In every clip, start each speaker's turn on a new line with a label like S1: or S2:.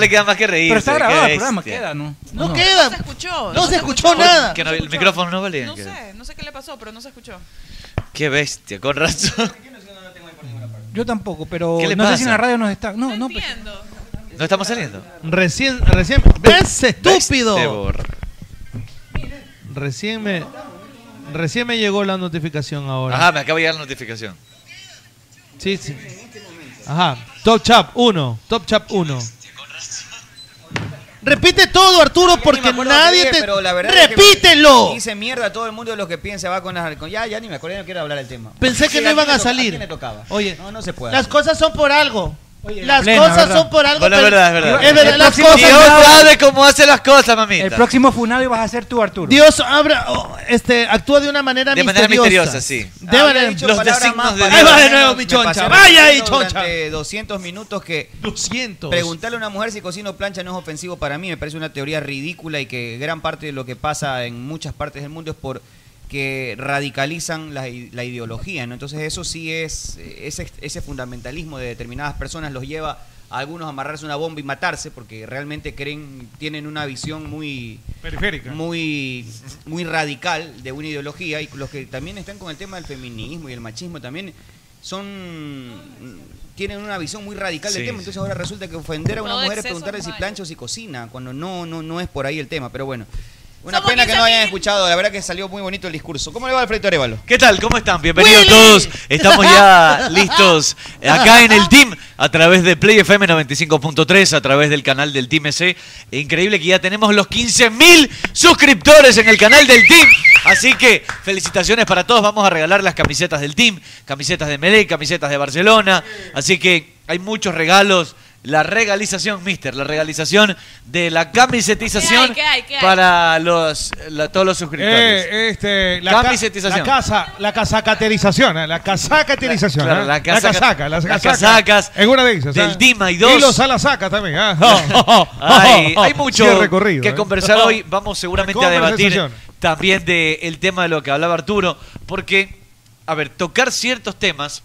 S1: le queda más que reír.
S2: Pero está grabado el programa, queda, ¿no?
S3: No,
S2: No.
S3: queda.
S4: se escuchó.
S3: No se escuchó
S4: ¿Por-
S3: nada.
S1: que no-
S4: se
S1: el
S4: escuchó.
S1: micrófono no valía,
S4: No
S1: que-
S4: sé, no sé qué le pasó, pero no se escuchó.
S1: Qué bestia, con razón.
S2: Yo tampoco, pero
S1: ¿Qué le
S2: no sé si en la
S1: pasa?
S2: radio nos está. No,
S4: No,
S2: no, pues-
S4: entiendo.
S1: No estamos saliendo.
S5: Recién, recién.
S3: ¡Ves,
S1: Bestia,
S3: estúpido!
S1: borra.
S5: Recién me. Recién me llegó la notificación ahora.
S1: Ajá, me acaba de llegar la notificación.
S5: Sí, sí. Ajá. Top Chap 1. Top Chap 1.
S3: Repite todo, Arturo,
S6: Ni me
S3: porque
S6: acuerdo
S3: nadie
S6: qué,
S3: te.
S6: pero la verdad es que
S3: ¡Repítelo!
S6: Hice mierda a todo el mundo de los que piensa va con las. con- Ya, ya ni me acuerdo, ya no quiero hablar del tema.
S3: Pensé que
S6: Sí,
S3: no
S6: ¿a
S3: iban
S6: quién
S3: a
S6: le to-
S3: salir.
S6: quién le tocaba?
S5: Oye.
S6: No, no se puede.
S3: Las cosas son por algo. Las
S2: plena,
S3: cosas
S2: ¿verdad?
S3: son por algo.
S1: Bueno, es
S3: pero-
S1: verdad, es verdad.
S3: Es verdad,
S2: El
S3: las
S2: próximo
S3: cosas.
S1: Dios sabe cómo hace las cosas, mamita.
S2: El próximo funado vas a ser tú, Arturo.
S3: Dios abra, oh, este, actúa de una manera
S1: De manera
S3: misteriosa.
S1: misteriosa, sí.
S3: De
S6: Había
S3: manera-
S6: dicho
S1: los
S6: palabras
S1: designios
S6: más
S1: de
S6: para-
S3: Dios. Ahí va de nuevo,
S6: Me
S3: mi choncha.
S6: pasé
S3: Vaya ahí,
S6: durante
S3: choncha.
S6: 200 minutos que
S5: 200.
S6: Preguntarle a una mujer si cocina o plancha no es ofensivo para mí, me parece una teoría ridícula y que gran parte de lo que pasa en muchas partes del mundo es por que radicalizan la, i- la ideología, ¿no? Entonces eso sí es, eh, ese, ese fundamentalismo de determinadas personas los lleva a algunos a amarrarse una bomba y matarse porque realmente creen, tienen una visión muy,
S5: Periférica.
S6: muy, muy radical de una ideología y los que también están con el tema del feminismo y el machismo también son tienen una visión muy radical del
S1: Sí,
S6: tema,
S1: sí.
S6: entonces ahora resulta que ofender a una
S4: Todo
S6: mujer es
S4: exceso
S6: preguntarle
S4: es
S6: si
S4: malo.
S6: plancha o si cocina, cuando no no no es por ahí el tema, pero bueno. Una
S4: Somos
S6: pena que
S4: 15.000.
S6: no hayan escuchado, la verdad que salió muy bonito el discurso. ¿Cómo le va Alfredo Arevalo?
S1: ¿Qué tal? ¿Cómo están? Bienvenidos
S6: Willy.
S1: todos. Estamos ya listos acá en el Team a través de Play FM 95.3, a través del canal del Team EC. Increíble que ya tenemos los 15.000 suscriptores en el canal del Team. Así que felicitaciones para todos. Vamos a regalar las camisetas del Team, camisetas de Medellín, camisetas de Barcelona. Así que hay muchos regalos. La regalización, mister, la regalización de la camisetización
S4: ¿Qué hay? ¿Qué hay? ¿Qué hay?
S1: para los, la- todos los suscriptores.
S5: Eh, este, la, ca-
S1: Camisetización.
S5: la casa, la casacaterización, ¿eh? la casacaterización,
S1: Claro,
S5: ¿eh?
S1: la
S5: la,
S1: casaca-
S5: casaca, las
S1: las
S5: casacas,
S1: casacas
S5: en una de ellas,
S1: del
S5: ¿eh?
S1: Dima y dos.
S5: y los Alasaca también, ¿eh?
S1: Ay, hay mucho
S5: Sí, el recorrido,
S1: que
S5: ¿eh?
S1: conversar hoy. Vamos seguramente a debatir
S5: Conversación.
S1: también del tema de lo que hablaba Arturo, porque, a ver, tocar ciertos temas,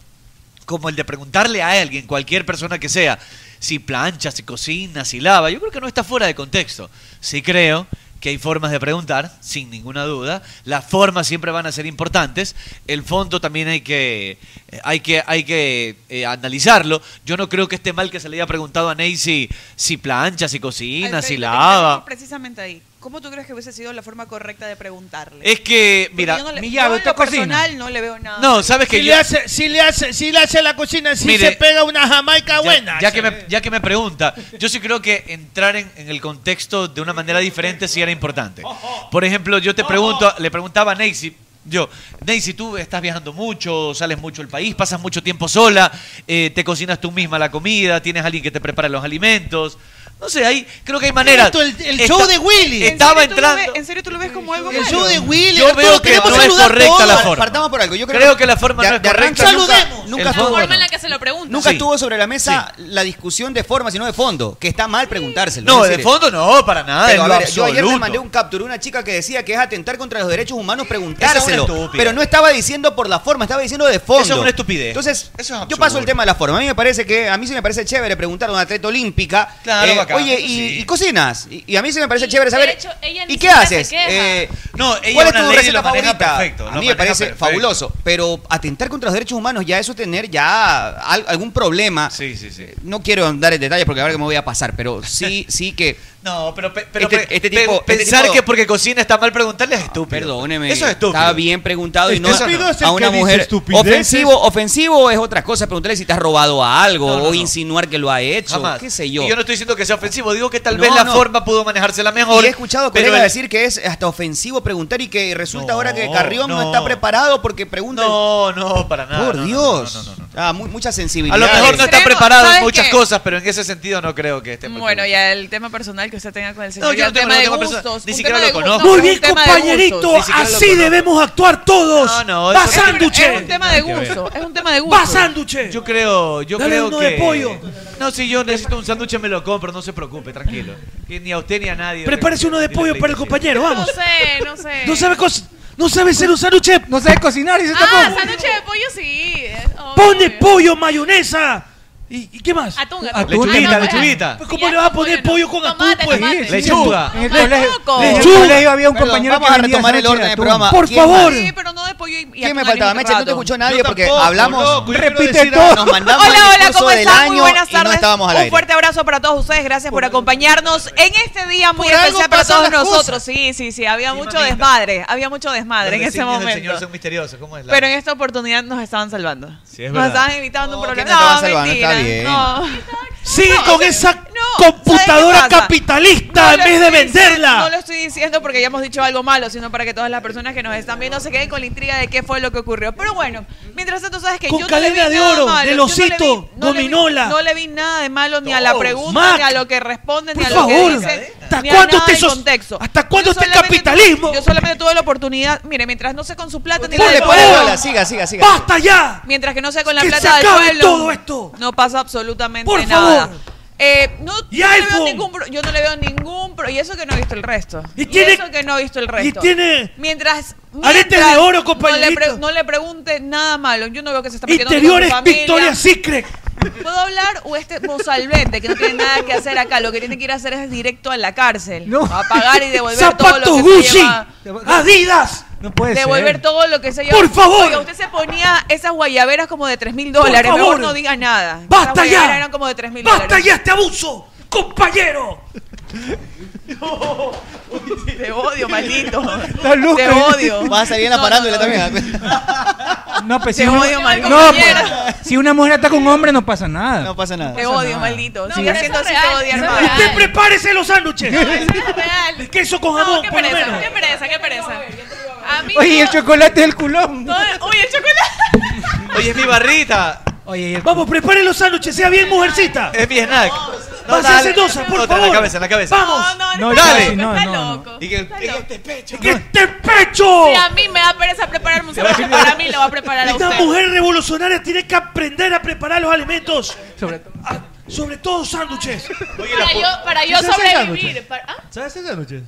S1: como el de preguntarle a alguien, cualquier persona que sea, si plancha, si cocina, si lava, yo creo que no está fuera de contexto. Sí creo que hay formas de preguntar, sin ninguna duda. Las formas siempre van a ser importantes. El fondo también hay que, eh, hay que, hay que eh, analizarlo. Yo no creo que esté mal que se le haya preguntado a Ney si, si plancha, si cocina, si
S4: Alfredo, te
S1: lava.
S4: interrumpo Precisamente ahí. ¿Cómo tú crees que hubiese sido la forma correcta de preguntarle?
S1: Es que,
S4: Porque
S1: Eh, mira,
S4: yo no le,
S2: mi llave,
S4: yo en
S2: ¿tú
S4: lo
S2: cocinas?
S4: personal no le veo nada.
S1: no, sabes que
S3: si,
S1: yo-
S3: le hace, si, le hace, si le hace la cocina, si
S1: Mire,
S3: se pega una jamaica buena.
S1: Ya, ya que me, ya que me pregunta, yo sí creo que entrar en, en el contexto de una manera diferente sí era importante. Por ejemplo, yo te pregunto, le preguntaba a Neisy, yo, Neisy, tú estás viajando mucho, sales mucho al país, pasas mucho tiempo sola, eh, te cocinas tú misma la comida, tienes alguien que te prepara los alimentos. No sé, ahí creo que hay maneras.
S3: Esto, el- el show de Willy.
S4: ¿En
S1: Estaba
S4: serio tú lo
S1: entrando.
S4: ves- ¿En serio tú lo ves como algo
S3: el show
S4: malo?
S3: de Willy,
S1: Yo
S3: Arturo,
S1: veo que
S3: queremos
S1: no es
S3: saludar
S1: correcta
S3: todos.
S1: la
S6: Par-
S1: forma.
S6: Partamos por algo. Yo creo,
S1: Creo que la forma
S6: de-
S1: no es
S6: de arranque
S1: correcta.
S3: saludemos.
S1: el
S6: Nunca
S4: La
S6: estuvo-
S1: fondo.
S4: forma en la que se lo preguntan.
S6: Nunca
S1: Sí.
S6: estuvo sobre la mesa la discusión de forma, sino de fondo, que está mal preguntárselo.
S1: No,
S6: Es
S1: de
S6: decir,
S1: fondo no, para nada.
S6: Pero,
S1: en
S6: a
S1: lo
S6: ver, yo ayer le
S1: absoluto.
S6: mandé un captura a una chica que decía que es atentar contra los derechos humanos preguntárselo.
S1: Esa es una estúpida.
S6: pero no estaba diciendo por la forma, estaba diciendo de fondo.
S1: Eso es una estupidez.
S6: Entonces,
S1: Eso es
S6: yo
S1: absurdo.
S6: paso el tema de la forma. A mí me parece que, a mí sí me parece chévere preguntar a una atleta olímpica.
S1: Claro,
S6: eh,
S1: bacán,
S6: Oye, ¿y,
S1: sí.
S6: y cocinas? Y, y a mí sí me parece
S4: Y,
S6: chévere
S4: de
S6: saber.
S4: hecho, ella ni
S6: ¿Y qué
S4: siquiera se
S6: haces?
S4: queja.
S1: Eh, No, ella
S6: ¿Cuál es
S1: una
S6: tu
S1: ley y
S6: receta
S1: lo maneja
S6: favorita?
S1: perfecto,
S6: a
S1: lo
S6: mí me
S1: maneja
S6: parece
S1: perfecto.
S6: fabuloso. Pero atentar contra los derechos humanos ya eso es tener ya al- algún problema. Eh,
S1: Sí, sí, sí.
S6: No quiero andar en detalles porque ahora que me voy a pasar, pero sí, sí que.
S1: No, pero, pe- pero
S6: Este-
S1: pe-
S6: este
S1: pe-
S6: tipo- este
S1: pensar
S6: tipo-
S1: que porque cocina está mal preguntarle es estúpido.
S6: Perdóneme.
S1: Eso es estúpido.
S6: Estaba bien preguntado y no
S1: Estúpido
S6: a-
S5: es el
S6: a una
S5: que dice
S6: mujer.
S5: estupideces.
S6: Ofensivo, ofensivo es otra cosa. Preguntarle si te has robado a algo
S1: No, no,
S6: o
S1: no.
S6: insinuar que lo ha hecho.
S1: Jamás.
S6: ¿Qué sé yo?
S1: Y yo no estoy diciendo que sea ofensivo, digo que tal
S6: No,
S1: vez la
S6: no.
S1: forma pudo manejársela mejor.
S6: Y he escuchado
S1: pero
S6: colegas
S1: el-
S6: decir que es hasta ofensivo preguntar y que resulta
S1: No,
S6: ahora que Carrión no,
S1: no.
S6: está preparado porque pregunta.
S1: No, no, para nada.
S6: Por
S1: no, no,
S6: Dios.
S1: no, no, no, no.
S6: Ah, mu- mucha sensibilidad.
S1: A lo mejor no está
S4: Extremo,
S1: preparado en
S4: ¿sabes
S1: muchas
S4: qué?
S1: cosas, pero en ese sentido no creo que este esté mal
S4: Bueno,
S1: preparado.
S4: ya el tema personal que usted tenga con el señor.
S1: No, yo
S4: ya
S1: no
S4: un
S1: tengo-
S4: tema
S1: no
S4: de
S1: tengo
S4: gustos,
S1: personal. Ni
S4: un
S1: siquiera lo
S4: tema de gustos,
S1: conozco.
S4: un tema de gustos.
S1: Ni siquiera lo conozco.
S3: actuar todos.
S1: No, no, eso
S3: Pasando-
S1: tiene-
S4: Es un tema de gusto, es un tema de gusto.
S3: ¡Va, sánduche!
S1: Yo creo, yo
S3: Dale
S1: creo
S3: uno
S1: que
S3: de pollo.
S1: No, si yo necesito un sándwich me lo compro, no se preocupe, tranquilo. Que ni a usted ni a nadie.
S3: Prepárese uno de pollo para el compañero,
S4: No
S3: vamos.
S4: sé, no sé.
S3: No sabe cos- no sabe hacer un sándwich.
S2: No sabes cocinar y se
S4: Ah,
S2: tapó.
S4: sándwich de pollo sí. es obvio.
S3: Pone pollo, mayonesa,
S7: ¿Y, y qué más?
S8: Atún,
S2: Atún.
S8: Ah,
S1: Lechuvita,
S8: no, pues,
S1: lechuvita.
S7: Pues, ¿Cómo le vas a poner pollo con atún,
S8: Tomate,
S7: pues?
S8: tomate.
S1: Lechuga.
S2: En el
S8: Tampoco.
S2: colegio, en el
S7: Lechuga.
S2: colegio había un
S6: Perdón,
S2: compañero
S6: vamos
S2: que
S6: a
S2: vendía
S6: retomar el
S2: sándwich
S6: orden
S2: de
S6: del
S2: atún.
S6: programa.
S7: Por
S6: ¿Quién
S7: favor.
S6: más?
S4: Sí, pero no de pollo y, y
S6: ¿Quién
S4: atún
S6: me
S4: al
S6: faltaba?
S4: mismo
S6: Meche, no te
S4: rato.
S6: escuchó nadie
S3: Yo
S6: porque
S3: tampoco,
S6: hablamos.
S3: loco, yo quiero
S2: Repite
S3: decir
S2: todo.
S3: algo.
S6: Nos mandamos
S4: Hola,
S6: el
S4: hola,
S6: discurso
S4: ¿cómo
S6: del
S4: están? Muy
S6: año
S4: buenas
S6: y no
S4: tardes.
S6: estábamos al
S4: Un
S6: aire.
S4: fuerte abrazo para todos ustedes. Gracias por acompañarnos en este día muy
S6: Por algo
S4: especial para
S6: pasan
S4: todos
S6: las
S4: nosotros.
S6: cosas.
S4: Sí, sí, sí. Había
S1: Sí,
S4: mucho
S1: mamita.
S4: desmadre. Había mucho desmadre en
S1: Los
S4: ese
S1: designios del
S4: momento.
S1: Señor son misteriosos. ¿Cómo es la-
S4: Pero en esta oportunidad nos estaban salvando.
S1: Sí, es
S4: nos
S1: verdad.
S4: estaban evitando un
S6: No,
S4: problema.
S6: ¿quién estaba
S4: No,
S6: salvando?
S4: mentira.
S6: Está bien.
S4: No.
S7: Sigue
S4: No,
S7: con
S4: o sea,
S7: esa
S4: no,
S7: computadora
S4: ¿sabe qué pasa?
S7: capitalista en
S4: lo
S7: vez de
S4: estoy diciendo-
S7: venderla.
S4: No lo estoy diciendo porque ya hemos dicho algo malo, sino para que todas las personas que nos están viendo se queden con la intriga de qué fue lo que ocurrió. Pero bueno, mientras tanto sabes que
S7: Con
S4: yo
S7: cadena
S4: no le vi
S7: de
S4: nada
S7: oro,
S4: malo.
S7: de
S4: Yo no le vi-
S7: losito,
S4: no le vi-
S7: gominola.
S4: No le vi nada de malo ni a la
S1: Todos.
S4: pregunta,
S7: Mac,
S4: ni a lo que responde, ni
S7: por
S4: a lo que
S7: favor.
S4: dice.
S7: ¿Hasta
S4: ni a
S7: cuándo
S4: nada
S7: este
S4: del
S7: sos-
S4: contexto.
S7: hasta cuándo
S4: Yo
S7: este
S4: solamente tuve-
S7: capitalismo?
S4: Yo solamente tuve la oportunidad, mire, mientras no se con su plata ni la
S6: Ponle,
S4: del
S6: ponle
S4: pueblo,
S6: bola, siga, siga, siga.
S7: ¡Basta ya!
S4: Mientras que no sea con la
S7: ¡Que se
S4: plata del
S7: acabe
S4: pueblo.
S7: todo esto!
S4: No pasa absolutamente
S7: Por
S4: nada.
S7: favor.
S4: Eh, no,
S7: Y
S4: yo, no le veo
S7: iPhone.
S4: ningún pro- yo no le veo ningún pro- y eso que no he visto el resto.
S7: Y tiene-
S4: eso que no he visto el resto.
S7: tiene
S4: mientras,
S7: aretes
S4: mientras
S7: de oro,
S4: No le,
S7: compañerito.
S4: pre- no le pregunte nada malo. Yo no veo que se está metiendo ni con
S7: Interiores
S4: su familia.
S7: Victoria Secret.
S4: ¿Puedo hablar o este mozalbete que no tiene nada que hacer acá? Lo que tiene que ir a hacer es directo a la cárcel.
S2: No.
S4: A pagar y devolver todo
S7: Zapatos
S4: lo que se
S7: Gucci.
S4: lleva.
S7: Adidas.
S2: ¡Ah, No puede ser.
S4: devolver todo lo que se haya
S7: ¡Por favor!
S4: Oiga, usted se ponía esas guayaberas como de 3 mil
S7: Por
S4: dólares.
S7: favor.
S4: Mejor no diga nada. Esas
S7: ¡Basta
S4: guayaberas
S7: ya!
S4: eran como de 3 mil dólares.
S7: ¡Basta ya este abuso! ¡Compañero!
S4: Te odio, maldito.
S2: Está loco.
S4: Te odio.
S6: Vas a salir en la
S4: No,
S6: parándula
S4: no, no.
S6: también.
S2: No, pues,
S4: Te
S2: si una-
S4: odio, mal
S2: No,
S4: compañera.
S2: pues, si una mujer está con un hombre no pasa nada.
S6: No pasa nada.
S4: Te odio, maldito.
S8: No,
S4: Sigue
S8: pero
S4: siendo
S8: eso
S4: así,
S8: es
S4: te
S8: real.
S4: odio,
S8: Eso es
S4: hermano.
S8: real.
S7: ¡Usted prepárese los sándwiches!
S8: Es real.
S7: Queso con
S8: No,
S7: jamón,
S8: qué
S7: por lo
S8: pereza,
S7: menos.
S8: qué pereza, qué pereza. A mí
S2: Oye, ¿y el
S8: yo-
S2: chocolate del culón.
S8: todo- Uy, el chocolate.
S1: Oye, es mi barrita.
S2: Oye, y el-
S7: Vamos, prepare los sándwiches, sea bien, mujercita.
S1: Es mi snack.
S7: Vas a
S1: dale.
S7: hacer dosa, por
S1: Otra, En
S7: favor.
S1: la cabeza, en la cabeza.
S8: No,
S7: Vamos.
S2: No,
S8: no,
S1: dale.
S8: está loco,
S2: No,
S8: está
S2: no, no.
S8: loco.
S1: Y que
S8: Está
S1: en
S8: loco.
S1: este pecho.
S7: ¡Este pecho!
S8: Sí, a mí me da pereza prepararme un sándwich para mí, lo va a preparar a
S7: Esta
S8: usted.
S7: mujer revolucionaria tiene que aprender a preparar los alimentos,
S2: sobre todo.
S7: ah, sobre todo sándwiches.
S8: Para yo, para yo
S3: ¿Sí se hace
S8: sobrevivir.
S3: sándwiches?
S8: para- ¿Ah?
S3: ¿Sabes esa noche?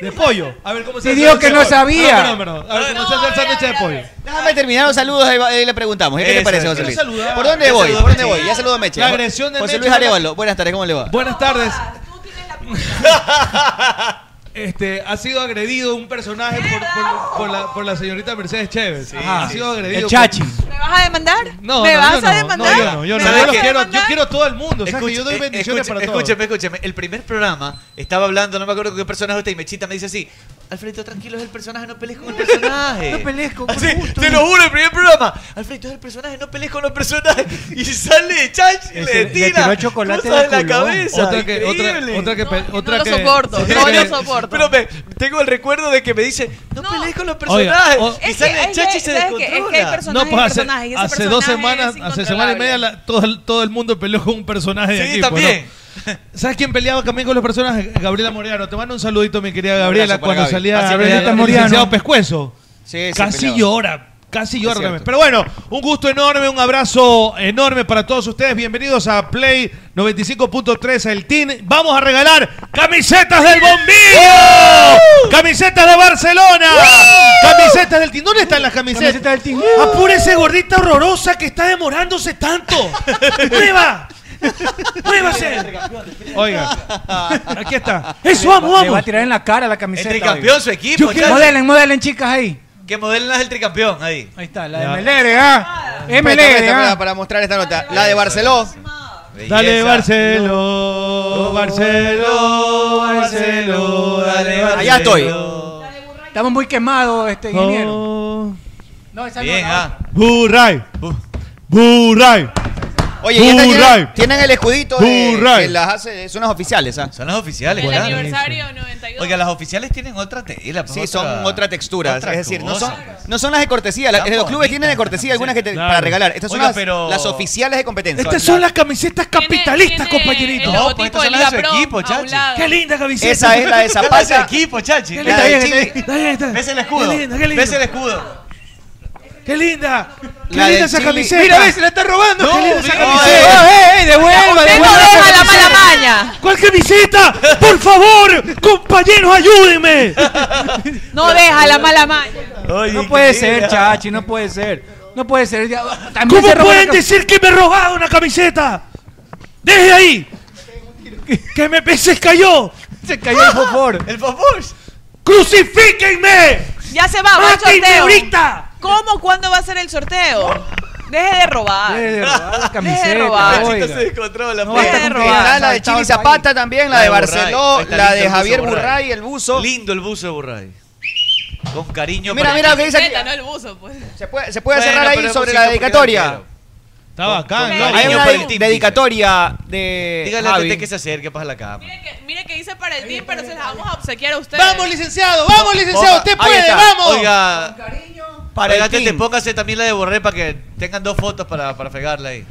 S3: De pollo. A ver cómo se
S2: Sí,
S3: hace
S2: digo
S3: el
S2: que no
S3: sándwich de pollo.
S5: Ah,
S2: sabía.
S3: No, perdón, perdón. A ver cómo se
S8: No,
S3: hace el
S8: a ver,
S3: sándwich
S8: a ver,
S3: de
S8: a
S3: pollo.
S8: ver.
S6: Déjame terminar los saludos, ahí, va- ahí le preguntamos. ¿Qué
S1: Eso,
S6: le parece,
S1: eso,
S6: José Luis?
S3: quiero saludar.
S6: ¿Por dónde
S1: Ya
S6: voy?
S1: saludó,
S6: ¿Por
S1: Meche.
S6: dónde voy? Ya saludo a Meche.
S3: La agresión de
S6: José
S3: Meche
S6: Luis
S3: no la-
S6: Arevalo, buenas tardes, ¿cómo le va?
S3: Buenas tardes.
S4: Ah,
S8: Tú tienes la culpa.
S3: Este, ha sido agredido un personaje por, por- por la, por la señorita Mercedes Chévez.
S2: Ajá.
S3: ha sido agredido.
S2: El
S3: por-
S2: chachi.
S4: ¿Me vas a demandar?
S3: No,
S4: ¿Me
S3: no,
S4: vas
S3: yo no,
S4: a demandar?
S3: No, yo no, yo
S4: ¿Me
S3: no.
S4: vas
S3: Yo,
S4: a
S3: lo quiero, yo
S4: demandar?
S3: quiero a todo el mundo. O sea, que
S1: Escuche-
S3: yo doy
S1: eh,
S3: bendiciones
S1: escuche-
S3: para todos.
S1: Escúcheme, escúcheme. El primer programa estaba hablando, no me acuerdo con qué personaje está, y Mechita me dice así: Alfredo, tranquilo, es el personaje, no pelees con el personaje.
S2: No pelees con-
S1: Así,
S2: con gusto.
S1: Te lo juro, el primer programa. Alfredo, es el personaje, no pelees con el personaje. Y sale Chachi,
S2: Ese-
S1: le
S2: le
S1: tira.
S2: tiró el chocolate
S1: cosas en
S2: del
S1: la
S2: culón.
S1: cabeza.
S3: Otra que, otra,
S1: Increíble.
S3: otra que, pe-
S8: No, no
S3: otra
S8: lo
S3: que,
S8: soporto,
S3: otra
S8: no
S3: que-
S8: lo soporto.
S1: Pero me, tengo el recuerdo de que me dice, no,
S8: No.
S1: pelees con los personajes.
S3: o-
S1: y
S4: Es que-
S1: sale
S4: es
S1: Chachi
S4: que-
S1: y se
S4: ¿sabes qué? Es que hay
S1: descontrola.
S4: personas-
S3: No, pues hace,
S4: personaje, y ese
S3: hace dos
S4: personaje es
S3: semanas, hace semana y media, la- todo, el- todo el mundo peleó con un personaje de
S1: Sí,
S3: aquí. pues, ¿no?
S1: también.
S3: ¿Sabes quién peleaba también con los personajes? Gabriela Moriano. Te mando un saludito, mi querida Gabriela,
S6: abrazo para
S3: cuando
S6: Gaby.
S3: salía
S2: Así
S3: Gabriela-
S2: Gabrielita
S3: el
S2: Moriano.
S3: licenciado Pescuezo.
S6: Sí, sí,
S3: casi
S6: peleaba.
S3: llora, casi llora
S6: cierto.
S3: también. Pero bueno, un gusto enorme, un abrazo enorme para todos ustedes. Bienvenidos a Play 95.3, el Team. Vamos a regalar camisetas del Bombillo, camisetas de Barcelona, camisetas del Team. ¿Dónde están las camisetas? Ah,
S2: Camiseta del team.
S7: Apúrese, gordita horrorosa, que está demorándose tanto. ¡Mueva! ¡Muévase!
S3: Oiga, aquí está.
S7: ¡Eso, vamos,
S2: Le va a
S7: vamos!
S2: tirar en la cara la camiseta.
S1: El tricampeón, su
S2: oiga.
S1: equipo.
S2: Yo-
S1: Chachi.
S2: Modelen, modelen, chicas, ahí.
S1: Que modelen las del tricampeón ahí.
S2: Ahí está, la
S3: Ya.
S2: de Melere, ah. Eh,
S6: Presta,
S2: Melere,
S6: presta, presta,
S2: ah.
S6: Para mostrar esta nota. La de Barceló.
S3: Dale
S1: Belleza.
S3: Barceló, Barceló, Barceló, dale Barceló.
S6: Allá estoy.
S2: Estamos muy quemados, este ingeniero.
S3: Oh.
S2: No, esa no,
S1: Bien,
S2: la
S1: ah.
S3: Burray. Burray.
S6: Oye, y estas tienen,
S3: Burray.
S6: tienen el escudito de,
S3: Burray.
S6: que las hace, son las oficiales, ¿ah?
S1: Son las oficiales,
S8: El
S1: claro.
S8: aniversario 92.
S1: Oiga, las oficiales tienen otra tela. pues,
S6: Sí, son otra textura.
S1: otra
S6: es decir, no
S1: cosa.
S6: son, no son las de cortesía. la-
S1: Están
S6: los clubes
S1: bonitas
S6: tienen de cortesía
S1: las
S6: algunas que te,
S3: camisetas.
S6: para
S3: Claro.
S6: regalar. Estas son
S1: Oiga,
S6: las,
S1: pero-
S6: las oficiales de competencia.
S7: Estas son las camisetas
S8: Tiene-
S7: capitalistas,
S8: tiene
S7: compañerito.
S8: El
S1: No,
S8: logotipo
S1: pues estas
S8: de
S1: son las de
S8: Liga
S1: su
S8: Pro
S1: equipo,
S8: a un
S1: Chachi.
S8: lado.
S7: ¡Qué linda camiseta!
S6: Esa es la de
S1: Ese
S6: Zapata.
S1: equipo, chachi.
S6: La
S1: Ves
S6: de
S2: Está bien,
S6: Chile.
S7: Ahí está.
S1: el escudo.
S7: ¡Qué linda, qué linda!
S1: Ves el escudo.
S7: ¡Qué linda! ¡Qué
S6: La de
S7: linda esa
S6: Chile.
S7: camiseta!
S2: Mira, ve, se la está robando.
S1: No,
S2: Qué linda esa
S1: mira,
S2: camiseta.
S1: no,
S2: ¡Eh, eh, devuelva,
S4: Usted no
S2: devuelva esa
S4: deja la mala
S2: camiseta.
S4: maña.
S7: ¿Cuál camiseta? ¡Por favor! ¡Compañeros, ayúdenme!
S4: No deja la mala maña.
S1: Oye,
S2: No puede
S1: qué
S2: ser,
S1: linda.
S2: chachi, no puede ser. No puede ser. ya- también
S7: ¿Cómo
S2: se robó
S7: pueden
S2: la cam-
S7: decir que me he robado una camiseta? ¡Deje ahí! ¡Que me se cayó!
S2: Se cayó el fofor.
S1: ¡El favor!
S7: ¡Crucifíquenme!
S4: Ya se va, va el
S7: ¡Mátenme
S4: sorteo.
S7: ahorita!
S4: ¿Cómo? ¿Cuándo va a ser el sorteo? Deje de robar.
S2: Deje de robar la
S4: Deje de
S2: camiseta.
S4: robar.
S2: oiga.
S1: se descontrola.
S2: No
S1: pues.
S2: basta con que
S4: robar.
S6: Está
S2: haya
S6: la de
S2: saltado
S6: Chili
S2: el país.
S6: Zapata también, la de
S1: Burray.
S6: Barceló,
S1: Ahí está
S6: la
S1: listo el
S6: de
S1: buzo
S6: Javier
S1: Burray.
S6: Burray, el buzo.
S1: Lindo el buzo de Burray. Con cariño.
S6: Mira,
S1: para-
S6: mira lo que dice aquí.
S9: Venta, no el buzo, pues.
S6: Se puede, se puede
S1: Bueno,
S6: cerrar ahí
S1: pero
S6: sobre
S1: pusiste
S6: la
S1: porque
S6: dedicatoria.
S1: no
S3: Está bacán,
S9: Con-
S3: ¿no?
S9: con-
S6: Hay
S1: Niño
S6: una
S1: para el team,
S6: dedicatoria
S1: quiero.
S6: de
S1: Dígale a
S6: Javi.
S1: Tete que se acerque para la cama.
S9: Mire que, mire que hice para el team, pero se las vamos a obsequiar a ustedes.
S3: ¡Vamos, licenciado! ¡Vamos, licenciado!
S6: Oiga,
S3: ¡Usted
S6: ahí
S3: puede!
S6: está.
S3: ¡Vamos!
S1: Oiga,
S6: Para
S1: oiga,
S6: el
S1: Tete,
S6: team.
S1: póngase también la de Borré para que tengan dos fotos para, para fregarla ahí.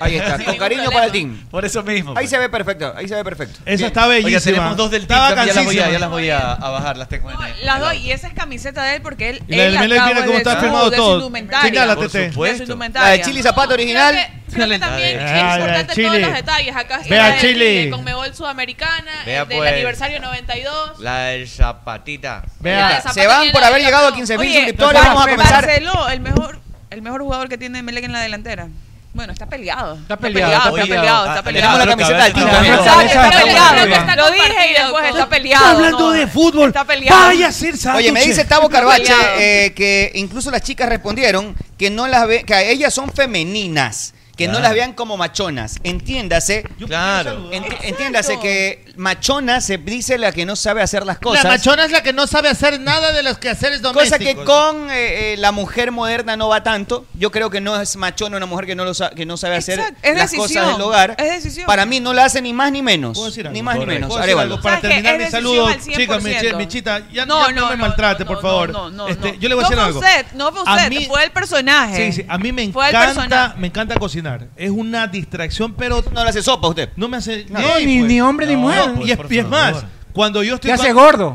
S6: Ahí está,
S9: Sin
S6: con
S9: ningún
S6: cariño
S9: problema.
S6: para el team.
S1: Por eso mismo.
S6: Ahí
S1: pues.
S6: se ve perfecto, ahí se ve perfecto.
S3: Esa
S6: Bien.
S3: está bellísima.
S1: Oiga, tenemos dos del team.
S3: Estaba
S1: también, ya las voy, a,
S3: cansísima.
S1: ya las voy a, a bajar, las tengo en
S4: No,
S1: el-
S4: las doy. Y esa es camiseta de él porque él.
S3: Y la
S4: él
S3: del Melec,
S4: acaba
S3: mira cómo
S4: de
S3: está
S4: su-
S3: firmado
S4: de
S3: todo.
S4: Su indumentaria.
S3: Señala,
S1: Por
S3: Tete.
S4: De su
S1: supuesto.
S4: indumentaria.
S6: La de Chili Zapata original.
S9: Creo que, creo que también
S1: Ay,
S9: es
S3: ay,
S9: importante
S3: Chile.
S9: todos los detalles. Acá está
S3: Vea,
S9: el
S3: Chile.
S9: de Conmebol Sudamericana,
S1: Vea,
S9: el del
S1: pues.
S9: aniversario 92.
S1: La del zapatita.
S3: Vea,
S9: Zapata
S6: Se van
S9: tiene
S6: por
S9: la
S6: haber
S9: liga
S6: llegado a
S9: todo.
S6: 15.000
S4: Oye,
S6: suscriptores. Vamos a
S4: Barceló,
S6: comenzar.
S4: Barceló, el mejor, el mejor jugador que tiene Melec en la delantera. Bueno, está peleado. Está
S2: peleado,
S4: Está
S1: Oiga,
S4: peleado,
S1: ah,
S4: está
S1: tenemos
S4: peleado.
S6: la camiseta del team también.
S4: Está
S2: Esa- esa-
S9: esa-
S4: peleado.
S9: esa-
S4: Lo dije y después pues, está peleado.
S7: hablando
S4: no.
S7: de fútbol.
S4: Está peleado.
S7: Vaya a ser santo.
S6: Oye, me
S7: che.
S6: dice Tavo Carvache
S4: Cuidado.
S6: eh, que incluso las chicas respondieron que no las ve, que a ellas son femeninas, que no
S1: Claro.
S6: las vean como machonas. Entiéndase,
S1: Claro.
S6: enti- entiéndase que machona se dice la que no sabe hacer las cosas.
S3: es la que no sabe hacer nada de los quehaceres
S6: Cosa que con eh, eh, la mujer moderna no va tanto. Yo creo que no es machona una mujer que no, lo sa- que no sabe hacer
S4: Exacto, es
S6: las
S4: decisión,
S6: cosas del hogar.
S4: es decisión.
S6: Para mí no la hace ni más ni menos.
S3: ¿Puedo decir algo?
S6: Ni más ni
S1: Correcto.
S6: menos.
S3: ¿Puedo decir
S6: Arevalo.
S3: algo para
S4: ¿Sabes qué?
S3: terminar mi
S4: Es
S3: saludo?
S4: decisión al
S3: Chicas,
S4: 100%.
S3: Michita, ya ya
S4: No,
S3: no, me maltrate,
S4: no,
S3: por
S4: no,
S3: favor.
S4: No, no,
S3: Este,
S4: no.
S3: Yo le voy a decir
S4: no
S3: algo.
S4: Fue usted, no fue
S3: A
S4: usted,
S3: mí-
S4: fue el personaje.
S3: Sí, sí, a mí me
S4: Fue el
S3: encanta,
S4: personaje.
S3: me encanta cocinar. Es una distracción, pero
S6: No le hace sopa a usted.
S3: no me hace...
S2: No, ni,
S3: pues.
S2: ni hombre ni
S1: No,
S2: mujer.
S1: pues.
S3: Y es,
S1: por
S3: y es más,
S1: favor.
S3: cuando yo estoy...
S2: Te hace
S3: co-
S2: gordo.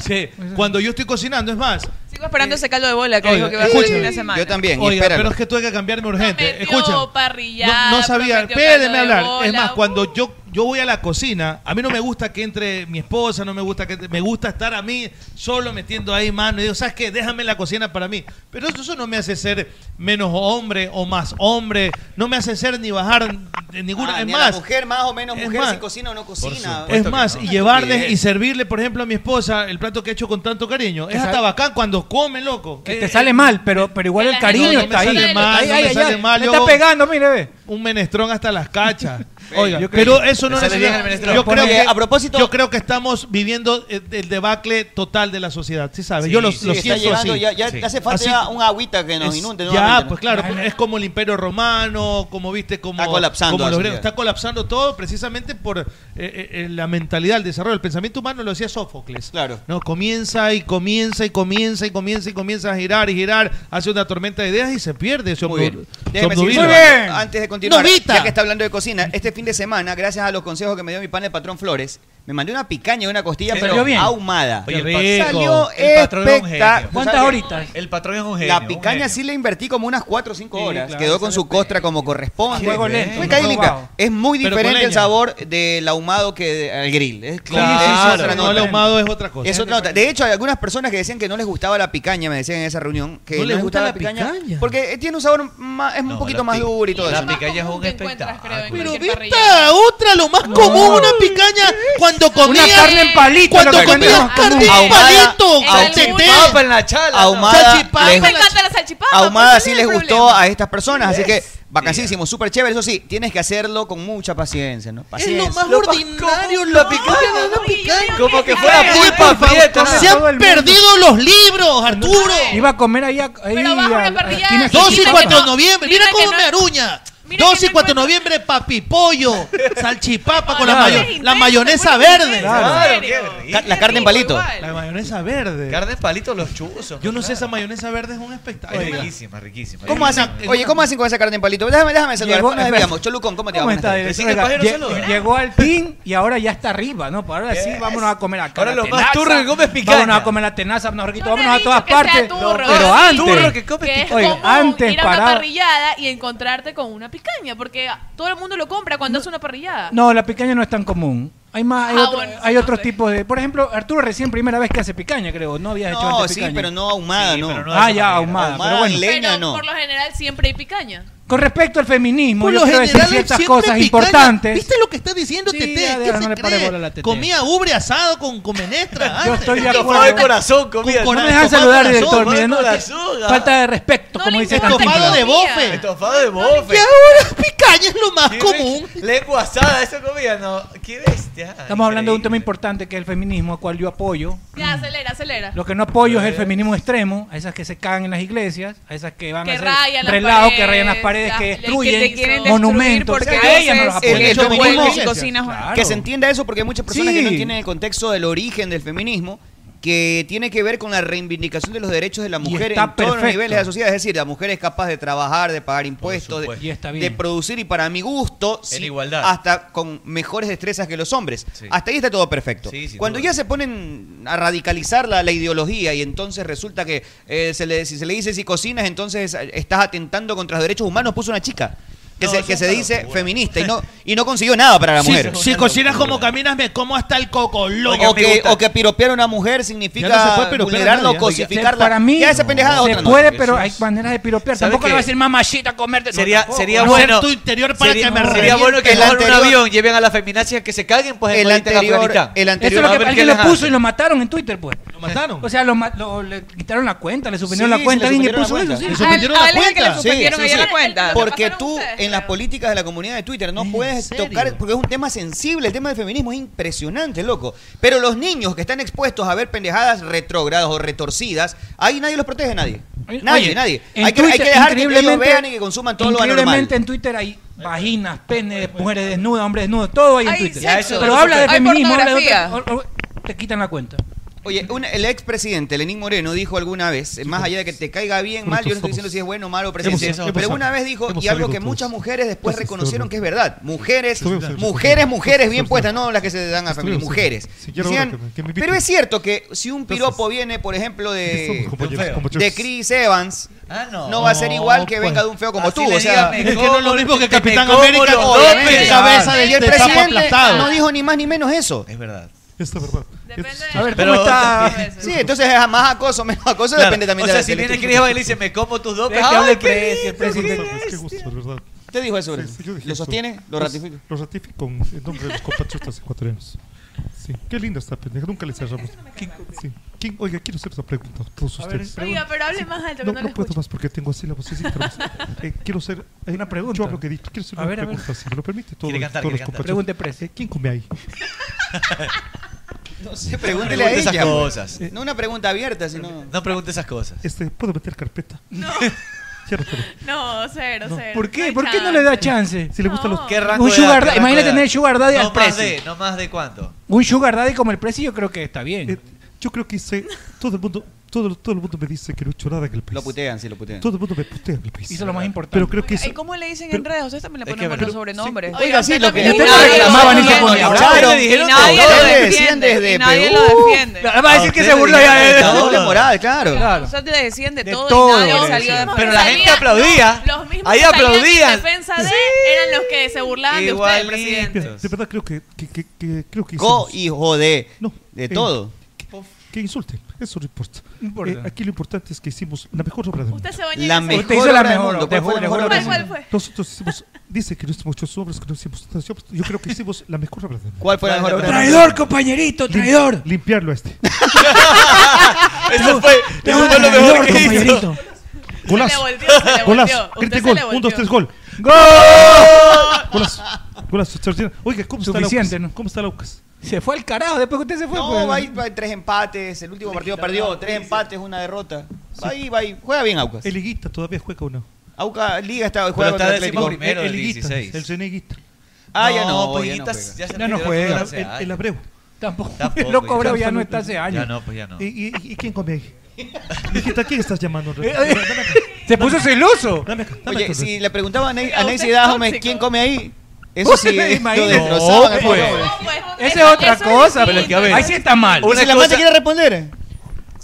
S3: sí. Cuando yo estoy cocinando, es más...
S4: Sigo esperando ese caldo de bola que
S3: Oiga,
S4: dijo que iba a hacer
S3: escúchame.
S4: el fin de semana.
S6: Yo también. y
S3: Oiga,
S6: espéralo.
S3: pero es que tuve que cambiarme urgente.
S9: Prometió
S3: Escúchame.
S9: parrillada,
S3: no, no sabía.
S9: prometió caldo
S3: Espérenme
S9: de
S3: hablar.
S9: bola,
S3: es más,
S9: uh.
S3: cuando yo, yo voy a la cocina, a mí no me gusta que entre mi esposa, no me gusta que entre- me gusta estar a mí solo metiendo ahí mano. Y digo, ¿sabes qué? Déjame la cocina para mí. Pero eso, eso no me hace ser menos hombre o más hombre. No me hace ser ni bajar de ninguna.
S6: Ah,
S3: es
S6: ni a la
S3: más.
S6: mujer más o menos
S3: es
S6: mujer
S3: más.
S6: si cocina o no cocina.
S3: Es más, y llevarle
S6: Estupidez.
S3: y servirle, por ejemplo, a mi esposa el plato que he hecho con tanto cariño. Es
S2: Que
S3: hasta
S2: sal-
S3: bacán cuando come, loco.
S2: Que
S3: Eh,
S2: te
S3: eh,
S2: sale mal, pero, pero igual
S9: que
S2: el
S9: la
S2: cariño
S9: gente no
S2: está
S9: me
S2: ahí.
S9: sale mal,
S2: Ay,
S3: no
S2: ay,
S3: me
S2: ay,
S3: sale
S2: ay,
S3: mal,
S2: me
S3: yo-
S2: está pegando, mire, ve.
S3: un menestrón hasta las cachas. Oiga,
S1: yo creo
S3: pero
S1: que-
S3: eso no
S1: me sale bien
S3: necesita-
S1: el menestrón.
S3: Yo creo
S6: Porque,
S3: que
S6: a propósito-
S3: yo creo que estamos viviendo el, el debacle total de la sociedad, ¿sí sabes?
S1: Sí,
S3: yo los,
S1: sí,
S3: los
S6: Sí, está
S3: siento
S6: llegando,
S3: así.
S6: ya, ya
S1: Sí.
S6: hace falta
S3: Así-
S6: ya una agüita que nos
S3: Es-
S6: inunde nuevamente,
S3: ya,
S6: ¿no?
S3: pues claro, es como el imperio romano, como viste, como,
S6: Está colapsando
S3: como
S6: la
S3: los griegos.
S6: sociedad.
S3: Está colapsando todo precisamente por eh, eh, eh, la mentalidad, el desarrollo, el pensamiento humano, lo decía Sófocles.
S6: Claro.
S3: No, comienza y comienza y comienza y comienza y comienza a girar y girar, hace una tormenta de ideas y se pierde. Se
S6: Muy bien.
S3: obnu- se
S6: Déjeme seguir
S3: obnubila.
S2: Muy bien.
S6: Antes de continuar,
S3: Novita.
S6: ya que está hablando de cocina, este fin de semana, gracias a los consejos que me dio mi pan el patrón Flores, me mandé una picaña y una costilla,
S1: ¿Te
S6: pero
S2: salió bien?
S6: ahumada.
S3: Oye,
S1: el pa-
S6: Salió
S1: el patrón era un genio.
S6: espectacular.
S2: ¿Cuántas horitas?
S1: El patrón es un genio.
S6: La
S1: un
S6: picaña
S1: genio.
S6: sí le invertí como unas 4 o 5
S2: Sí,
S6: horas.
S2: claro,
S6: Quedó con
S2: sale
S6: su costra como corresponde.
S2: Fuego
S6: Fue
S2: lento,
S6: caída
S2: no
S6: linda.
S2: ahogado.
S6: Es muy
S3: Pero con
S6: diferente el
S3: leña.
S6: sabor del ahumado que de- al grill. Es
S3: Claro,
S6: es otra
S3: no, el
S6: nota.
S3: ahumado es otra cosa.
S6: Es otra nota. De hecho, hay algunas personas que decían que no les gustaba la picaña, me decían en esa reunión, que
S3: ¿No
S6: no,
S3: les
S6: les
S3: gusta
S6: gustaba
S3: la
S6: la picaña,
S3: picaña?
S6: porque tiene un sabor más, es un
S1: No,
S6: poquito
S1: la
S6: más
S1: pi-
S6: duro y todo
S1: la
S6: eso.
S1: picaña es un
S9: común que encuentras,
S1: espectáculo.
S9: creo, en
S1: Pero
S3: Pero
S9: cualquier
S3: vista, otra, Ah, lo más común, una picaña cuando comías.
S2: carne en palito, lo
S3: Cuando
S2: que
S3: comías
S2: comíamos.
S3: carne en
S6: Ahumada,
S3: palito,
S9: en
S3: con
S9: algún-
S3: teté.
S1: Papa en la chala. ¿no?
S6: Ahumada,
S3: Salchipapa.
S9: Me
S6: les-
S9: encanta la salchipapa.
S6: ahumada
S4: pues,
S9: ¿cuál
S6: sí
S9: es
S6: les
S9: el
S6: gustó
S9: problema?
S6: a estas personas, así que vacancísimo, súper chévere. Eso sí, tienes que hacerlo con mucha paciencia, ¿no? Paciencia.
S1: ordinario la picaña.
S9: No, no, y yo digo
S1: Como que
S9: a
S1: fuera
S9: ver,
S1: pulpa prieta.
S2: favor.
S3: Se
S1: nada.
S2: Todo el
S3: han
S2: mundo.
S3: perdido los libros, Arturo.
S2: Iba a comer ahí, a- ahí
S9: Pero bajo
S2: a-
S9: una
S2: a
S9: parrilla
S2: esquina
S9: de
S2: Quijano.
S3: 2 y
S9: Dime
S3: 4
S9: que
S3: de
S9: no.
S3: noviembre,
S9: Dime
S3: mira
S9: que
S3: cómo
S9: no.
S3: me aruña.
S9: Mira que
S3: 2 y
S9: no
S3: 4 de
S9: encuentro-
S3: noviembre, papi pollo, salchipapa con la,
S2: Claro.
S3: mayo- la
S9: Intento,
S3: mayonesa
S9: porque
S3: verde.
S9: en serio.
S1: Claro, qué rico.
S6: La carne en
S9: Rico
S6: palito.
S9: igual.
S3: La mayonesa verde.
S1: Carne palito los chuzos.
S3: Yo no sé, esa
S1: claro.
S3: mayonesa verde es un espectáculo.
S1: Oye, riquísima, riquísima.
S6: ¿Cómo hacen?
S3: Una-
S6: Oye, ¿cómo hacen con esa carne en palito? Déjame, déjame saludar.
S2: Llegó-
S6: Nos desviamos. Cholucón, ¿cómo te va?
S2: ¿Cómo
S6: Buenas
S2: está,
S6: tardes.
S2: director?
S1: Decí que el
S2: Oiga,
S1: pajero
S2: lle-
S1: saluda.
S2: Llegó al team y ahora ya está arriba, ¿no? Pues ahora sí,
S1: Yes.
S2: vámonos a comer acá.
S1: Ahora
S2: la
S1: lo más
S2: tenaza.
S1: turro que come es picaña.
S2: Vámonos a comer la tenaza, no, Jorgito,
S9: Yo no he
S2: vámonos a
S9: dicho
S2: todas
S9: que sea
S2: partes.
S9: turro.
S2: Pero
S9: Ah,
S2: antes.
S1: Turro que come
S9: que es
S1: picaña.
S2: Oiga,
S9: común
S2: antes
S9: ir a
S2: paraba-
S9: una parrillada y encontrarte con una picaña, porque todo el mundo lo compra cuando hace una parrillada.
S2: No, la picaña no es tan común. Hay más,
S7: Ah,
S2: hay,
S10: Jabón,
S2: otro- hay
S10: no
S2: otros
S10: sé.
S2: tipos de. Por ejemplo, Arturo recién primera vez que hace picaña, creo. No habías hecho
S6: No,
S2: antes
S6: sí,
S2: picaña.
S6: pero no ahumada,
S1: Sí,
S6: no.
S1: pero no-
S2: Ah,
S1: de esa
S2: ya,
S1: manera.
S2: ahumada.
S6: Ahumada
S2: pero bueno.
S6: en leña,
S10: Pero
S6: no.
S10: por lo general siempre hay picaña.
S2: Con respecto al feminismo,
S7: Por
S2: yo
S7: lo
S2: quiero decir
S7: general,
S2: ciertas
S7: siempre
S2: cosas
S7: picaña.
S2: importantes.
S7: ¿Viste lo que está diciendo
S2: Sí,
S7: Tete?
S2: ya,
S7: ¿Qué
S2: ya, no
S7: se
S2: le pare
S7: cree?
S2: bola a la Tete.
S7: Comía ubre asado con, con menestra.
S2: Yo
S7: antes.
S2: estoy de
S1: Estofado de
S2: acuerdo.
S1: corazón, comida.
S7: Con
S2: No me dejan
S7: corazón,
S2: saludar,
S7: corazón, ah.
S2: director.
S1: con
S2: miren, no-
S1: corazón.
S2: falta de respeto,
S10: No
S2: como
S10: le
S2: dice
S10: importa.
S7: Estofado
S2: Cantinflas.
S7: de bofe.
S1: Estofado de
S7: Y
S1: bofe.
S7: ahora picaña es lo más común.
S1: Lengua asada, esa comida no. Qué bestia.
S2: Estamos hablando de un tema
S1: Increíble.
S2: importante que es el feminismo, al cual yo apoyo.
S10: Ya, acelera, acelera.
S2: Mm. Lo que no apoyo es el feminismo extremo, a esas que se cagan en las iglesias, a esas que van
S10: Que
S2: a hacer
S10: rayan las
S2: relajo, que
S10: paredes,
S2: rayan las paredes,
S10: las-
S2: que
S10: el que te quieren
S2: destruyen
S10: destruir
S2: monumentos.
S4: porque
S2: A ellas no las
S4: entonces
S2: apoyo.
S6: el hecho
S4: ellos
S6: mismo-
S4: vuelven y cocinan.
S2: Claro.
S6: Que se entienda eso porque hay muchas personas que no
S2: Sí.
S6: entienden el contexto del origen del feminismo que tiene que ver con la reivindicación de los derechos de la
S2: Y
S6: mujer en
S2: está
S6: todos los
S2: perfecto.
S6: niveles de la sociedad. Es decir, la mujer es capaz de trabajar, de pagar impuestos, de,
S1: supuesto.
S2: Y está
S6: de
S2: bien.
S6: producir y para mi gusto,
S1: igualdad.
S6: hasta con mejores destrezas que los hombres.
S1: Sí.
S6: Hasta ahí está todo perfecto.
S1: Sí, sin
S6: Cuando
S1: duda.
S6: ya se ponen a radicalizar la, la ideología y entonces resulta que eh, se le, si se le dice si cocinas, entonces eh, estás atentando contra los derechos humanos, puso una chica. Que
S1: No,
S6: se,
S1: eso
S6: que
S1: es
S6: se
S1: una
S6: dice
S1: locura.
S6: feminista y no, y no consiguió nada para la
S7: Si,
S6: mujer.
S7: si cocinas como caminas, me como hasta el coco loco.
S6: O que, o que piropear a una mujer significa
S5: Ya no se puede piropear a
S6: vulnerarla
S2: ¿eh?
S5: nadie.
S6: o cosificarla.
S2: Para mí,
S6: ya esa pendejada
S2: se
S6: otra no.
S2: puede, pero hay maneras de piropear.
S1: ¿Sabe
S2: Tampoco
S1: qué?
S2: le va a decir mamachita comerte. No,
S1: Sería,
S2: tampoco.
S1: sería
S7: Hacer
S1: bueno.
S7: tu interior para
S1: sería,
S7: que me
S1: sería
S7: reviente
S1: bueno que
S6: el
S1: cojan un
S6: anterior.
S1: avión, lleven a las feminacias que se caguen, pues
S6: El
S1: en
S6: anterior,
S1: Afganistán.
S6: el
S2: Eso es
S6: anterior
S2: lo
S1: A
S2: que
S1: ver qué
S2: alguien lo
S1: les
S2: puso
S1: hace.
S2: y lo mataron en Twitter, pues.
S7: Lo mataron.
S2: O sea, lo, ma- lo- le quitaron la cuenta, le suprimieron
S6: Sí,
S2: la cuenta.
S6: le
S2: Alguien le
S6: suprimieron
S2: puso eso, sí.
S6: la cuenta.
S7: Le
S4: Al-
S7: suspendieron la
S4: a él es el Ah, que le
S7: cuenta.
S6: Sí,
S4: suspendieron
S6: sí,
S4: ayer
S6: sí.
S4: la cuenta.
S10: Por-
S6: porque
S10: pasaron
S6: tú
S10: ustedes,
S6: en las
S10: creo.
S6: políticas de la comunidad de Twitter no
S7: ¿En
S6: puedes
S7: serio?
S6: tocar, porque es un tema sensible, el tema del feminismo es impresionante, loco. Pero los niños que están expuestos a ver pendejadas retrógradas o retorcidas, ahí nadie los protege, nadie.
S2: Oye,
S6: Nadie,
S2: oye,
S6: nadie.
S2: en
S6: Hay que, hay que
S2: Twitter,
S6: dejar que ellos
S2: increíblemente-
S6: vean y que consuman todo lo anormal.
S2: Increíblemente en Twitter hay vaginas, penes, mujeres desnudas, hombres desnudos, todo hay en
S4: Hay
S2: Twitter.
S4: sexo.
S2: Pero habla de
S4: Hay
S2: feminismo, habla de otra-
S4: pornografía.
S2: o- o- te quitan la cuenta.
S6: Oye, un- el expresidente Lenín Moreno dijo alguna vez, más allá de que te caiga bien, mal, yo no estoy diciendo si es bueno o malo presidente,
S5: Hemos- hemos
S6: pero una
S5: salido
S6: vez dijo,
S5: todos.
S6: y algo que
S5: Hemos
S6: muchas
S5: salido
S6: mujeres después
S5: todos.
S6: reconocieron que es verdad, mujeres,
S5: Estuvimos en el
S6: mujeres,
S5: programa.
S6: mujeres bien
S5: Estuvimos
S6: puestas,
S5: en el
S6: no las que se dan a
S5: Estuvimos
S6: familia,
S5: en el
S6: mujeres.
S5: programa. Si quiero
S6: Decían,
S5: ahora que me- que me inviten.
S6: pero es cierto que si un piropo viene, por ejemplo, de, de Chris Evans,
S1: Ah, no.
S6: no va a ser igual que
S5: pues.
S6: venga de un feo como
S1: Así
S6: tú,
S1: le
S6: o sea...
S1: dígame,
S7: Es que no es lo mismo que
S1: te- te
S7: Capitán
S1: como
S7: América
S1: los
S7: con
S1: dopes.
S7: Pepe Cabeza de
S6: Y el
S7: de sapo
S6: presidente
S7: aplastado.
S6: no dijo ni más ni menos eso.
S1: Es verdad.
S10: Depende
S2: A ver,
S1: Pero-
S2: ¿cómo está?
S6: Sí, entonces es más acoso, menos acoso,
S1: Claro.
S6: depende también
S1: o sea,
S6: de la
S1: si viene
S6: tele.
S1: Chris Evans y le dice, me como tus dopes.
S2: Deja que hable
S1: ¡Ay,
S2: el precio,
S1: qué
S2: el precio.
S1: lindo, qué
S5: Qué
S1: bestia!
S5: gusto, de verdad.
S6: ¿Usted dijo eso?
S5: Sí,
S6: verdad?
S5: sí, yo dije
S6: ¿Lo
S5: eso.
S6: sostiene? ¿Lo
S5: Los-
S6: ratifica?
S5: Lo ratifico en en nombre de los compatriotas ecuatorianos. Sí, qué linda esta pendeja, nunca le cerramos. Sí. ¿Quién- Oiga, quiero hacer otra pregunta a todos
S2: A ver,
S5: ustedes.
S10: Oiga, pero hable más alto, que
S5: No,
S10: no,
S5: no,
S10: lo
S5: puedo
S10: escucho.
S5: más porque tengo así la vocecita. Eh, quiero hacer eh,
S2: Una pregunta.
S5: Yo hablo que dije, quiero hacer
S2: A
S5: una
S2: ver, a ver.
S5: pregunta, si me lo permite, todo,
S1: Quiere cantar,
S5: todos los
S1: quiere cantar.
S2: Pregunte
S5: compatriotas.
S2: precio.
S5: Eh, ¿Quién come ahí?
S6: No sé, pregúntele
S1: Pregunte
S6: a
S1: esas
S6: ella. pues.
S1: cosas.
S6: No una pregunta abierta, sino...
S1: No pregunte esas cosas.
S5: Este, ¿Puedo meter carpeta?
S10: No,
S5: Ya no puedo.
S10: no, cero,
S5: No.
S10: cero.
S2: ¿Por qué?
S10: hay
S2: ¿Por qué no le da chance?
S5: Si le gustan
S10: No.
S5: los...
S1: ¿Qué rango
S2: Un
S1: de
S2: sugar
S1: edad?
S2: daddy,
S1: ¿Qué
S2: imagínate
S1: rango de
S2: tener
S1: edad?
S2: sugar daddy
S1: no
S2: al precio.
S1: Más de, no más de cuánto.
S2: Un sugar daddy como el precio yo creo que está
S5: Eh,
S2: bien.
S5: yo creo que hice... Todo el mundo... Todo, todo el mundo me dice que no he hecho nada en el país.
S6: Lo putean, sí, lo putean.
S5: Todo el mundo me putea en el país.
S2: Hizo lo más importante.
S5: Pero creo que
S4: ¿Y
S5: hice...
S4: cómo le dicen en
S5: Pero-
S4: redes? Ustedes también le
S1: Es que
S4: ponen
S1: pero-
S4: buenos sobrenombres.
S6: sí. Oiga, sí, lo
S10: usted
S6: que-
S2: Ustedes
S10: también-
S2: lo reclamaban y
S10: Nadie
S2: se
S10: lo
S2: ponía
S10: defiende.
S1: bravo.
S6: Claro,
S1: le dijeron
S4: Y nadie
S1: todo.
S4: lo
S6: Ustedes decían
S4: defiende.
S6: desde
S4: y nadie
S6: Perú.
S4: lo defiende.
S2: Va a decir que se
S1: Ustedes
S2: burló ya de
S1: dijeron
S6: La
S1: todo.
S2: todo.
S6: doble moral, claro.
S4: Claro. Usted le defiende
S2: De
S4: todo,
S2: todo
S4: y nadie
S2: le
S4: salió
S2: defiendo.
S4: de
S1: Pero la
S10: Salían-
S1: gente aplaudía.
S10: no, los mismos
S1: Ahí
S10: que salían
S1: aplaudían.
S10: En defensa de eran los que se burlaban de usted,
S1: Igualito.
S10: presidente.
S5: Mira, de verdad creo que... que, que, que- creo que
S6: Co,
S5: hicimos-
S6: hijo de...
S5: No,
S6: De
S5: eh,
S6: todo.
S5: Que, que insulten, eso no importa.
S2: No importa.
S5: Eh, aquí lo importante es que hicimos la mejor obra del mundo.
S10: Usted se baña
S6: La
S10: en ese-
S6: mejor
S2: Usted hizo la
S6: obra del
S2: mejor, te
S6: mundo. ¿Cuál fue la
S2: juro,
S6: mejor
S2: te
S6: obra
S10: ¿Cuál,
S6: del
S2: juro.
S6: mundo?
S10: cuál fue?
S5: Nosotros hicimos, dice que no hicimos muchos obras, que no hicimos tantas obras. Yo creo que hicimos la mejor obra del mundo.
S6: ¿Cuál fue la mejor obra del mundo?
S2: Traidor, compañerito, traidor.
S5: Limpiarlo a este.
S1: Eso fue, eso fue lo mejor que hizo.
S2: compañerito.
S5: Golazo.
S10: Se le volteó, se le volteó.
S5: Golazo.
S10: Usted
S5: Grite
S10: se
S5: gol.
S10: le volteó.
S5: Un, dos, tres, gol.
S2: ¡Gol!
S5: Golazo. Golazo. extraordinario. Oiga, ¿cómo está
S2: Suficiente,
S5: Laucas?
S2: ¿no?
S5: ¿Cómo está Laucas?
S2: Se fue al carajo después que usted se fue. pues.
S6: No, va ahí, va ahí, tres empates. El último partido perdió. Tres empates, una derrota. Va ahí, va ahí. Juega bien Aucas.
S5: El Liguita todavía juega o no.
S6: Aucas Liga está,
S1: Pero
S6: juega
S1: está
S6: contra
S1: décimo
S6: Atlético.
S1: primero
S5: el
S1: del
S5: Liguita.
S1: 16.
S5: El Ceneguita.
S6: Ah, ya no.
S1: pues
S6: ya no
S1: Guitas
S6: juega.
S1: ya se
S2: Ya no
S1: retiró
S2: juega.
S1: hace
S5: El, el
S1: años.
S5: Abreu.
S2: Tampoco.
S1: Tampoco,
S2: Lo cobró ya
S5: ya
S2: no
S5: está-
S2: está hace
S1: Ya
S2: años.
S1: no, pues ya no.
S5: ¿Y, y, y quién come ahí? Hijita, ¿a quién estás llamando? Dame
S2: Eh, eh,
S5: acá.
S2: Se puso celoso.
S5: Dame acá. Dame
S6: Oye,
S5: acá.
S6: si le preguntaba a Ney-
S10: Oiga,
S6: a
S10: usted
S6: Nancy
S10: es
S6: Dahomey
S10: tóxico.
S6: quién come ahí, eso sí,
S2: Usted
S6: eh, lo
S2: imagínate.
S6: destrozaban al
S1: No,
S6: pobre
S1: pues.
S6: hombre.
S10: No, pues,
S2: Esa es
S10: eso-
S2: otra
S10: eso
S2: cosa.
S10: distinto.
S1: Pero es que, a ver,
S2: Ahí sí está mal.
S1: Una
S6: ¿Y si la mate
S1: cosa-
S6: quiere responder?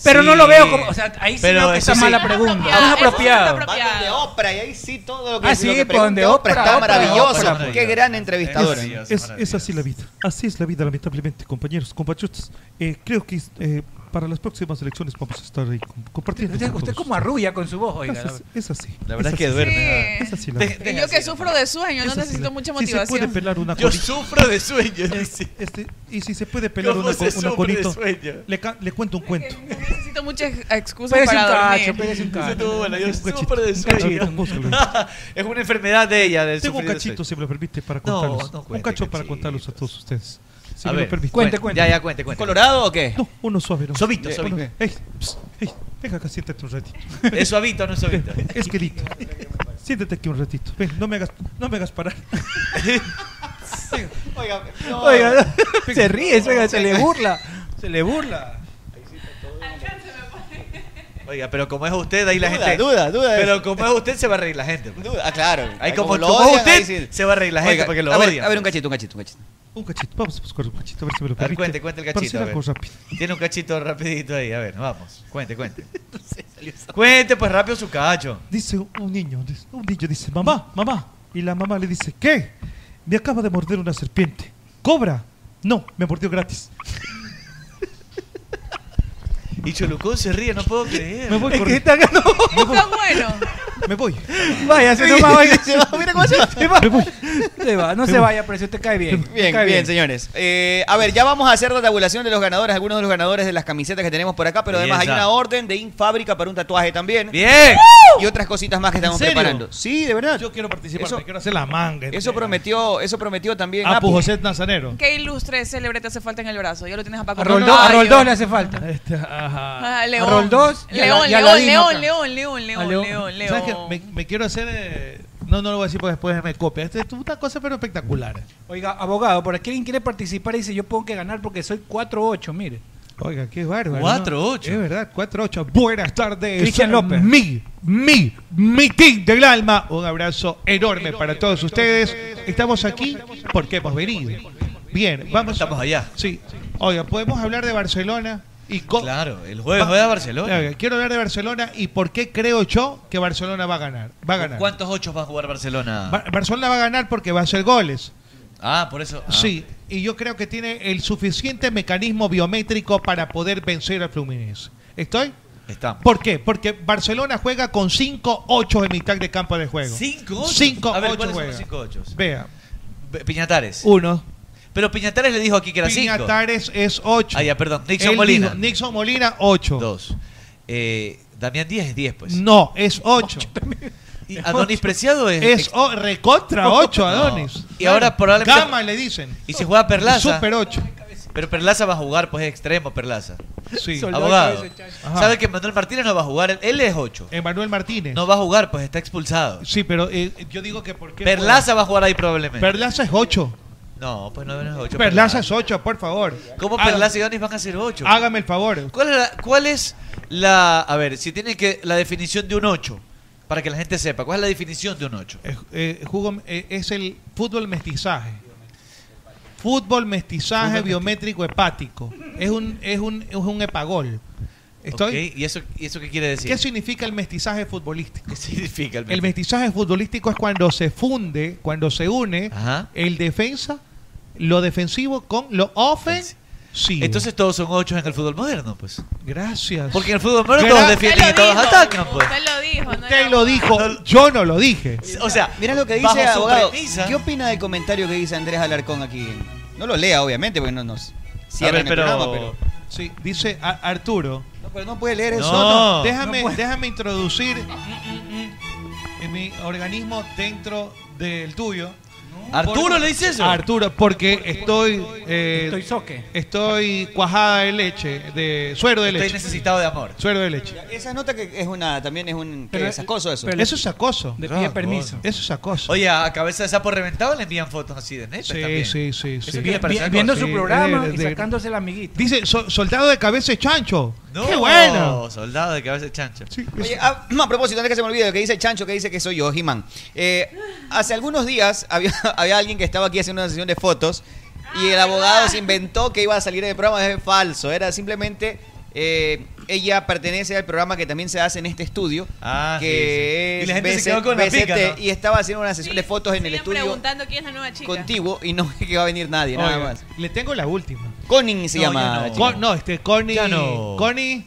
S2: Pero
S1: Sí.
S2: no lo veo como. O sea, ahí sí
S1: Pero
S2: veo que
S1: eso
S2: está
S1: sí.
S2: mala pregunta.
S10: Eso
S2: No es
S10: es
S2: apropiado.
S10: apropiado.
S6: Va donde Oprah y ahí sí todo lo que
S2: Ah,
S6: lo
S2: sí,
S6: que
S1: pues,
S2: por donde
S6: pregunte
S2: Oprah,
S6: está
S2: Oprah,
S6: maravilloso.
S2: Oprah, Oprah.
S6: Qué gran entrevistadora.
S1: Maravilloso.
S3: Es, es así la vida. Así es la vida, lamentablemente, compañeros, compatriotas. Eh, creo que eh, para las próximas elecciones vamos a estar ahí com- compartiendo.
S2: Usted,
S3: con
S2: usted
S3: todos.
S2: como arrulla con su voz, oiga.
S3: Es, así- es así.
S1: La verdad es que
S3: así.
S1: duerme.
S3: Es así la
S1: De-
S3: vida.
S4: Y yo que sufro de sueño, no
S3: Es así
S4: necesito
S3: la-
S4: mucha
S3: Si se puede
S4: motivación.
S3: pelar una
S1: Yo
S3: colita-
S1: sufro de sueños, dice.
S3: este, y si se puede pelar
S1: ¿Cómo
S3: una, co-
S1: se
S3: una
S1: sufre de
S3: colita,
S1: sueño?
S3: le, ca- le cuento un cuento.
S4: No necesito muchas excusas
S2: Pégase un
S4: para
S2: cacho,
S4: dormir.
S2: pégase un
S1: Dice,
S2: cacho.
S1: no, bueno, yo
S3: Un cachito,
S1: sufro de
S3: un cachito,
S1: sueños.
S3: un músculo.
S1: es una enfermedad de ella, del
S3: Tengo un
S1: sufrir de
S3: cachito,
S1: sueños.
S3: si me lo permite, para
S1: No,
S3: contarlos.
S1: no
S3: un
S1: cuente
S3: cacho para
S1: cachitos.
S3: contarlos a todos ustedes. Si
S1: A
S3: me
S1: ver,
S3: lo permite.
S2: Cuente, cuente.
S1: Ya, ya, cuente, cuente.
S6: ¿Colorado o qué?
S3: No, uno suave. No.
S1: Suavito,
S3: Uno-
S1: suavito.
S3: Ey, ps, ey, venga acá, siéntate un ratito.
S1: ¿Es suavito o no es suavito?
S3: Es querido. Siéntate aquí un ratito. Ven, no me hagas, no me hagas parar.
S6: Oiga, no.
S2: Oiga, se ríe, oiga, se le burla. Se le burla.
S1: Oiga, pero como es usted, ahí la
S6: Duda,
S1: gente.
S6: duda, duda de
S1: Pero
S6: eso.
S1: como es usted, se va a reír la gente. pues.
S6: Duda, ah, claro.
S1: Ahí
S6: Ahí
S1: como,
S6: lo
S1: como es
S6: odian, ahí
S1: usted,
S6: sí.
S1: se va a reír la gente
S6: Oiga,
S1: porque lo
S6: a ver,
S1: odia.
S6: A ver, un cachito, un cachito, un cachito.
S3: Un cachito. Vamos a buscar un cachito, a ver si me lo
S1: A ver,
S3: permite.
S1: cuente, cuente el
S3: Para
S1: cachito,
S3: hacer
S1: a ver.
S3: algo rápido.
S1: Tiene un cachito rapidito ahí, a ver, vamos. Cuente, cuente. cuente, pues rápido su cacho.
S3: Dice un niño, dice- un niño dice, mamá, mamá. Y la mamá le dice, ¿qué? Me acaba de morder una serpiente. ¿Cobra? No, me mordió gratis.
S1: Y Cholucón se ríe, no puedo creer.
S3: Me voy
S2: Es que
S3: corriendo.
S2: está no.
S4: Está bueno.
S3: Me voy.
S2: Vaya, se no va, oiga.
S6: Se va, mira cómo se va.
S2: Se va. Se va, no se vaya, pero si usted cae bien.
S6: Bien,
S2: cae
S6: bien, señores. Eh, a ver, ya vamos a hacer la tabulación de los ganadores, algunos de los ganadores de las camisetas que tenemos por acá, pero además hay
S1: Belleza.
S6: una orden de Inc. Fábrica para un tatuaje también.
S1: ¡Bien!
S6: Y otras cositas más que estamos
S5: serio?
S6: preparando. Sí, de verdad.
S5: Yo quiero participar,
S6: Eso-
S5: me quiero hacer la manga.
S6: Eso prometió, eso prometió también
S3: Ah, pues,
S5: Apu
S6: Apu.
S5: José Nazareno.
S4: ¿Qué ilustre célebre te hace falta en el brazo? Ya lo tienes a Paco.
S2: A Roldós,
S4: Roldós
S2: a Roldós le hace falta.
S5: Este, ajá.
S4: Ah, León.
S2: A Roldós y a
S4: León,
S2: la- y a
S4: León,
S2: Ladino acá.
S4: León, León, León,
S2: A
S4: León,
S2: León.
S4: León,
S5: ¿Sabes qué?
S4: León.
S5: Me, me quiero hacer. eh, no, no lo voy a decir porque después me copia. Esto es una cosa, pero espectacular.
S2: Oiga, abogado, por aquí alguien quiere participar y dice, yo pongo que ganar porque soy 4-8, mire.
S3: Oiga, qué bárbaro. ¿no?
S1: 4-8.
S3: Es verdad, 4-8. Buenas tardes.
S2: Cristian
S3: Son
S2: López.
S3: Mi, mi, mi king del alma. Un abrazo enorme, para todos ustedes. Estamos aquí porque hemos venido. Bien, vamos.
S1: Estamos allá.
S3: Sí. Oiga, podemos hablar de Barcelona y co-
S1: Claro, el jueves voy a
S3: Oiga,
S1: Barcelona.
S3: Quiero hablar de Barcelona y por qué creo yo que Barcelona va a ganar. Va a ganar.
S1: ¿Cuántos ochos va a jugar Barcelona?
S3: Ba- Barcelona va a ganar porque va a hacer goles.
S1: ah, por eso. ah.
S3: Sí, y yo creo que tiene el suficiente mecanismo biométrico para poder vencer al Fluminense. ¿Estoy?
S1: Estamos.
S3: ¿Por qué? Porque Barcelona juega con 5-8 en mitad de campo de juego.
S1: ¿Cinco ochos?
S3: 5
S1: A ver,
S3: 8
S1: ¿cuáles son
S3: juega.
S1: los cinco ochos?
S3: Vea,
S1: Pe- Piñatares.
S3: 1.
S1: Pero Piñatares le dijo aquí que era cinco.
S3: Piñatares es 8.
S1: Ah, ya, perdón. Nixon Molina.
S3: Nixon Molina, 8.
S1: Dos. Eh, Damián Díaz es diez, pues.
S3: No, es 8.
S1: Y Adonis Preciado es.
S3: Es o- recontra 8, Adonis.
S1: No. Y ahora probablemente-
S3: Gama le dicen.
S1: y si juega Perlaza.
S3: Super 8.
S1: Pero Perlaza va a jugar, pues es extremo Perlaza.
S3: Sí.
S2: Sol- Soldado
S1: Abogado.
S2: cabeza de
S3: chancho.
S1: Sabe que Manuel Martínez no va a jugar. Él es ocho.
S3: Emanuel Martínez.
S1: No va a jugar, pues está expulsado.
S3: Sí, pero eh, yo digo que porque.
S1: Perlaza va a jugar ahí probablemente.
S3: Perlaza es 8.
S1: no, pues no no es ocho.
S3: Perlaza es 8, por favor.
S1: ¿Cómo
S3: Haga-
S1: Perlaza y Donis van a ser ocho?
S3: Hágame el favor.
S1: ¿Cuál es, la, ¿Cuál es la. A ver, si tiene que. La definición de un 8. Para que la gente sepa. ¿Cuál es la definición de un 8?
S3: Eh, eh, jugo- eh, es el fútbol mestizaje. Fútbol mestizaje biométrico hepático. Es un, es un, es un epagol. Estoy,
S1: ¿Y, eso, ¿Y eso qué quiere decir?
S3: ¿Qué significa el mestizaje futbolístico?
S1: ¿Qué significa el
S3: El mestizaje futbolístico es cuando se funde, cuando se une
S1: Ajá.
S3: el defensa, lo defensivo con lo ofensivo.
S1: Entonces todos son 8 en el fútbol moderno, pues.
S3: gracias.
S1: Porque en el fútbol moderno
S3: Gra-
S1: todos
S10: Usted
S1: defienden
S10: lo
S1: y todos
S10: dijo,
S1: atacan, pues.
S10: Usted lo dijo. no
S3: Usted
S10: era
S3: lo
S10: abogado.
S3: dijo, yo no lo dije.
S1: O sea,
S6: Mira lo que
S1: bajo
S6: dice
S1: su
S6: abogado.
S1: premisa-
S6: ¿Qué opina del comentario que dice Andrés Alarcón aquí? No lo lea, obviamente, porque no nos
S1: a
S6: cierran
S1: ver,
S6: el
S1: pero.
S6: programa, pero...
S3: Sí, dice a- Arturo.
S6: No, pero no puede leer eso.
S1: No.
S3: déjame,
S2: no puede.
S3: déjame introducir mm, mm, mm, en mi organismo dentro del tuyo.
S1: ¿Arturo le dice eso?
S3: A Arturo, porque estoy, eh,
S2: Estoy soque.
S3: estoy cuajada de leche, de suero de
S1: Estoy
S3: leche.
S1: necesitado de amor.
S3: Suero de leche.
S6: Esa nota que es una, también es un... que
S2: Pero-
S6: es acoso eso.
S2: pero-
S3: Eso es acoso.
S2: Le pide permiso.
S3: Eso es acoso.
S1: Oye, a cabeza de sapo reventado le envían fotos así de neta
S3: sí,
S1: también.
S3: sí, sí,
S1: Eso
S3: sí.
S1: viene
S2: Vi-
S1: para
S2: vi-
S1: sacar
S2: viendo
S1: cosas.
S2: su
S3: Sí,
S2: programa
S3: de-
S2: y
S3: de-
S2: sacándose el amiguito.
S3: Dice "So- soldado de cabeza de chancho.
S1: No,
S3: ¡Qué bueno!
S1: Oh, Soldado de cabeza de chancho.
S3: Sí,
S6: Oye, ah, a, propósito, antes que se me olvide, lo que dice Chancho, que dice que soy yo, He-Man. Eh, hace algunos días había, había alguien que estaba aquí haciendo una sesión de fotos y el abogado se inventó que iba a salir del programa. Es falso, era simplemente Eh, ella pertenece al programa que también se hace en este estudio.
S5: Ah,
S6: que
S5: sí, sí. Y
S6: es
S5: la gente se
S6: BC-
S5: quedó con la
S6: BCT,
S5: pica, ¿no?
S6: Y estaba haciendo una sesión de fotos en el
S10: Siguen
S6: estudio
S10: preguntando quién es la nueva chica.
S6: contiguo y no que va a venir nadie, nada
S3: Oiga,
S6: más.
S3: Le tengo la última.
S6: Conning se
S5: No,
S6: llama.
S5: ya
S6: la
S5: no.
S6: chica.
S3: Con- no, este, Connie.
S5: Ya no.
S3: Connie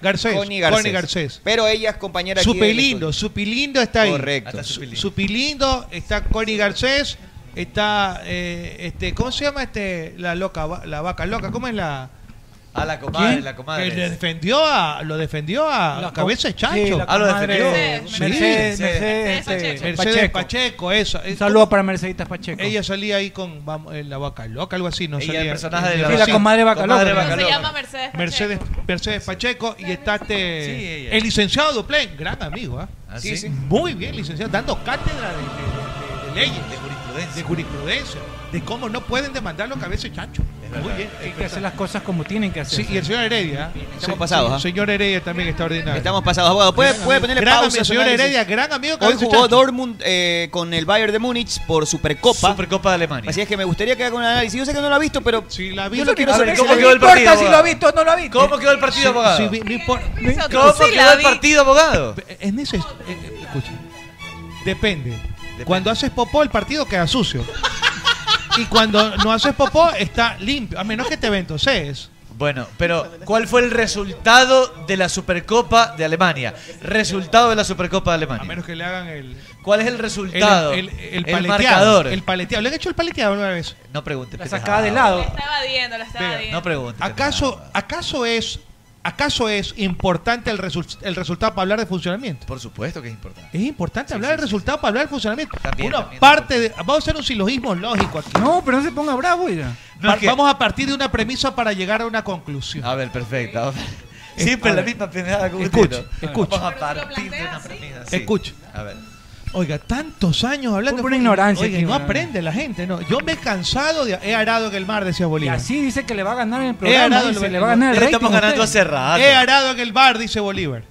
S3: Garcés.
S6: Connie Garcés.
S3: Connie Garcés.
S6: Pero ella es compañera aquí del
S3: Supilindo,
S6: estudio.
S3: Supilindo está ahí.
S6: Correcto.
S5: Hasta su-
S3: Su- Supilindo, está Connie Garcés, está, eh, este, ¿cómo se llama este, la loca, va- la vaca loca? ¿Cómo es la?
S1: A la comadre,
S3: ¿Quién?
S1: la
S3: Que le
S1: comadre.
S3: defendió a, lo defendió a
S2: La
S3: Cabeza de
S2: co- sí,
S3: Chancho.
S2: la
S1: Ah, lo
S2: comadre-
S1: defendió.
S2: Sí,
S10: Sí,
S2: Mercedes,
S1: sí.
S2: Mercedes,
S10: Mercedes Pacheco.
S2: este,
S3: Mercedes Pacheco,
S2: Pacheco.
S3: eso.
S2: Un saludo para Merceditas Pacheco.
S3: Ella salía ahí con vamos, eh, la vaca loca, algo así, no
S1: Ella,
S3: salía.
S1: el personaje de
S2: Sí,
S1: la,
S2: la comadre Bacaló.
S1: comadre
S10: No,
S1: Bacaló.
S10: se llama Mercedes.
S3: Mercedes,
S10: Pacheco.
S3: Mercedes Pacheco y está este
S1: Sí, ella.
S3: el licenciado Duplén, gran amigo, ¿ah?
S1: Ah,
S6: Sí, sí.
S3: muy bien licenciado, dando cátedra de, de- de- de leyes,
S1: De
S3: de
S1: jurisprudencia.
S3: jurisprudencia, de cómo no pueden demandar los cabezas chancho. Muy bien.
S2: Hay que hacer las cosas como tienen que hacer.
S3: Sí, y el señor Heredia. ¿eh?
S6: Estamos
S3: Se-
S6: pasados,
S3: se-
S6: ¿ah?
S3: Señor Heredia también está ordinario.
S6: Estamos pasados, abogado. ¿Puede, puede ponerle
S3: gran
S6: pausa.
S3: amigo,
S6: a su
S3: señor
S6: análisis?
S3: Heredia, gran amigo.
S6: Hoy
S3: cabeza de
S6: jugó
S3: chancho.
S6: Dortmund eh, con el Bayern de Múnich por Supercopa.
S1: Supercopa de Alemania.
S6: Así es que me gustaría que haga un análisis. Yo sé que no lo ha visto, pero
S3: Si la
S6: yo
S3: vida
S6: lo quiero
S1: A ver,
S6: saber.
S1: ¿cómo
S6: si la
S1: quedó
S6: vi.
S1: el partido?
S2: si lo
S1: abogado?
S2: ha visto o no lo ha visto.
S1: ¿Cómo quedó el partido, abogado?
S3: Si vi- no importa-
S1: ¿Cómo
S4: Sí,
S1: quedó
S4: la
S1: el
S4: vi.
S1: partido, abogado?
S3: Es neces- eh, eh, escucha. Depende. Cuando haces popó, el partido queda sucio. y cuando no haces popó, está limpio. A menos que te ventosees.
S1: Bueno, pero ¿cuál fue el resultado de la Supercopa de Alemania? Resultado de la Supercopa de
S3: A
S1: Alemania.
S3: menos que le hagan el.
S1: ¿Cuál es el
S3: El,
S1: resultado?
S3: el- el
S1: El
S3: paleteado,
S1: marcador.
S3: El paleteado. ¿Le han hecho el paleteado alguna vez?
S1: No pregunte.
S2: La
S1: pendeja.
S2: sacaba de lado.
S10: La estaba viendo, la estaba
S3: Venga,
S10: viendo.
S1: No pregunte.
S3: ¿Acaso,
S1: pendeja.
S3: acaso, es, ¿Acaso es importante el, resul- el resultado para hablar de funcionamiento?
S1: Por supuesto que es importante.
S3: Es importante hablar del resultado para hablar del funcionamiento.
S1: También,
S3: Una
S1: también.
S3: parte de. Vamos a hacer un silogismo lógico aquí.
S2: No, pero no se ponga bravo, ya.
S1: No,
S3: Pa-
S1: es que-
S3: Vamos a partir de una premisa para llegar a una conclusión.
S1: A ver, perfecto. A ver. Siempre
S3: a
S1: la
S3: ver.
S1: misma pendejada que usted,
S3: Escuche,
S1: ¿no?
S3: escuche.
S1: Vamos a
S10: Pero tú lo
S1: partir de
S10: planteas
S1: una
S10: así.
S1: premisa.
S3: Escuche.
S1: A ver.
S3: Oiga, tantos años hablando.
S2: Por pura
S3: fútbol,
S2: ignorancia
S3: Oiga,
S2: aquí,
S3: no
S2: bueno.
S3: aprende la gente, no. Yo me he cansado de. He arado en el mar, decía
S2: Y
S3: Bolívar.
S2: así dice que le va a ganar en el programa.
S3: ganado
S2: dice,
S3: el-
S2: le va a ganar el
S1: Le
S2: rating.
S1: estamos
S2: a usted.
S1: ganando hace rato.
S3: He arado en el mar, dice Bolívar.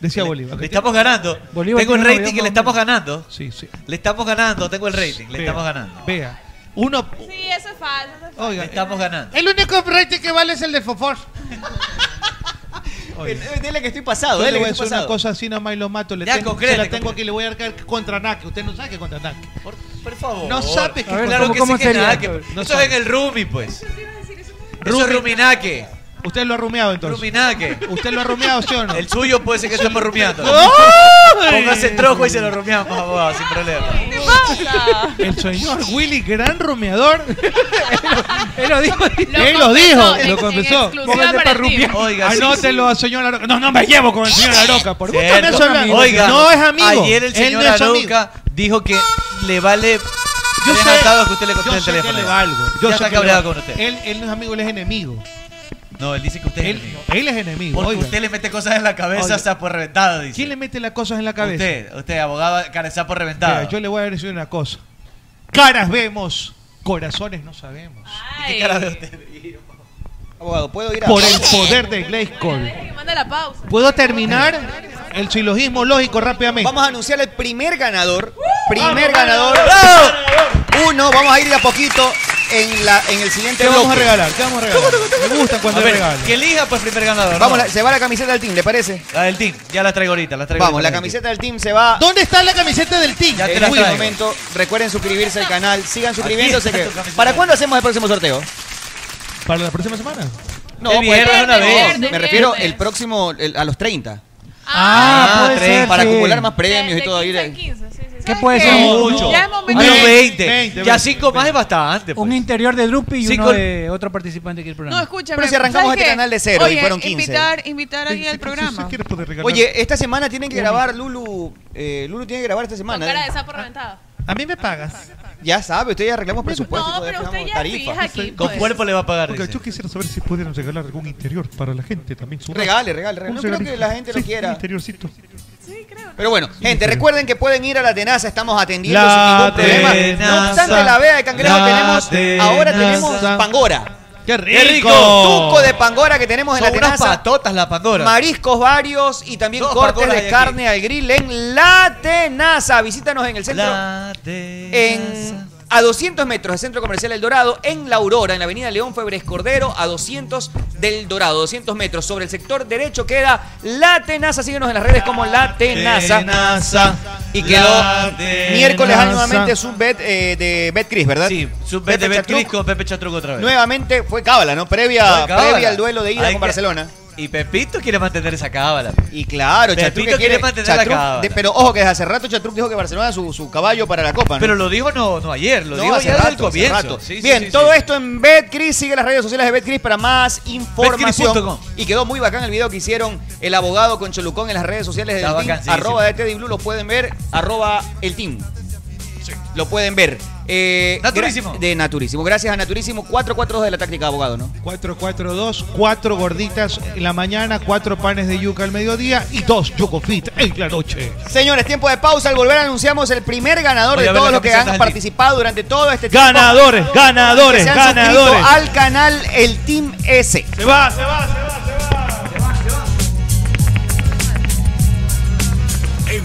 S3: Decía Bolívar.
S1: Le estamos ganando.
S2: Bolívar
S1: Tengo
S2: tiene
S1: el
S2: una
S1: rating que
S2: vida
S1: le estamos ganando.
S3: Sí, sí.
S1: Le estamos ganando. Tengo el rating. Le
S3: Vea,
S1: estamos ganando.
S3: Vea. Uno.
S10: Sí, eso es falso. eso es falso.
S1: Le
S3: Oiga.
S1: estamos ganando.
S3: El único rating que vale es el de Fofor. Oiga.
S6: Eh, Dele que estoy pasado,
S3: Yo le
S6: dele
S3: voy a
S6: que
S3: decir
S6: estoy
S3: una
S6: pasado.
S3: cosa así nomás y lo mato. Le
S1: Ya,
S3: tengo,
S1: concrete,
S3: se la tengo
S1: concrete.
S3: aquí le voy a arcar contra Naki. Usted no sabe que contra Naki.
S1: Por, por favor.
S3: No sabe que-
S2: A ver,
S1: claro
S2: ¿cómo-
S1: que
S2: cómo
S1: sí que
S2: sería?
S1: nada. que-
S3: No
S1: eso
S3: sabe.
S1: es en el Rumi, pues.
S10: Te iba a decir eso también.
S1: Eso es Ruminaque.
S3: Usted lo ha rumiado entonces.
S1: Ruminaque.
S3: Usted lo ha rumiado, ¿sí o no?
S1: El suyo puede ser que estamos rumiando. Póngase trojo y se lo rumiamos, abogado, sin problema.
S10: ¿Qué te pasa?
S3: El señor Willy, gran rumiador.
S2: Él lo dijo.
S3: Él lo dijo,
S10: en-
S3: lo confesó.
S10: En
S2: Póngale
S10: exclusiva para
S2: pa'
S10: ti.
S2: rupiar.
S1: Oiga, sí,
S3: Anótelo, señor Aroca. No, no me llevo con el señor Aroca. Por mucho
S1: Cierto.
S3: menos hablar.
S1: Oiga,
S3: no es amigo.
S1: Ayer el
S3: Él
S1: señor
S3: no es amigo.
S1: Arouca dijo que le vale.
S3: Yo
S1: Yo
S3: sé-
S1: que usted le
S3: Yo
S1: conteste el
S3: sé
S1: teléfono.
S3: que le valgo. Yo
S1: Ya
S3: sé
S1: está
S3: que le
S1: cabreado
S3: valgo.
S1: con usted.
S3: Él, él no es amigo, él es enemigo.
S1: No, él dice que usted es
S3: Él,
S1: enemigo.
S3: él es enemigo.
S1: Porque
S3: oiga.
S1: usted le mete cosas en la cabeza
S3: Oiga.
S1: sapo reventado, dice.
S3: ¿Quién le mete las cosas en la cabeza?
S1: Usted, usted, abogado, cara de sapo
S3: Mira,
S1: reventado.
S3: yo le voy a decir una cosa. Caras vemos, corazones no sabemos.
S1: ¿Qué
S10: Ay.
S1: cara de usted?
S6: Abogado, ¿puedo ir a
S3: Por el poder de Glaze
S10: Deja que manda la pausa.
S3: ¿Puedo terminar el silogismo lógico rápidamente?
S6: Vamos a anunciar el primer ganador. Primer ganador. Uno, vamos a ir de a poquito en, la, en el siguiente
S3: ¿Qué vamos a
S6: bloque.
S3: regalar? ¿Qué vamos a regalar? Me gusta
S1: A
S3: cuando
S1: ver,
S3: regalan.
S1: que elija pues primer ganador.
S6: Vamos,
S1: ¿no?
S6: la- se va la camiseta del team, ¿le parece?
S1: La del team, ya la traigo ahorita, la traigo
S6: Vamos,
S1: ahorita
S6: la
S1: del team.
S6: camiseta del team se va.
S3: ¿Dónde está la camiseta del team?
S1: Ya te
S6: En
S1: la
S6: un
S1: traigo.
S6: momento, recuerden suscribirse al canal, sigan suscribiéndose.
S1: está
S6: que-
S1: tu camiseta.
S6: ¿Para cuándo hacemos el próximo sorteo?
S3: ¿Para la próxima semana?
S1: El
S6: pues,
S1: viernes de una vez.
S6: Me
S10: Viernes.
S6: refiero el próximo, el- a los 30.
S2: Ah, puede
S1: tres,
S2: ser,
S6: Para
S2: sí.
S6: acumular más
S10: De-
S6: premios
S10: de
S6: y todo.
S10: 15
S6: ir-
S10: en 15, sí, sí, sí.
S2: ¿Qué
S10: ¿Sabes
S2: puede ser?
S1: Mucho.
S10: Ya es momento.
S1: Unos
S3: Veinte,
S1: 20.
S3: veinte,
S1: Ya
S3: veinte,
S1: 5 más es bastante. Pues.
S2: Un interior de Drupi y
S1: Sí,
S2: uno
S1: con-
S2: de otro participante que el
S4: No,
S2: programa.
S4: escúchame.
S6: Pero si arrancamos
S4: ¿sabes
S6: este
S4: qué?
S6: canal de cero y
S4: Oye,
S6: fueron 15.
S4: Invitar, invitar aquí al programa.
S3: ¿Qué puede regalar?
S6: Oye, esta semana tienen que grabar Lulu. eh, Lulu tiene que grabar esta
S10: Con
S6: semana. ¿eh?
S10: cara de sapo reventado.
S3: a mí me pagas.
S6: Ya sabe, usted ya arreglamos presupuesto.
S10: No, pero usted ya fija aquí.
S1: Con
S10: pues.
S1: cuerpo le va a pagar.
S5: Oiga,
S1: dice.
S5: yo quisiera saber si pudieran regalar algún interior para la gente también. su-
S6: Regale, regale, regale.
S5: Un
S6: No creo que
S5: regalito.
S6: la gente lo
S5: Sí, Un
S6: quiera.
S5: interiorcito.
S10: Sí, creo.
S6: Pero bueno, gente, recuerden que pueden ir a la tenaza, estamos atendiendo
S3: La
S6: sin ningún problema. No
S1: Tenaza,
S6: obstante la vea de cangrejo
S3: la
S6: tenemos, ahora
S3: Tenaza.
S6: tenemos Pangora.
S3: ¡Qué
S1: rico!
S6: Tuco de Pangora que tenemos en
S1: Son
S6: la
S1: unas
S6: tenaza.
S1: patotas la Pandora.
S6: Mariscos varios y también
S1: Dos
S6: cortes
S1: Pangoras
S6: de
S1: hay
S6: carne al grill en La Tenaza. Visítanos en el centro.
S1: La de
S6: En A 200 metros del Centro Comercial El Dorado, en La Aurora, en la Avenida León Febres Cordero, a 200 del Dorado, 200 metros. Sobre el sector derecho queda La Tenaza. Síguenos en las redes como La Tenaza. Y quedó miércoles hay nuevamente su bet eh, de Betcris, ¿verdad?
S1: Sí, sube de
S6: Pepe
S1: Bet Cris
S6: Chatruc.
S1: con Pepe Chatruc otra vez.
S6: Nuevamente fue cábala, ¿no? Previa,
S1: Fue cábala.
S6: previa al duelo de ida
S1: Hay
S6: con
S1: que-
S6: Barcelona.
S1: Y Pepito quiere mantener esa cábala.
S6: Y claro,
S1: Pepito
S6: Chatruc que
S1: quiere
S6: quiere,
S1: mantener la
S6: Chatruc-
S1: cábala.
S6: de- pero ojo que desde hace rato Chatruc dijo que Barcelona su, su caballo para la Copa, ¿no?
S1: Pero lo dijo no, no ayer, lo
S6: No,
S1: dijo
S6: hace
S1: ya al
S6: rato, hace
S1: comienzo.
S6: rato.
S1: Sí, sí,
S6: Bien,
S1: sí,
S6: todo
S1: sí.
S6: esto en BetCris. Sigue las redes sociales de BetCris para más información.
S1: Betcris.com.
S6: Y quedó muy bacán el video que hicieron el abogado con Cholucón en las redes sociales del
S1: Está
S6: team.
S1: bacanísimo.
S6: Arroba de Teddy Blue, lo pueden ver. Arroba el team. Lo pueden ver. Eh, gra-
S1: Naturísimo.
S6: De Naturísimo. Gracias a Naturísimo. 442 de la táctica de abogado, ¿no?
S3: 442, 4 gorditas en la mañana, 4 panes de yuca al mediodía y 2 yocofit en la noche.
S6: Señores, tiempo de pausa. Al volver anunciamos el primer ganador
S1: Voy a
S6: de
S1: ver
S6: todos
S1: las
S6: los que
S1: camisetas
S6: han
S1: del
S6: participado durante todo este tiempo.
S5: Ganadores,
S6: Que
S5: ganadores,
S6: se han suscrito
S5: ganadores.
S6: al canal El Team S.
S5: Se va, se va, se va.
S11: En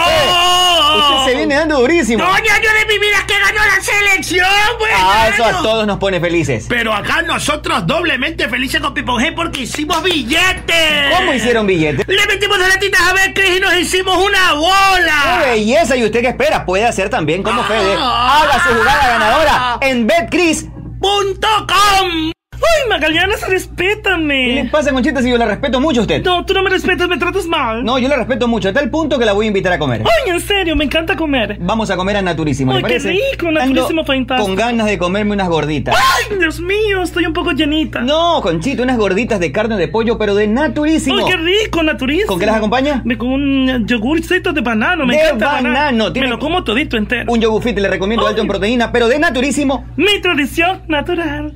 S6: Fe? Usted se viene dando durísimo.
S12: año de mi vida que ganó la selección, güey!
S6: Ah, eso a todos nos pone felices.
S12: Pero acá nosotros doblemente felices con Pipo G porque hicimos billetes.
S6: ¿Cómo hicieron billete?
S12: Le metimos las latitas a ver y nos hicimos una bola.
S6: ¡Qué belleza! ¿Y usted qué espera? Puede hacer también como Fede.
S12: Ah.
S6: Haga su jugada ganadora en BetCris.com.
S12: punto com. Ay, Magaliana,
S6: ¿Qué le
S12: respétame.
S6: pasa, Conchita, si yo la respeto mucho a usted?
S12: No, tú no me respetas, me tratas mal.
S6: No, yo la respeto mucho, a tal punto que la voy a invitar a comer.
S12: Ay, en serio, me encanta comer.
S6: Vamos a comer a Naturísimo, ¿le
S12: Ay, qué
S6: parece?
S12: rico,
S6: Ando
S12: Naturísimo, fantástico.
S6: Con ganas de comerme unas gorditas.
S12: Ay, Dios mío, estoy un poco llenita.
S6: No, Conchita, unas gorditas de carne de pollo, pero de
S12: Ay,
S6: naturísimo.
S12: qué rico, naturísimo.
S6: ¿Con qué las acompaña?
S12: Me- Con un yogurcito de banano, me
S6: De
S12: encanta el
S6: banano, tiene-
S12: Me lo como todito entero.
S6: Un yogufit le recomiendo alto en proteína, pero de naturísimo.
S12: Mi tradición natural.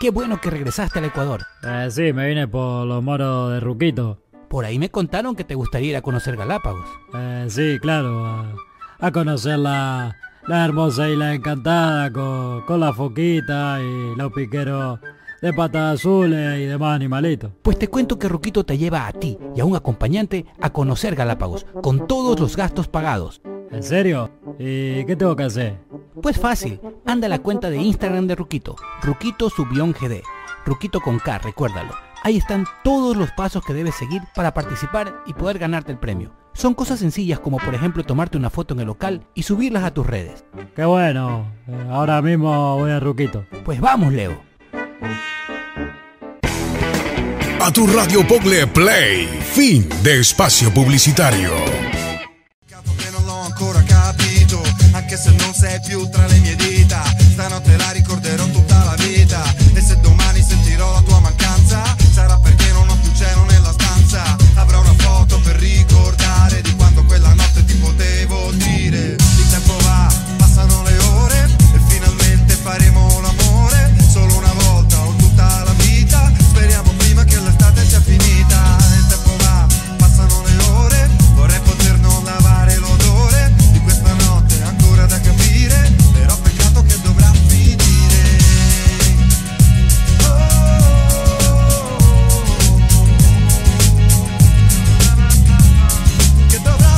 S13: qué bueno que regresaste al Ecuador.
S12: Eh, sí, me vine por los moros de Ruquito.
S13: Por ahí me contaron que te gustaría ir a conocer Galápagos.
S12: Eh, sí, claro. A, conocer la, hermosa isla encantada con, la foquita y los piqueros de patas azules y demás animalitos.
S13: Pues te cuento que Ruquito te lleva a ti y a un acompañante a conocer Galápagos, con todos los gastos pagados.
S12: ¿En serio? ¿Y qué tengo que hacer?
S13: Pues fácil, anda a la cuenta de Instagram de Ruquito, Ruquito Subión GD, Ruquito con K, recuérdalo. Ahí están todos los pasos que debes seguir para participar y poder ganarte el premio. Son cosas sencillas como por ejemplo tomarte una foto en el local y subirlas a tus redes.
S12: Qué bueno. eh, Ahora mismo voy a Ruquito.
S13: Pues vamos Leo.
S11: A tu radio Pogle Play, fin de espacio publicitario.
S12: Speriamo prima che l'estate sia finita. Il tempo va, passano le ore. Vorrei Oh,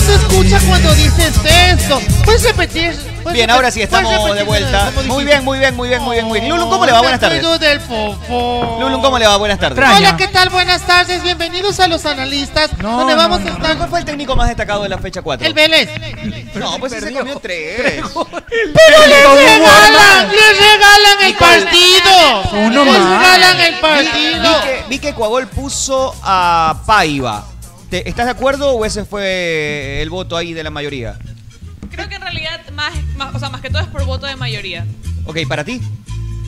S9: se escucha cuando dices esto. Puedes repetir. ¿Puedes
S6: Bien,
S9: repetir-
S6: ahora sí estamos
S9: puedes
S6: de
S9: repetir
S6: vuelta.
S9: como dijiste?
S6: Muy bien, muy bien, muy bien, muy bien, muy bien. Lulun, ¿cómo le va?
S9: Me
S6: Buenas tardes.
S9: cuido del fofo.
S6: Lulun, ¿cómo le va? Buenas tardes.
S9: Hola, ¿qué tal? Buenas tardes. Bienvenidos a los analistas. donde vamos a estar.
S6: ¿Cuál fue el técnico más destacado de la fecha 4?
S9: El Vélez.
S6: No, pues ese comió tres.
S9: Pero
S6: le
S9: les regalan,
S6: guardan.
S9: les regalan el partido.
S6: Uno
S9: les
S6: más.
S9: regalan el
S6: Vi,
S9: partido.
S6: que, vi que Coagol puso a Paiva. ¿Te- ¿Estás de acuerdo o ese fue el voto ahí de la mayoría?
S4: Creo que en realidad, más, más- o sea, más que todo es por voto de mayoría.
S6: Ok, ¿para ti?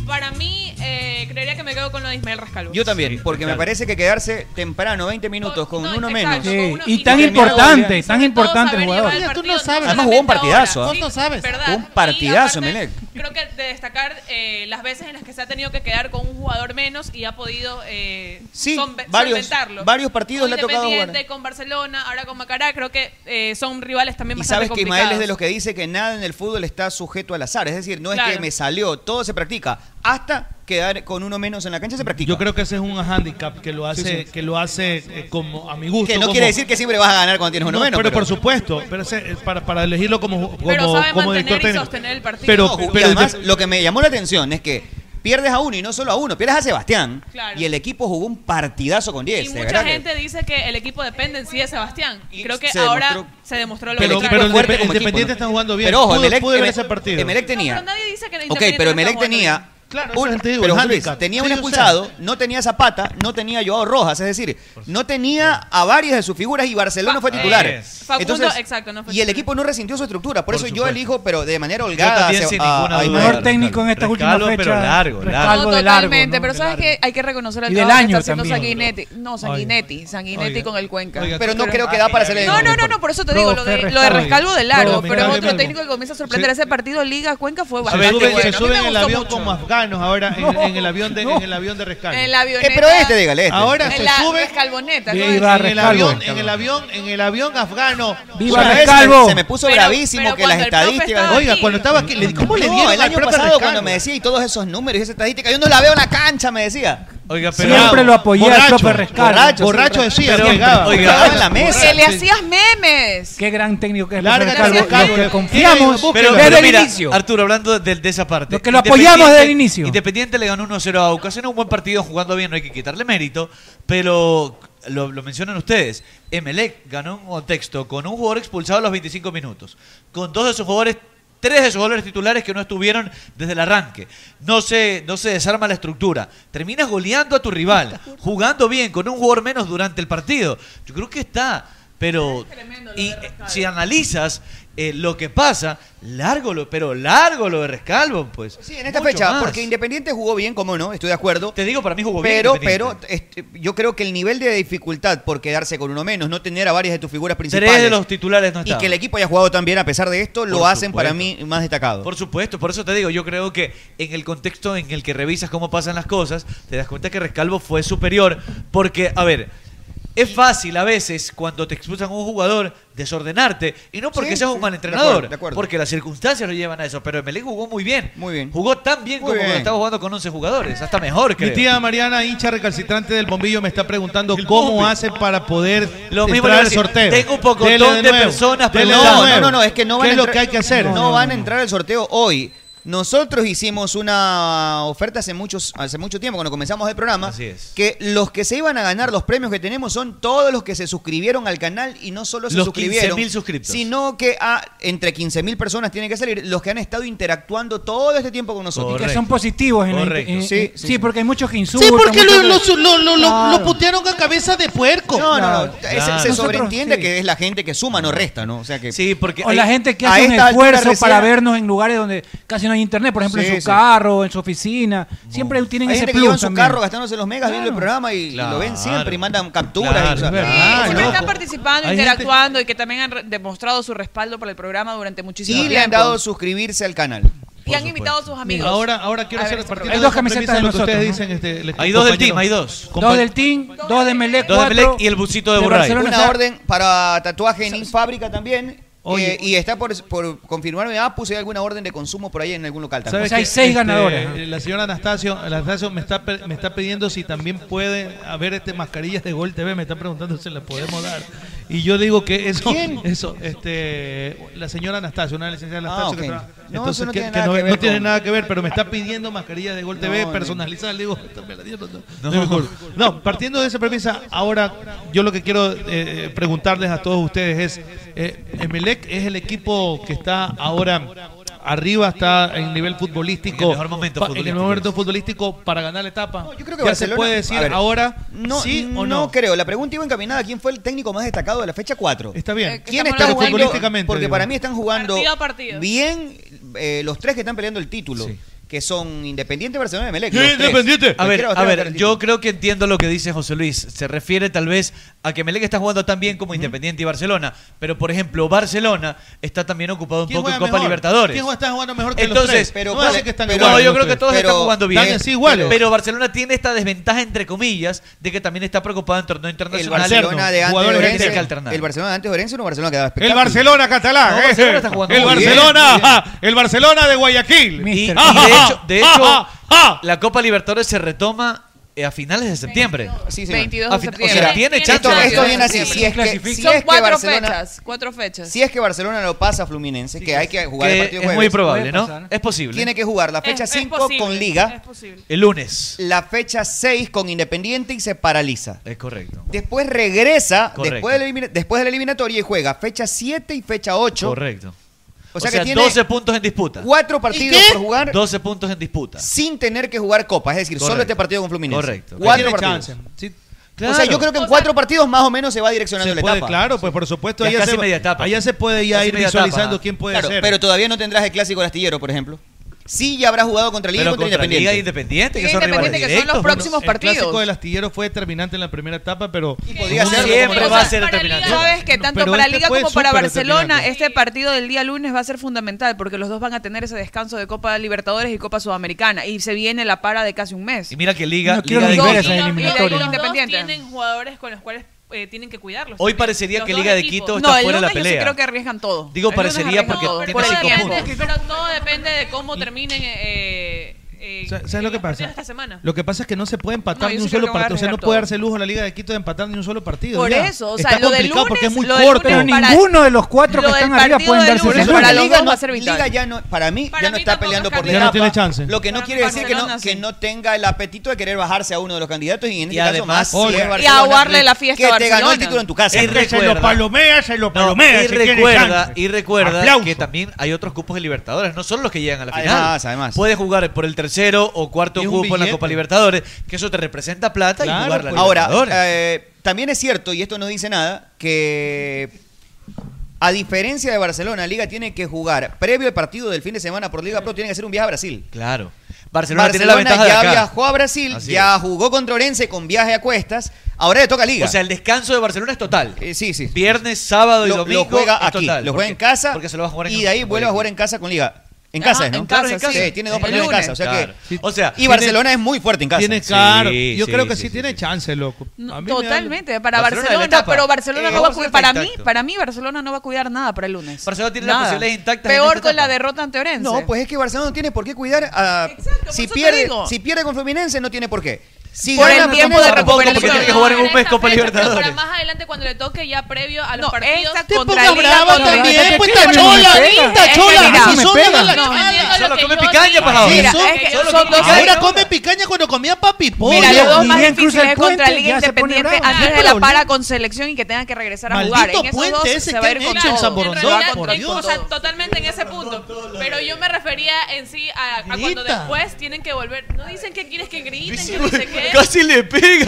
S4: Para mí, eh, creería que me quedo con lo de Ismael Rascalvo.
S6: Yo también, porque me parece que quedarse temprano, 20 minutos, con uno menos.
S2: Sí, y tan importante, tan importante el jugador.
S9: Mira, tú no sabes.
S6: Además jugó un partidazo, ¿ah?
S9: Vos no sabes.
S6: Jugó un partidazo, Melec.
S4: Creo que de destacar eh, las veces en las que se ha tenido que quedar con un jugador menos y ha podido eh,
S6: Sí,
S4: solve-
S6: varios-
S4: solventarlo.
S6: varios partidos
S4: Con
S6: le ha tocado jugar.
S4: Independiente, con Barcelona, ahora con Macará, creo que eh, son rivales también
S6: Y
S4: bastante
S6: sabes que Ismael es de los
S4: complicados.
S6: que dice que nada en el fútbol está sujeto al azar. Es decir, no es que
S4: Claro.
S6: me salió, todo se practica. Hasta quedar con uno menos en la cancha se practica.
S3: Yo creo que ese es un handicap que lo hace,
S6: Sí, sí.
S3: que lo hace eh, como a mi gusto.
S6: Que no
S3: como-
S6: quiere decir que siempre vas a ganar cuando tienes uno
S3: No,
S6: menos.
S3: Pero, por supuesto, pero ese- eh, para, para elegirlo como, como,
S4: Pero sabe
S3: como
S4: mantener
S3: director
S4: y
S3: técnico.
S4: sostener el partido.
S3: Pero,
S6: No, y
S3: pero
S6: además, lo que me llamó la atención es que pierdes a uno y no solo a uno, pierdes a Sebastián.
S4: Claro.
S6: Y el equipo jugó un partidazo con 10.
S4: Y
S6: de
S4: mucha
S6: verdad que-
S4: gente dice que el equipo depende en sí de Sebastián. Creo que
S6: se
S4: ahora
S6: demostró-
S4: se demostró lo
S3: Pero-
S4: contrario.
S3: pero el
S6: fuerte
S3: Indepe-
S6: como
S3: Independiente
S6: equipo, ¿no?
S3: está jugando bien.
S6: Pero ojo,
S3: Pudo-
S6: Emelec-
S3: pudo ver
S6: Emelec-
S3: ese partido.
S6: Emelec tenía.
S4: Pero nadie dice que el
S6: Ok,
S4: Independiente no
S6: pero
S4: está
S6: Emelec
S4: jugando
S6: tenía.
S4: bien.
S3: Claro,
S6: un-
S3: eso te digo,
S6: pero
S3: el
S6: Juli,
S3: handicap.
S6: tenía
S3: Sí,
S6: un
S3: yo sé.
S6: expulsado, no tenía a Zapata, no tenía a Joao Rojas, es decir, no tenía a varias de sus figuras y Barcelona fue titular.
S4: es. eh, Facundo, exacto, no fue
S6: y el
S4: titular.
S6: equipo no resintió su estructura,
S1: Por
S6: por, eso yo
S1: supuesto.
S6: elijo, pero de manera holgada,
S1: también,
S6: a-
S1: sin
S6: a-
S1: ninguna
S6: a
S1: duda.
S6: Imael.
S2: Mejor técnico en estas últimas
S1: Rescalvo, pero
S2: fechas.
S1: largo, largo.
S2: Rescalvo de largo,
S4: Totalmente,
S2: ¿no?
S4: pero
S2: De
S4: sabes
S2: largo.
S4: que hay que reconocer el
S2: Y del
S4: trabajo que
S2: año
S4: está haciendo
S2: también.
S4: Sanguinetti. No, Sanguinetti, Sanguinetti
S3: Oiga.
S4: con el Cuenca.
S3: Oiga, ah,
S6: Pero no creo que da para ser el
S4: No, no, no, no, por eso te digo, lo de, lo de Rescalvo de largo,
S3: Profe,
S4: pero es otro
S3: Rescalvo.
S4: técnico que comienza a sorprender
S3: Sí.
S4: ese partido Liga Cuenca fue
S3: Se
S4: bastante
S3: suben,
S4: bueno.
S3: se
S4: A mí
S3: suben
S4: me
S3: en el
S4: gustó
S3: avión
S4: mucho.
S3: con afganos ahora en, en el avión de, en el avión de rescalvo.
S4: En la avioneta.
S6: Eh, pero este, dígale, este.
S3: Ahora
S4: En
S3: se
S4: la
S3: sube
S4: Rescalvoneta.
S2: Viva
S4: ¿no?
S3: en el
S2: Rescalvo.
S3: avión, en el avión, en el avión afgano.
S2: Viva
S3: O sea,
S6: ¿Sabes?
S2: Rescalvo.
S6: Se me puso
S4: Pero-
S6: bravísimo
S4: pero
S6: que las
S4: cuando el profe
S6: estadísticas.
S4: estaba
S3: Oiga, cuando estaba aquí, le- ¿cómo le
S6: No,
S3: dieron
S6: el
S3: al
S6: año
S3: profe
S6: pasado
S3: Rescalvo?
S6: cuando me decía y todos esos números y esa estadística, yo no la veo en la cancha, me decía.
S1: Oiga, pero.
S2: Siempre lo apoyé al
S3: Borracho,
S2: profe Rescalvo.
S6: borracho.
S3: Borracho decía,
S1: Pero-
S3: llegaba.
S1: Oiga,
S6: Estaba en la mesa.
S4: Que le hacías memes.
S2: Qué gran técnico que es el
S3: Larga,
S2: profe Rescalvo.
S4: Rescalvo.
S2: Los que confiamos
S3: Pero-
S1: Pero,
S2: desde
S1: pero
S2: el
S1: mira,
S2: inicio.
S1: Arturo, hablando de, de esa parte.
S2: Los que lo apoyamos desde el inicio.
S1: Independiente le ganó 1-0 a Aucas. Era un buen partido jugando bien, no hay que quitarle mérito. Pero lo, lo mencionan ustedes. Emelec ganó un contexto con un jugador expulsado a los 25 minutos. Con dos de sus jugadores. Tres de sus jugadores titulares que no estuvieron desde el arranque. No se, no se desarma la estructura. Terminas goleando a tu rival, jugando bien, con un jugador menos durante el partido. Yo creo que está, pero. Y eh, si analizas eh, lo que pasa, largo lo, pero largo lo de Rescalvo, pues.
S6: Sí, en esta
S1: Mucho
S6: fecha,
S1: más.
S6: porque Independiente jugó bien, como no, estoy de acuerdo.
S1: Te digo, para mí jugó bien.
S6: Pero, pero
S1: Independiente.
S6: este, yo creo que el nivel de dificultad por quedarse con uno menos, no tener a varias de tus figuras principales
S1: Tres de los titulares no
S6: y
S1: están.
S6: que el equipo haya jugado tan bien a pesar de esto, lo
S1: Por
S6: hacen para mí
S1: supuesto.
S6: más destacado.
S1: Por supuesto, por eso te digo, yo creo que en el contexto en el que revisas cómo pasan las cosas, te das cuenta que Rescalvo fue superior, porque, a ver, es fácil a veces cuando te expulsan a un jugador desordenarte, y no porque
S6: Sí,
S1: seas
S6: sí,
S1: un mal
S6: de acuerdo,
S1: entrenador,
S6: de acuerdo.
S1: porque las circunstancias lo llevan a eso, pero Emelec jugó muy bien.
S6: Muy bien.
S1: Jugó tan bien
S6: Muy
S1: como
S6: bien.
S1: cuando estaba jugando con 11 jugadores, hasta mejor, creo.
S3: Mi tía Mariana, hincha recalcitrante del bombillo, me está preguntando cómo hace para poder
S1: Lo mismo
S3: entrar
S1: le
S3: al
S1: decía,
S3: sorteo.
S1: tengo un pocotón
S3: Dele
S1: de
S3: nuevo,
S1: personas
S3: dele de
S1: preguntando.
S6: no,
S3: nuevo.
S6: no, no, no, es que no van a
S3: ¿Qué es lo
S6: entrar-
S3: que hay que hacer?
S6: No,
S3: No,
S6: van a entrar al sorteo hoy. Nosotros hicimos una oferta hace muchos hace mucho tiempo cuando comenzamos el programa
S1: Así es.
S6: que los que se iban a ganar los premios que tenemos son todos los que se suscribieron al canal y no solo se
S1: Los
S6: suscribieron
S1: 15.000 suscriptos.
S6: sino que a, entre 15.000 personas tienen que salir los que han estado interactuando todo este tiempo con nosotros.
S1: Correcto.
S2: Que son positivos. En la-
S1: Correcto.
S2: en- en-
S6: Sí,
S2: sí,
S6: sí, sí.
S2: porque hay muchos que insultan.
S9: Sí, porque lo,
S2: muchos
S9: lo,
S2: que-
S9: lo, lo, lo-
S2: Claro.
S9: lo putearon a cabeza de puerco.
S6: No, no,
S2: Claro.
S6: no. Es-
S1: Claro.
S6: Se
S2: Nosotros,
S6: sobreentiende
S2: sí.
S6: que es la gente que suma, no resta, ¿no? O sea que.
S1: Sí, porque
S2: O
S1: hay-
S2: la gente que
S6: eh, a
S2: hace un
S6: esta altura
S2: esfuerzo
S6: recién-
S2: para vernos en lugares donde casi no hay internet, por ejemplo,
S6: Sí,
S2: en
S6: sí.
S2: su carro, en su oficina. Siempre tienen
S6: Hay
S2: ese
S6: gente que
S2: plus
S6: lleva en su
S2: también.
S6: carro gastándose los megas viendo el programa y, y lo ven siempre y mandan capturas.
S1: Claro,
S6: y, o sea,
S1: es verdad.
S4: Sí,
S3: Ah,
S4: siempre
S3: loco.
S4: están participando,
S3: Hay
S4: interactuando y que también han re- demostrado su respaldo por el programa durante muchísimo
S6: y
S4: tiempo.
S6: le han dado suscribirse al canal.
S4: y han invitado a sus amigos.
S3: Ahora, ahora quiero
S4: A
S3: hacer
S4: ver,
S3: el partido.
S2: Hay
S3: de
S2: dos
S3: la
S2: camisetas
S3: premisa
S2: de
S3: lo que ustedes
S2: nosotros,
S3: dicen, este, les-
S1: Hay dos del
S3: compañeros.
S1: team, hay dos.
S3: Compa-
S2: Dos del team, dos de Melec,
S1: Dos de
S2: cuatro,
S1: Melec y el busito de Borray.
S2: Barcelona,
S6: Una
S2: o sea,
S6: orden para tatuaje en Infábrica también. Eh, y está por, por confirmarme, ah, puse alguna orden de consumo por ahí en algún local. también.
S3: ¿Sabes qué? Este, La señora Anastasio, Anastasio me, está, pe- me está pidiendo si también puede haber este mascarillas de Gol TV. Me está preguntando si las podemos dar. Y yo digo que eso. Eso, este. La señora Anastasio, una licenciada Anastasio.
S6: Ah, ok.
S3: que trabaja-
S6: No, eso
S3: Entonces,
S6: no
S3: que-
S6: tiene
S3: que
S6: nada
S3: no-
S6: que ver
S3: no tiene
S6: con-
S3: nada que ver, pero me está pidiendo mascarillas de Gol TV
S6: no.
S3: personalizadas. Le digo, "Esta me la dieron, no,
S5: No.
S3: no me acuerdo". No, partiendo de esa premisa, ahora yo lo que quiero eh, preguntarles a todos ustedes es, eh, Emelec es el equipo que está ahora arriba, está en nivel futbolístico. En el mejor momento, futbolístico, en el momento futbolístico para ganar la etapa. yo
S6: Creo que
S3: ya
S6: Barcelona-
S3: se puede decir
S6: a ver,
S3: ahora
S6: no,
S3: sí o no.
S6: No creo. La pregunta iba encaminada. ¿Quién fue el técnico más destacado de la fecha 4?
S3: Está bien. Eh,
S6: ¿Quién
S3: estamos
S6: está
S3: hablando
S6: jugando?
S3: futbolísticamente,
S6: Porque
S3: digo.
S6: para mí están jugando
S10: Partido a partido.
S6: bien eh, los tres que están peleando el título. Que son Independiente, Barcelona y Melec.
S1: A ver, a ver, yo creo que entiendo lo que dice José Luis. Se refiere tal vez a que Melec está jugando tan bien como Independiente y Barcelona. Pero, por ejemplo, Barcelona está también ocupado un poco en
S3: juega
S1: Copa
S3: mejor?
S1: Libertadores.
S3: ¿Quién juega- está jugando mejor que los
S1: Entonces,
S3: tres? No me hace que están iguales
S1: no, yo
S3: los
S1: creo que
S3: tres.
S1: todos
S3: Pero-
S1: están jugando bien.
S3: Están así iguales.
S1: Pero Barcelona tiene esta desventaja, entre comillas, de que también está preocupada en torneo
S6: El
S1: internacional.
S6: Barcelona de antes de
S1: jugadores que tienen que
S6: Orense.
S1: alternar.
S6: El Barcelona de antes de Orense era un Barcelona que daba
S3: El
S6: espectáculo.
S3: Barcelona catalán,
S6: No,
S3: eh,
S6: Barcelona
S3: eh.
S6: está jugando
S3: el
S6: muy bien,
S3: Barcelona, ajá, el Barcelona de Guayaquil.
S1: Y, y
S3: Ajá,
S1: de
S3: ajá,
S1: hecho, de
S3: ajá,
S1: hecho,
S3: ajá.
S1: la Copa Libertadores se retoma eh, a finales de septiembre.
S6: Sí,
S4: señor. 22 de
S1: A fin-
S4: septiembre.
S1: O sea,
S4: Tiene
S1: tiene
S4: chance
S1: chance.
S6: Esto, esto
S4: Barcelona
S6: viene así.
S4: siempre.
S6: Si es que,
S4: Clasifica.
S6: si
S4: Son
S6: es que
S4: cuatro
S6: Barcelona,
S4: fechas, cuatro fechas.
S6: Si es que Barcelona lo pasa a Fluminense, que hay que jugar el
S1: Que
S6: partido
S1: es
S6: jueves.
S1: muy probable, ¿no? Puede pasar. Es posible.
S6: Tiene que jugar la
S1: Es-
S6: fecha
S1: es
S6: 5
S1: posible,
S6: con Liga.
S1: es El lunes.
S6: La fecha 6 con Independiente y se paraliza.
S1: Es correcto.
S6: Después regresa,
S1: Correcto.
S6: después de, la elimina- después de la eliminatoria, y juega fecha 7 y fecha 8.
S1: Correcto.
S6: O sea, que tiene
S1: 12 puntos en disputa.
S6: 4 partidos por jugar
S1: 12 puntos en disputa.
S6: sin tener que jugar Copa. Es decir, solo
S1: Correcto.
S6: este partido con Fluminense.
S1: Correcto.
S6: Cuatro
S1: Tiene
S6: partidos.
S1: chance.
S6: O sea,
S1: Claro.
S6: yo creo que en cuatro partidos más o menos se va direccionando
S3: Se
S6: la
S3: puede,
S6: etapa.
S3: claro, pues por supuesto,
S6: Ya
S3: allá
S6: casi
S3: se,
S6: media etapa.
S3: allá se puede ya
S6: Casi
S3: ir
S6: media etapa,
S3: visualizando
S6: ajá.
S3: quién puede
S6: Claro,
S3: ser.
S6: Pero todavía no tendrás el clásico del astillero, por ejemplo. Sí, ya habrás jugado contra Liga y
S3: Pero
S6: contra,
S3: contra
S6: Independiente.
S3: Liga e Independiente,
S4: que Liga son Independiente, rivales que son los directos, próximos
S3: el
S4: partidos.
S3: clásico del astillero fue determinante en la primera etapa, pero
S6: podía
S3: Como
S6: ser
S3: siempre
S6: como-
S3: va
S6: O
S3: a
S6: sea,
S3: ser
S6: para
S3: determinante.
S4: Sabes que tanto
S3: Pero
S4: para
S3: este
S4: Liga
S3: fue
S4: como para
S3: súper
S4: Barcelona,
S3: determinante.
S4: este partido del día lunes va a ser fundamental porque los dos van a tener ese descanso de Copa Libertadores y Copa Sudamericana y se viene la para de casi un mes.
S1: Y mira que Liga.
S4: No quiero
S1: Liga de
S4: ni ver
S1: Quito-
S4: esa eliminatoria.
S10: Los dos
S4: Independiente.
S10: tienen jugadores con los cuales eh, tienen que cuidarlos.
S1: Hoy
S10: también.
S1: parecería
S10: Los
S1: que
S10: dos
S1: Liga de
S10: equipos.
S1: Quito está
S4: No, el
S1: fuera de la
S4: lunes yo sí
S1: pelea.
S4: creo que arriesgan todo.
S1: Digo,
S4: El lunes
S1: parecería porque
S4: arriesgan
S1: tiene
S4: todo.
S1: cinco
S4: Pero-
S1: puntos.
S10: Pero todo depende de cómo terminen eh, eh,
S3: Sa- ¿Sabes lo que pasa?
S10: esta semana.
S3: Lo que pasa es que no se puede
S10: No,
S3: empatar
S10: yo
S3: ni un
S10: sí creo
S3: solo
S10: que van a
S3: partido. O sea, no
S10: arriesgar
S3: puede
S10: todo.
S3: darse el lujo a la Liga de Quito de empatar ni un solo partido.
S4: Por
S3: ya.
S4: eso, o
S3: Está
S4: sea, lo del
S3: complicado porque es
S4: lunes-
S3: muy
S4: lo del
S3: corto.
S4: lunes
S2: Pero ninguno de los cuatro que
S4: Lo del
S2: están arriba
S4: partido
S2: pueden
S4: del
S2: darse
S4: lunes
S2: ese
S4: para
S2: lujo.
S4: los
S6: Liga
S4: dos
S6: no-
S4: va a ser vital.
S6: Liga ya no, para mí, ya no está peleando por la
S3: Ya no
S6: etapa,
S3: tiene chance.
S6: Lo que no quiere decir que no,
S4: Barcelona,
S6: que no tenga el apetito de querer bajarse a uno de los candidatos y en este
S1: Y
S6: caso
S1: además-
S6: más si es
S1: Oye.
S6: Barcelona,
S4: Y aguarle la fiesta
S6: que
S4: a
S6: te ganó el
S4: Barcelona.
S6: título en tu casa.
S1: Y recuerda- No, y recuerda, y recuerda
S6: Aplausos.
S1: que también hay otros cupos de Libertadores, no son los que llegan a la final.
S6: Además, además.
S1: Puedes jugar por el tercero o cuarto
S6: Y un
S1: cupo en la
S6: billete.
S1: Copa Libertadores, que eso te representa plata y jugar la
S6: pues, Ahora,
S1: Libertadores.
S6: eh, también es cierto, y esto no dice nada, que a diferencia de Barcelona, Liga tiene que jugar previo al partido del fin de semana por Liga Pro, tiene que hacer un viaje a Brasil.
S1: claro. Barcelona, tiene la ventaja de
S6: ya
S1: acá.
S6: viajó a Brasil,
S1: Así
S6: ya jugó contra Orense con viaje a cuestas, ahora le toca Liga. Eh,
S1: O sea, el descanso de Barcelona es total.
S6: sí, sí.
S1: Viernes, sábado y
S6: Lo- lo
S1: domingo.
S6: juega
S1: es
S6: aquí,
S1: total.
S6: lo juega
S1: Porque-
S6: en casa
S1: Porque se lo va a jugar en
S6: y de ahí vuelve a jugar en casa con Liga. En casa,
S1: Ajá,
S6: ¿no?
S1: en casa, en casa.
S6: Sí, tiene dos
S1: El
S6: partidos en
S1: lunes.
S6: casa. O sea
S1: Claro.
S6: que,
S1: O sea,
S6: y
S1: tiene-
S6: Barcelona es muy fuerte en casa.
S3: Tiene caro. Yo creo que sí, tiene chance, loco. A mí me da-
S4: Totalmente, para
S3: Barcelona
S4: Barcelona,
S3: de la etapa.
S4: pero Barcelona
S3: Eh,
S4: no va a cuidar,
S3: Barcelona está
S4: para mí,
S3: intacto.
S4: para mí Barcelona no va a cuidar nada para el lunes.
S1: Barcelona
S6: tiene las posibilidades intactas en
S4: Peor
S6: esta
S4: con la
S6: etapa.
S4: derrota ante Orense.
S6: No, pues es que Barcelona no tiene por qué cuidar a. si,
S4: eso te
S6: pierde,
S4: digo.
S6: si pierde con Fluminense, no tiene por qué. Si
S4: Por
S6: gana
S4: el tiempo
S6: Fluminense,
S4: de
S6: tampoco,
S4: recuperación.
S6: porque tiene que
S4: No,
S6: jugar en
S4: en
S6: un mes Copa
S10: Pero
S6: Libertadores.
S10: para más adelante cuando le toque ya previo a los
S4: No,
S10: partidos.
S4: esta Te contra pongas Liga bravo contra también, Independiente. pues,
S10: Pero
S4: está
S10: no,
S4: chola,
S10: no,
S4: linda,
S10: no, es que
S4: chola,
S10: mira,
S4: así
S10: me
S4: son,
S10: pega.
S4: no,
S10: No,
S4: no,
S10: entiendo
S4: solo
S10: lo que
S4: come
S10: yo
S4: picaña,
S10: digo.
S4: por favor. Mira, es que son dos
S5: Ahora
S4: cosas.
S5: come picaña cuando comía papi pollo.
S4: Mira, los dos más
S5: Bien, cruza
S4: difíciles
S5: el
S4: es contra
S5: puente,
S4: Liga
S5: ya se
S4: Independiente
S5: pone bravo.
S4: antes de
S5: No hay
S4: la
S5: problema.
S4: para con selección y que tengan que regresar a
S5: Maldito
S4: jugar. En esos
S5: puente
S4: dos
S5: ese
S4: se va
S5: que
S4: a ir
S5: han
S4: con
S5: hecho en
S4: todo.
S5: San Borondón,
S4: Se va a ir
S5: por
S4: con
S10: Estoy,
S5: Dios.
S10: o sea, totalmente en ese punto. Pero yo me refería en sí a, a cuando
S5: Grita.
S10: después tienen que volver. No dicen que quieres que griten, que no sé qué.
S1: Casi le pegan.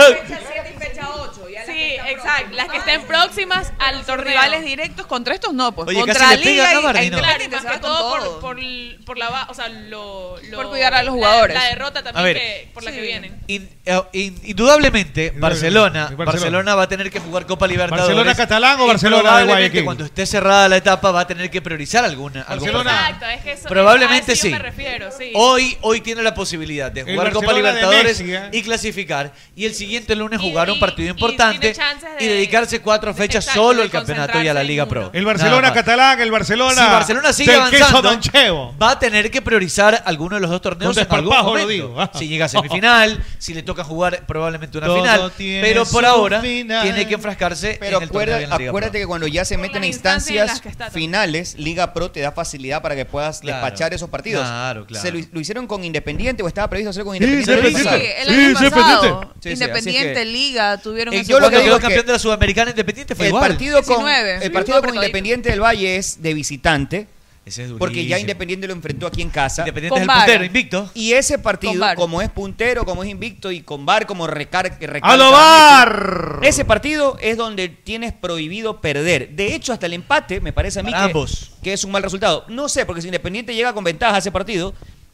S10: Sí, exacto. Las que estén próximas al
S4: Los
S10: torneo.
S4: rivales directos contra estos no, pues
S1: Oye,
S4: contra
S1: casi le
S4: Liga
S1: pegan a
S4: y-
S1: Bardi,
S4: e
S1: ¿no?
S10: Claro, y
S4: Independiente
S10: más
S4: se va
S10: que
S4: con
S10: todo,
S4: todo.
S10: Por, por, por la ba- o sea, lo, lo-
S4: Por cuidar a los
S10: la-
S4: jugadores.
S10: La, derrota también
S1: A ver.
S10: que, por la que vienen.
S1: In- eh, in- indudablemente, Barcelona,
S3: Barcelona.
S1: Barcelona, va a tener que jugar Copa Libertadores.
S3: ¿Barcelona catalán o
S1: Y
S3: Barcelona de
S1: probablemente
S3: Guayaquil?
S1: Cuando esté cerrada la etapa va a tener que priorizar alguna. algún partido.
S10: Exacto, es que eso,
S1: Probablemente
S10: a eso yo
S1: sí.
S10: me refiero, sí.
S1: Hoy, hoy tiene la posibilidad de
S3: El
S1: jugar Copa
S3: Barcelona de
S1: Libertadores
S3: Messi, ¿eh?
S1: y clasificar. Y el siguiente lunes jugar un partido importante
S14: chances
S1: y dedicarse cuatro fechas solo al campeonato y a la Liga Pro.
S7: El Barcelona
S1: Nada más.
S7: catalán, el Barcelona.
S1: Si Barcelona sigue
S7: del queso
S1: avanzando,
S7: manchego.
S1: va a tener que priorizar alguno de los dos torneos
S7: Con
S1: en algún
S7: desparpajo lo
S1: momento.
S7: digo, ah.
S1: Si llega a semifinal, si le toca jugar probablemente una
S6: Todo
S1: final,
S6: tiene
S1: pero por
S6: su
S1: ahora
S6: final.
S1: tiene que enfrascarse
S6: Pero
S1: en el
S6: acuerda-
S1: torneo y en la Liga
S6: acuérdate
S1: Pro.
S6: que cuando ya se meten en
S1: instancias en las
S6: instancias
S1: que está también.
S6: finales, Liga Pro te da facilidad para que puedas
S1: Claro.
S6: despachar esos partidos.
S1: Claro, claro.
S6: Se lo, lo hicieron con Independiente o estaba previsto hacer con
S1: Sí,
S6: Independiente.
S1: Independiente.
S6: Lo
S4: El
S6: hizo.
S4: año pasado,
S6: Sí, sí, así es que-
S4: Independiente, Liga, tuvieron
S6: Eh,
S4: esos
S6: yo lo que
S4: cuatro-
S6: digo es que-
S1: campeón de la Sudamericana Independiente fue
S6: el
S1: igual.
S6: partido con,
S4: 19.
S6: el
S4: Sí,
S6: partido
S4: fue
S6: con Independiente del Valle es de visitante.
S1: Ese es
S6: porque ya
S1: durísimo.
S6: Independiente lo enfrentó aquí en casa.
S1: Independiente Con es el VAR. puntero, invicto.
S6: Y ese
S1: Con
S6: partido,
S1: VAR.
S6: como es puntero, como es invicto y con VAR como recar que
S7: ¡A lo VAR!
S6: Ese partido es donde tienes prohibido perder. De hecho, hasta el empate, me parece a mí
S1: Para
S6: que,
S1: ambos.
S6: que es un mal resultado. No sé, porque si Independiente llega con ventaja a ese partido,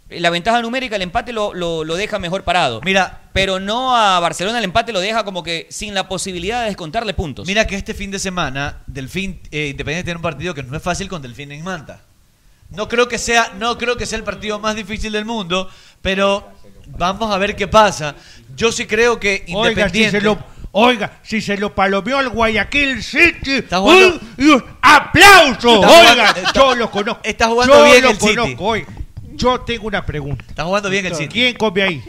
S6: eh, la ventaja numérica, el empate lo, lo- lo deja mejor parado.
S1: Mira.
S6: Pero no a Barcelona, el empate lo deja como que sin la posibilidad de descontarle puntos.
S1: Mira que este fin de semana, Delfín, eh, Independiente tiene un partido que no es fácil con Delfín en Manta. No creo que sea, no creo que sea el partido más difícil del mundo, pero vamos a ver qué pasa. Yo sí creo que
S3: Oiga, si
S1: Independiente.
S3: se lo, oiga, si se lo palomeó al Guayaquil City.
S1: jugando-
S3: ¡uy! ¡Y un ¡Aplauso!
S1: Está jugando-
S3: oiga,
S1: está-
S3: yo lo conozco.
S1: está jugando
S3: yo
S1: bien
S3: lo
S1: el City.
S3: conozco, oiga. yo tengo una pregunta.
S1: Está jugando bien el City.
S3: ¿Quién come ahí?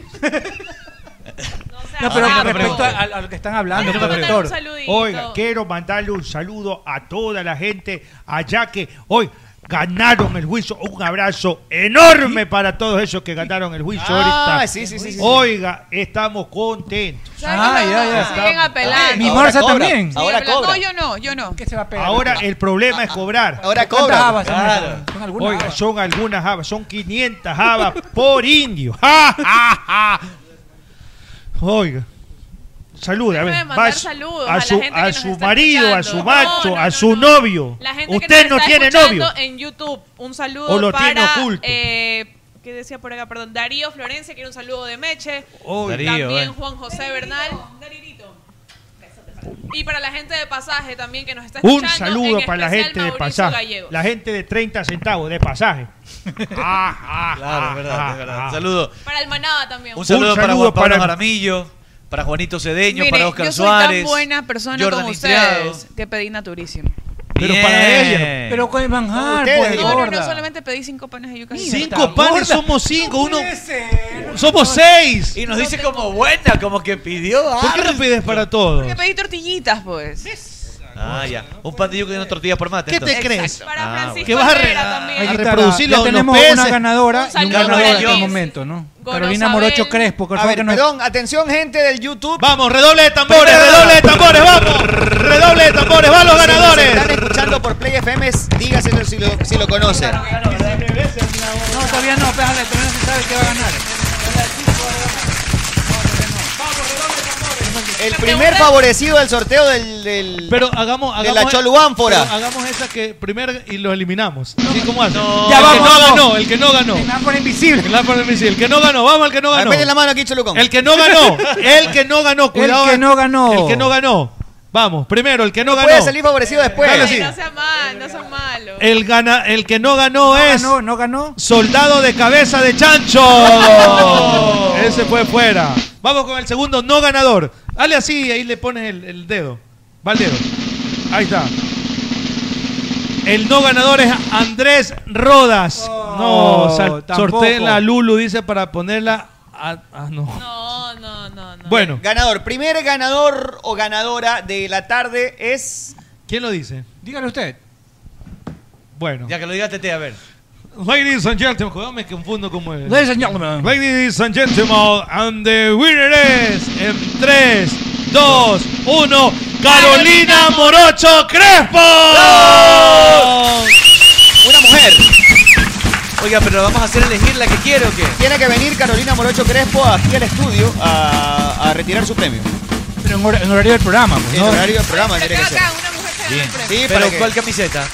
S2: No, pero con respecto a, a lo que están hablando, doctor.
S3: Oiga, quiero mandarle un saludo a toda la gente allá que hoy ganaron el juicio. Un abrazo enorme para todos esos que ganaron el juicio
S6: Ah,
S3: ahorita.
S6: sí, sí, sí, sí.
S3: Oiga, estamos contentos.
S4: Ah, ya, ya. Siguen apelando.
S3: Mi
S4: Ahora
S3: Marza
S4: cobra,
S3: también.
S4: Siguen
S3: ahora
S4: apelando.
S3: cobra.
S4: No, yo no, yo no. ¿Qué
S2: se va a
S3: Ahora el problema es cobrar.
S6: ah, Ahora
S3: ¿Cuántas
S6: cobran.
S3: habas son
S6: Claro.
S3: esas?
S6: Son algunas
S3: Oiga,
S6: habas.
S3: son algunas habas, son 500 habas por indio. Ja, ja, ja. Oiga. Saluda, a
S14: Déjame
S3: ver,
S14: mandar
S3: su-
S14: saludos a
S3: a
S14: la
S3: su,
S14: gente que
S3: a
S14: nos
S3: su
S14: está
S3: marido, a
S14: escuchando.
S3: su
S14: No,
S3: macho,
S14: no,
S3: a
S14: no,
S3: su novio.
S14: La gente
S3: Usted
S14: que
S3: no
S14: nos está
S3: tiene
S14: escuchando
S3: novio.
S14: En YouTube, un saludo
S3: O lo
S14: para
S3: tiene oculto.
S14: eh, ¿Qué decía por acá? Perdón, Darío Florencia, quiere un saludo de Meche.
S3: Uy. Darío,
S14: también
S3: eh.
S14: Juan José Bernal. Daririto. Y para la gente de pasaje también que nos está escuchando.
S3: Un saludo
S14: en
S3: para la
S14: especial
S3: gente de
S14: Mauricio
S3: pasaje.
S14: Gallegos.
S3: La gente de 30 centavos de pasaje.
S1: Claro, es verdad, es verdad. Un saludo.
S14: Para el Manada también.
S1: Un saludo, para Juan Pablo
S3: Ah. para-
S1: Jaramillo, para Juanito Cedeño,
S4: Mire,
S1: para Oscar
S4: yo soy
S1: Suárez.
S4: tan buena persona
S1: Jordan
S4: como
S1: Istriado.
S4: ustedes que pedí naturísimo.
S1: Pero
S3: para
S1: ella.
S2: Pero con el
S1: Ah,
S2: manjar,
S3: Ustedes,
S2: pues,
S4: No, no, no,
S2: gorda.
S4: solamente pedí cinco panes de yuca.
S3: Cinco panes, somos cinco. Uno, somos seis.
S1: Y nos dice como buena, como que pidió.
S3: ¿Por qué no pides para todos?
S4: Porque pedí tortillitas, pues.
S1: Ah, ya. Un pan de yuca y una tortilla por mate.
S4: ¿Qué te
S1: entonces.
S4: crees? Exacto.
S1: Ah, bueno.
S2: Que vas a re- Ahí está, ya tenemos una ganadora
S6: Un
S2: y un
S6: saludo
S2: ganador
S6: para
S2: en este
S6: Liz.
S2: momento, ¿no? Carolina Morocho Crespo, por
S6: A
S2: favor,
S6: ver,
S2: que nos-
S6: perdón, atención gente del YouTube.
S3: Vamos, redoble de tambores, redoble de tambores, vamos. Redoble de tambores, van los
S6: Si nos
S3: ganadores.
S6: están escuchando por Play FM, dígaselo si lo, si lo conocen.
S2: No, todavía no, déjale, todavía no se sabe qué va a ganar.
S6: El primer favorecido del sorteo del, del-
S3: Pero hagamos, hagamos
S6: de la Choluánfora.
S3: pero hagamos esa que primero y lo eliminamos. ¿Sí? ¿Cómo hace?
S6: Ya
S3: el
S6: vamos,
S3: que no
S6: vamos.
S3: ganó, el que no ganó. El
S2: lámpara invisible.
S3: El lámpara invisible. El que no ganó, vamos al que no
S6: A ver,
S3: ganó.
S6: meten la mano aquí, Cholucón.
S3: El que no ganó, el que no ganó, cuidado.
S6: que no ganó.
S3: El que no ganó. Vamos, primero, el que no ganó.
S6: Puede salir favorecido después.
S3: Dale,
S14: Ay,
S3: sí.
S14: no sea mal, no sea malo.
S3: El, gana, el que no ganó es.
S2: No, no ganó.
S3: Soldado de cabeza de chancho.
S1: Oh.
S3: Ese fue fuera. Vamos con el segundo no ganador. Dale así, ahí le pones el, el dedo. Va el dedo. Ahí está. El no ganador es Andrés Rodas.
S1: Oh,
S3: no, sal-
S6: tampoco.
S3: sorteenla a Lulu, dice, para ponerla. a- ah, no.
S14: No, no, no, no.
S3: Bueno.
S6: Ganador, primer ganador o ganadora de la tarde es...
S3: ¿Quién lo dice?
S2: Dígale usted.
S3: Bueno.
S1: Ya que lo diga Tete, a ver.
S3: Ladies and gentlemen, joder, me confundo como es.
S2: Ladies and gentlemen.
S3: Ladies and gentlemen, and the winner is en 3, 2, 1, Carolina Morocho Crespo.
S6: Una mujer.
S1: Oiga, pero ¿lo vamos a hacer elegir la que quiere o qué?
S6: Tiene que venir Carolina Morocho Crespo aquí al estudio a, a retirar su premio.
S2: Pero en, hor- en horario del programa, pues,
S6: En
S2: ¿no?
S6: horario del programa tiene que ser.
S1: Bien.
S6: Sí,
S1: pero
S6: para que-
S1: ¿cuál camiseta?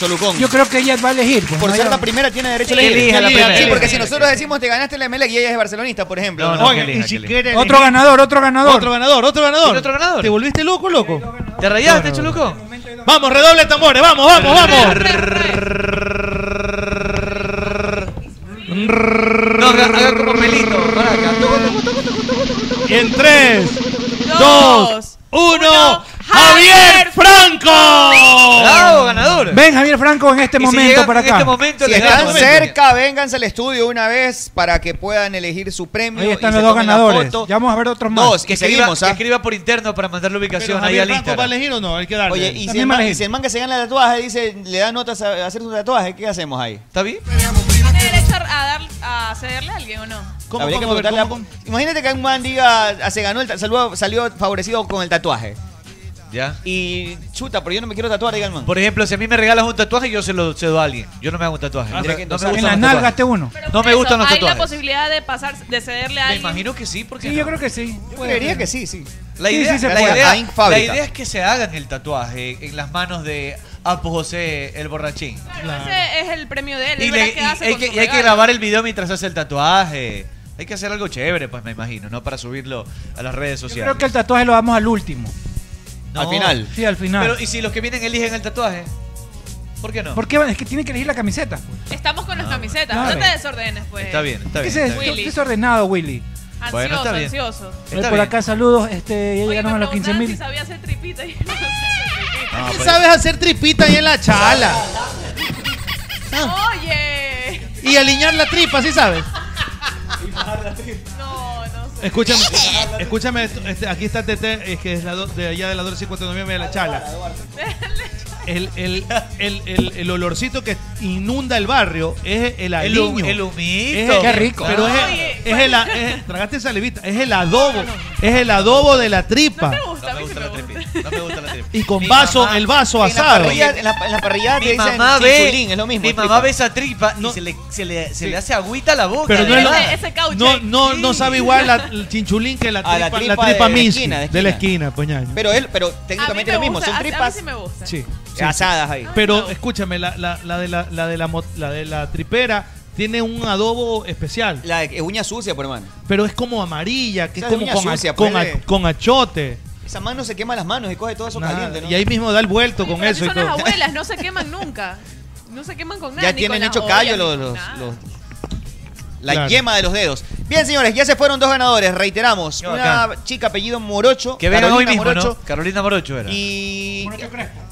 S6: Cholucón.
S2: Yo creo que ella va a elegir. Pues,
S6: Por
S2: ¿no?
S6: ser
S2: Ella-
S6: la primera tiene derecho a
S2: Que
S6: elegir.
S2: elija la
S6: Sí,
S2: primera.
S6: Sí, porque
S2: Sí,
S6: si nosotros decimos te ganaste la Emelec y ella es barcelonista, por ejemplo.
S1: No, no, que elija, que elija.
S3: quiere
S2: Otro ganador, otro ganador.
S3: Otro ganador, otro ganador.
S1: ¿Tiene otro ganador?
S3: ¿Te volviste loco, loco?
S1: ¿Te rayaste, Choluco?
S3: Vamos, redoble de tambores, vamos, vamos, vamos.
S1: No, haga haga como pelito.
S3: En 3, dos, uno. ¡Javier Franco!
S2: ¡Bravo, ganador! Ven, Javier Franco, en este
S6: Y si
S2: momento
S6: llegan
S2: para
S6: en
S2: acá.
S6: este momento, si están cerca, vénganse al estudio una vez para que puedan elegir su premio.
S2: Ahí están
S6: y
S2: los
S6: se
S2: dos
S6: tomen la
S2: ganadores.
S6: foto.
S2: Ya vamos a ver otros más.
S6: Dos, y
S1: escriba,
S6: seguimos,
S1: que
S6: ¿ah?
S1: escriba por interno para mandar la ubicación ahí
S3: Javier
S1: al
S3: Franco, ¿va a
S1: Instagram.
S3: elegir o no? Hay que darle.
S6: Oye, y si, el man- y si el man que se gana el tatuaje dice, le da notas a hacer un tatuaje, ¿qué hacemos ahí?
S1: ¿Está bien?
S10: ¿Tiene derecho a, dar, a cederle a alguien o no?
S6: Habría que preguntarle a- Imagínate que un man diga, "Ah, se ganó el ta- saludo- salió favorecido con el tatuaje.
S1: ¿Ya?
S6: Y chuta, pero yo no me quiero tatuar, diga el man.
S1: Por ejemplo, si a mí me regalas un tatuaje, yo se lo cedo a alguien. Yo no me hago un tatuaje.
S6: Ah,
S1: No me- no me
S6: en
S1: gustan
S6: las
S1: los
S6: nalgas
S1: tatuajes.
S2: te uno.
S1: No me gustan los
S10: Hay la
S1: tatuajes.
S10: posibilidad de pasar, de cederle a
S1: Me
S10: alguien.
S1: imagino que sí, porque.
S2: Sí, yo creo que sí.
S6: Yo creería que sí, sí.
S1: La
S2: Sí,
S1: idea,
S2: sí se
S1: la
S2: puede.
S1: idea-
S2: A Ink
S1: la
S2: Fábrica.
S1: idea es que se hagan el tatuaje en las manos de Apo José el borrachín.
S10: Ese es el premio de él.
S1: Y,
S10: él verá
S1: le-
S10: qué
S1: y
S10: hace
S1: hay
S10: con
S1: que,
S10: su
S1: y hay que
S10: regalo.
S1: grabar el video mientras hace el tatuaje. Hay que hacer algo chévere, pues me imagino, ¿no? Para subirlo a las redes sociales.
S2: Creo que el tatuaje lo damos al último.
S1: No.
S2: al final. Sí, al final.
S1: Pero, ¿y si los que vienen eligen el tatuaje? ¿Por qué no?
S2: ¿Por qué? Es que tienen que elegir la camiseta.
S10: Estamos con las camisetas.
S2: claro.
S10: No te desordenes, pues.
S1: Está bien, está
S2: ¿Qué
S1: bien.
S2: se-
S1: está bien.
S2: qué desordenado, Willy.
S10: Ansioso,
S1: Bueno, está bien.
S10: ansioso.
S2: A ver, por acá saludos, este, ya llegaron a los
S10: Preguntaban
S2: 15.000
S10: si sabía hacer tripita. Y yo no sé hacer
S1: Ah,
S10: tripita.
S9: ¿Qué sabes hacer tripita ahí en la chala?
S10: Oye.
S9: Y alinear la tripa, ¿sí sabes?
S3: Escúchame, escúchame esto, este, aquí está Tete, es que es la do- de allá de la 24 de noviembre de la Chala. El, el, el, el, el olorcito que inunda el barrio es el aliño.
S1: el humito.
S3: Es el-
S1: Qué rico.
S3: Pero es,
S1: Oye,
S3: es el, a- es- tragaste salivita, es el adobo, es el adobo de la
S1: No
S3: tripa.
S1: me gusta la tripita. No me gusta la tripita.
S3: Y con
S1: Mi
S3: vaso,
S1: mamá-
S3: el vaso
S1: en la
S3: asado.
S1: parrilla-
S6: En la, en la parrillada te
S1: Mi
S6: dicen
S1: mamá ve,
S6: chinchulín, es lo mismo.
S1: mi
S6: tripa.
S1: mamá ve esa tripa y se, le, se, le, se le hace agüita a la boca.
S3: Pero
S1: de
S3: no es lo-
S1: verdad.
S3: no, no, no sabe igual la- el chinchulín que la
S6: A
S3: tripa,
S6: la
S3: la
S6: tripa
S3: tripa,
S6: de- de
S3: Minsky,
S6: esquina, de
S3: de la
S6: esquina.
S3: esquina, poñaño.
S6: Pero él, pero técnicamente
S10: me
S6: lo mismo,
S10: gusta,
S6: son
S10: a- a mí
S6: tripas
S10: sí me gusta.
S3: Sí. sí,
S6: asadas
S3: sí.
S6: ahí.
S3: Pero escúchame, la, la, la de la, la de la, mo- la de la tripera tiene un adobo especial.
S6: La de uña sucia, por hermano.
S3: Pero es como amarilla, que es
S6: Esa es
S3: como
S6: uña
S3: con, a-
S6: sucia,
S3: con, a-
S6: ponele.
S3: con achote.
S6: Esa mano se quema las manos y coge todo eso
S3: Nada,
S6: caliente, ¿no?
S3: Y ahí mismo da el vuelto con
S10: Pero si
S3: eso y
S10: son las
S3: todo.
S10: abuelas, no se queman nunca. No se queman con nada.
S6: Ya
S10: ni
S6: tienen
S10: con
S6: hecho
S10: las
S6: callo
S10: ollas,
S6: los,
S10: ni con
S6: los-
S10: nada.
S6: los- la
S1: Claro.
S6: yema de los dedos. Bien, señores, ya se fueron dos ganadores. Reiteramos,
S1: Qué
S6: una
S1: bacán.
S6: chica apellido Morocho.
S1: Que vengan
S6: Carolina
S1: hoy mismo,
S6: Morocho,
S1: ¿no? Carolina Morocho era.
S6: Y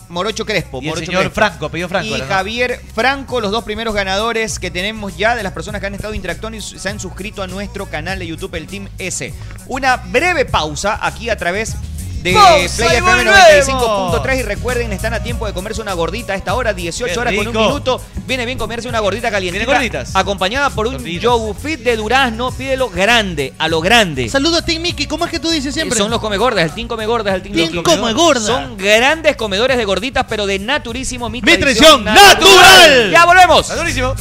S6: Morocho Crespo.
S1: Y el
S6: Morocho
S1: señor
S6: Crespo.
S1: Franco, apellido Franco,
S6: Y
S1: ¿verdad?
S6: Javier Franco, los dos primeros ganadores que tenemos ya de las personas que han estado interactuando y su- se han suscrito a nuestro canal de YouTube, el Team S. Una breve pausa aquí a través de
S1: Pausa
S6: Play
S1: y
S6: FM
S1: volvemos.
S6: 95.3 y recuerden, están a tiempo de comerse una gordita a esta hora, 18
S1: Qué
S6: horas con un
S1: rico.
S6: minuto. Viene bien comerse una gordita caliente.
S1: Vienen gorditas.
S6: Acompañada por un yogur fit de durazno, pídelo grande, a lo grande.
S9: Saludos, Team Mickey. ¿Cómo es que tú dices siempre?
S6: Eh, Son los comegordas, el team comegordas, el team,
S9: Team
S6: los comegordas.
S9: comegorda.
S6: Son grandes comedores de gorditas, pero de naturísimo. Mi,
S3: Mi tradición natural.
S6: Ya volvemos.
S1: Naturísimo.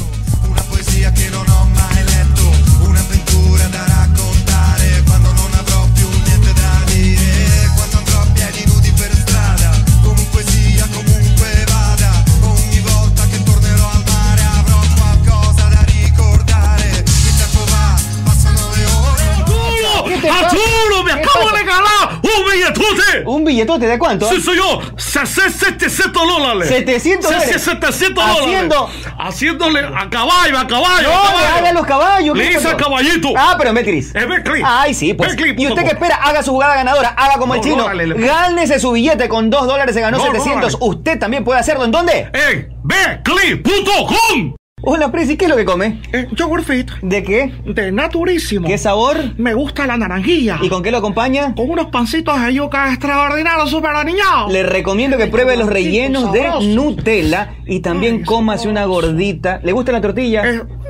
S14: Arturo, me acabo de regalar un billetote.
S6: ¿Un billetote de cuánto?
S14: Sí, soy yo. Se- se- 700 dólares.
S6: 700
S14: Se- se-
S6: dólares.
S14: 700
S6: Haciendo-
S14: dólares. Haciéndole a caballo, a caballo.
S6: No,
S14: a caballo.
S6: haga los caballos.
S14: Le
S6: ¿qué
S14: hice
S6: pasó?
S14: a caballito.
S6: Ah, pero en Betcris.
S14: En Betcris.
S6: Ay, sí, pues.
S14: Betcris
S6: y
S14: punto
S6: usted
S14: com.
S6: que espera, haga su jugada ganadora, haga como el
S14: No,
S6: chino.
S14: no, dale, le-
S6: Gánese su billete con 2 dólares, se ganó
S14: No, no,
S6: 700.
S14: dale.
S6: usted también puede hacerlo. ¿En dónde?
S14: En Betcris.com.
S6: Hola, Prezi, ¿qué es lo que come?
S14: yogurt fit.
S6: ¿De qué?
S14: Eh, De naturísimo.
S6: ¿Qué sabor?
S14: Me gusta la naranjilla.
S6: ¿Y con qué lo acompaña?
S14: Con unos pancitos de yuca extraordinarios, super aniñados.
S6: Le recomiendo que pruebe los rellenos de
S14: sabrosos.
S6: Nutella y también cómase una gordita. ¿Le gusta la tortilla?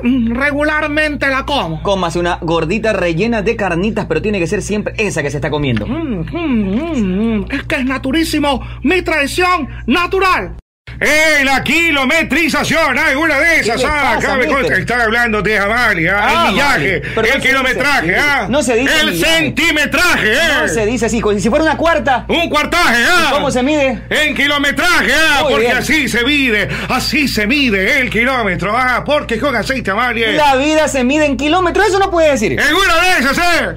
S14: Regularmente la como.
S6: Cómase una gordita rellena de carnitas, pero tiene que ser siempre esa que se está comiendo.
S14: Mm, mm, mm, Es que es naturísimo, mi tradición natural. ¡Ey, la kilometrización! ¿Alguna de
S6: esas, ah, acá me consta-
S14: Estaba hablando de Amalia,
S6: Ah, vale. Pero no se dice así.
S14: ah,
S6: No se dice millaje. No se dice así. como Si fuera una cuarta.
S14: eh. Un cuartaje, ¿ah?
S6: ¿Y ¿Cómo se mide?
S14: En kilometraje, ah,
S6: Muy
S14: porque
S6: bien.
S14: así se mide, así se mide el kilómetro, ah, porque con aceite, Amalia.
S6: La vida se mide en kilómetros, eso no puede decir.
S14: ¡En una de esas, eh!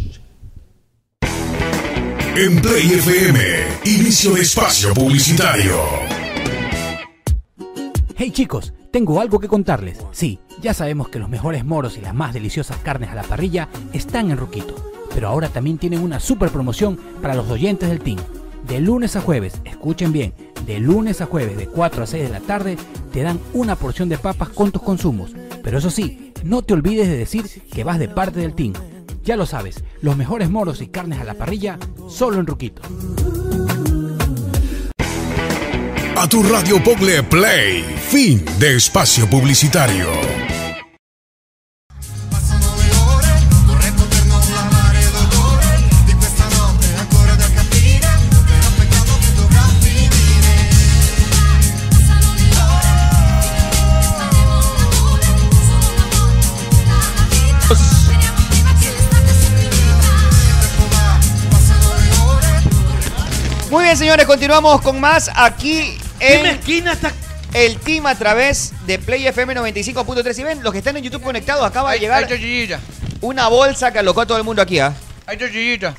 S11: En Play FM, inicio de espacio publicitario.
S13: Hey chicos, tengo algo que contarles. Sí, ya sabemos que los mejores moros y las más deliciosas carnes a la parrilla están en Ruquito, pero ahora también tienen una super promoción para los oyentes del team. De lunes a jueves, escuchen bien, de lunes a jueves de 4 a 6 de la tarde te dan una porción de papas con tus consumos. Pero eso sí, no te olvides de decir que vas de parte del team. Ya lo sabes, los mejores moros y carnes a la parrilla solo en Ruquito.
S11: A tu radio Pogle Play, fin de espacio publicitario.
S6: Muy bien, señores, continuamos con más aquí en el team a través de Play FM 95.3. Y ven, los que están en YouTube conectados, acaba de llegar una bolsa que alocó a todo el mundo aquí, ¿ah?
S1: Ay, Chochillita.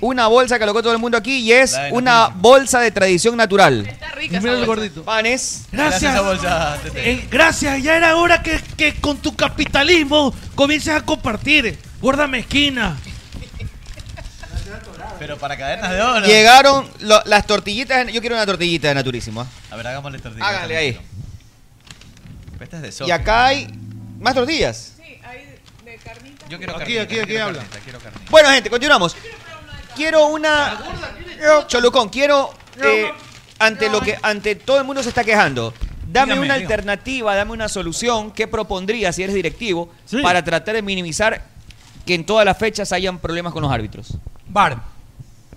S6: Una bolsa que alocó todo el mundo aquí y es una bolsa de tradición natural. Está
S1: rica
S3: Mira el gordito.
S6: Panes.
S3: Gracias.
S1: Gracias, bolsa, Tete.
S3: Eh, gracias. Ya era hora que, que con tu capitalismo comiences a compartir. Gorda mezquina.
S1: Pero para cadenas de oro.
S6: Llegaron lo- las tortillitas. Yo quiero una tortillita de Naturísimo. ¿ah?
S1: A ver, hagámosle tortilla.
S6: Háganle ahí.
S1: Esta es de sopa.
S6: Y acá hay más tortillas.
S1: Yo quiero
S3: Aquí,
S1: carnita,
S3: aquí, aquí
S1: quiero
S3: habla.
S1: carnita, quiero carnita.
S6: Bueno, gente, continuamos. Quiero una. Cholucón, quiero. eh, ante lo que. Ante todo el mundo se está quejando. Dame
S15: Dígame,
S6: una
S15: dígame.
S6: alternativa, dame una solución. ¿Qué propondrías si eres directivo para tratar de minimizar que en todas las fechas hayan problemas con los árbitros?
S2: Bar.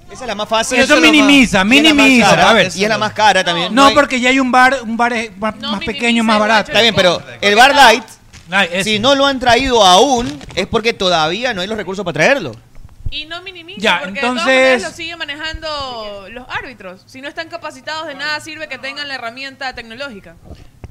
S6: Esa es la más fácil.
S2: Eso minimiza, minimiza.
S6: a
S2: a ver.
S6: y es la más cara también.
S2: No,
S6: hay-
S2: porque ya hay un bar, un bar es más, más pequeño, más barato.
S6: Está bien, pero el Bar Light, si no lo han traído aún, es porque todavía no hay los recursos para traerlo.
S10: Y no minimiza,
S6: Ya,
S10: porque de
S6: entonces-
S10: todas maneras lo siguen manejando los árbitros. Si no están capacitados, de
S1: Ah.
S10: nada sirve que tengan la herramienta tecnológica.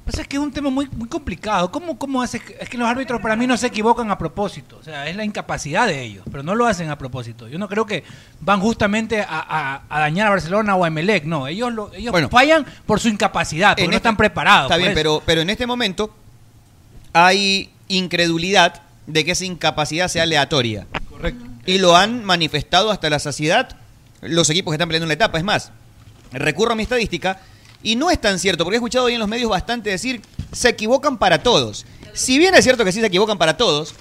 S2: Pasa es que es un tema muy, muy complicado. ¿Cómo, cómo haces? que- Es que los árbitros para mí no se equivocan a propósito. O sea, es la incapacidad de ellos, pero no lo hacen a propósito. Yo no creo que van justamente a, a- a dañar a Barcelona o a Emelec. No, ellos, lo, ellos
S6: Bueno.
S2: fallan por su incapacidad, porque
S6: En
S2: no
S6: este-
S2: están preparados.
S6: Está
S2: por
S6: bien,
S2: eso.
S6: pero, pero en este momento hay incredulidad de que esa incapacidad sea aleatoria. Correcto. Y lo han manifestado hasta la saciedad los equipos que están peleando en la etapa. Es más, recurro a mi estadística y no es tan cierto, porque he escuchado hoy en los medios bastante decir se equivocan para todos. Si bien es cierto que sí se equivocan para todos,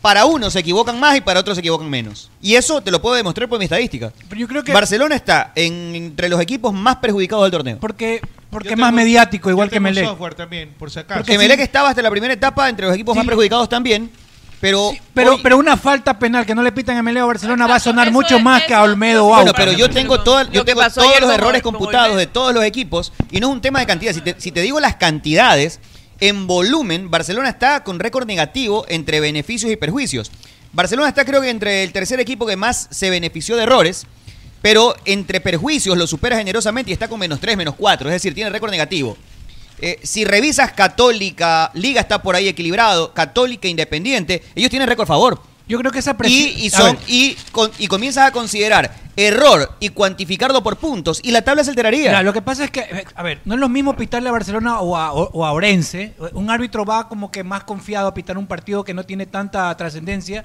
S6: para unos se equivocan más y para otros se equivocan menos. Y eso te lo puedo demostrar por mi estadística.
S2: Pero yo creo que-
S6: Barcelona está en- entre los equipos más perjudicados del torneo.
S2: Porque, porque es más mediático, igual que Emelec.
S3: software también, por si acaso.
S6: Porque Emelec estaba hasta la primera etapa entre los equipos más perjudicados también, pero
S2: Pero, pero una falta penal que no le pitan a Emelec o Barcelona va a sonar mucho más que a Olmedo o a
S6: bueno,
S2: Aucas.
S6: pero yo tengo, toda- yo tengo
S2: pasó
S6: todos
S2: ayer
S6: los
S2: con
S6: errores
S2: Ol- con
S6: computados de todos los equipos y no es un tema de cantidad. Si te, si te digo las cantidades, en volumen, Barcelona está con récord negativo entre beneficios y perjuicios. Barcelona está creo que entre el tercer equipo que más se benefició de errores, pero entre perjuicios lo supera generosamente y está con menos 3, menos 4, es decir, tiene récord negativo. Eh, si revisas Católica, Liga está por ahí equilibrado, Católica Independiente, ellos tienen récord a favor.
S2: Yo creo que esa
S6: y, y
S2: a
S6: son
S2: ver.
S6: y, con- y comienzas a considerar error y cuantificarlo por puntos y la tabla se alteraría.
S2: Mira, lo que pasa es que, eh, a ver, no es lo mismo pitarle a Barcelona o a, o- o a Orense. Un árbitro va como que más confiado a pitar un partido que no tiene tanta trascendencia.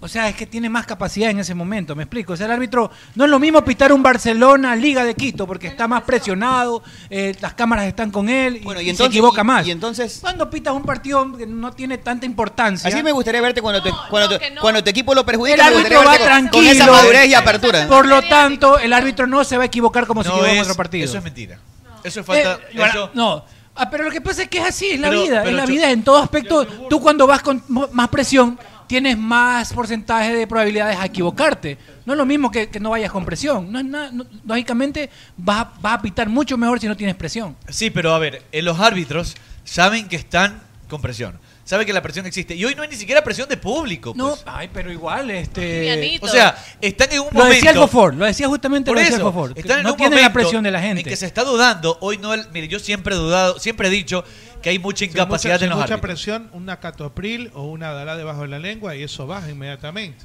S2: O sea, es que tiene más capacidad en ese momento, me explico. O sea, el árbitro no es lo mismo pitar un Barcelona Liga de Quito porque está más presionado, eh, las cámaras están con él y, y se equivoca más.
S6: Y entonces
S2: cuando pitas un partido que no tiene tanta importancia.
S6: así me gustaría verte cuando te, cuando, te- cuando tu equipo lo
S2: El
S6: perjudica, me
S2: árbitro
S6: gustaría
S2: va
S6: verte con, con
S2: tranquilo. eh.
S6: esa madurez y apertura.
S2: Por lo tanto, el árbitro no se va a equivocar como se
S1: No,
S2: equivocó en
S1: es-
S2: otro partido.
S1: eso es mentira. Eso es falta.
S2: Eh, bueno,
S1: eso-
S2: No. Ah, pero lo que pasa es que es así, es la
S1: Pero-
S2: vida,
S1: pero
S2: es la
S1: yo-
S2: vida en todo aspecto. Tú cuando vas con mo- más presión, tienes más porcentaje de probabilidades a equivocarte. No es lo mismo que, que no vayas con presión. No es nada- no- lógicamente vas a, vas a pitar mucho mejor si no tienes presión.
S1: Sí, pero a ver, eh, los árbitros saben que están con presión. Saben que la presión existe. Y hoy no hay ni siquiera presión de público.
S2: No,
S1: pues.
S2: ay, pero igual, este...
S1: O sea, están en un
S2: Lo
S1: momento.
S2: decía el Gofor, lo decía justamente
S1: Por
S2: lo decía
S1: eso,
S2: el Gofor, que
S1: están en
S2: no
S1: un
S2: tienen la
S1: momento
S2: presión de la gente.
S1: En que se está dudando. Hoy no. el- Mire, yo siempre he dudado, siempre he dicho que hay mucha incapacidad
S3: mucha,
S1: en los
S3: mucha
S1: árbitros.
S3: presión, una catopril o una dalá debajo de la lengua y eso baja inmediatamente.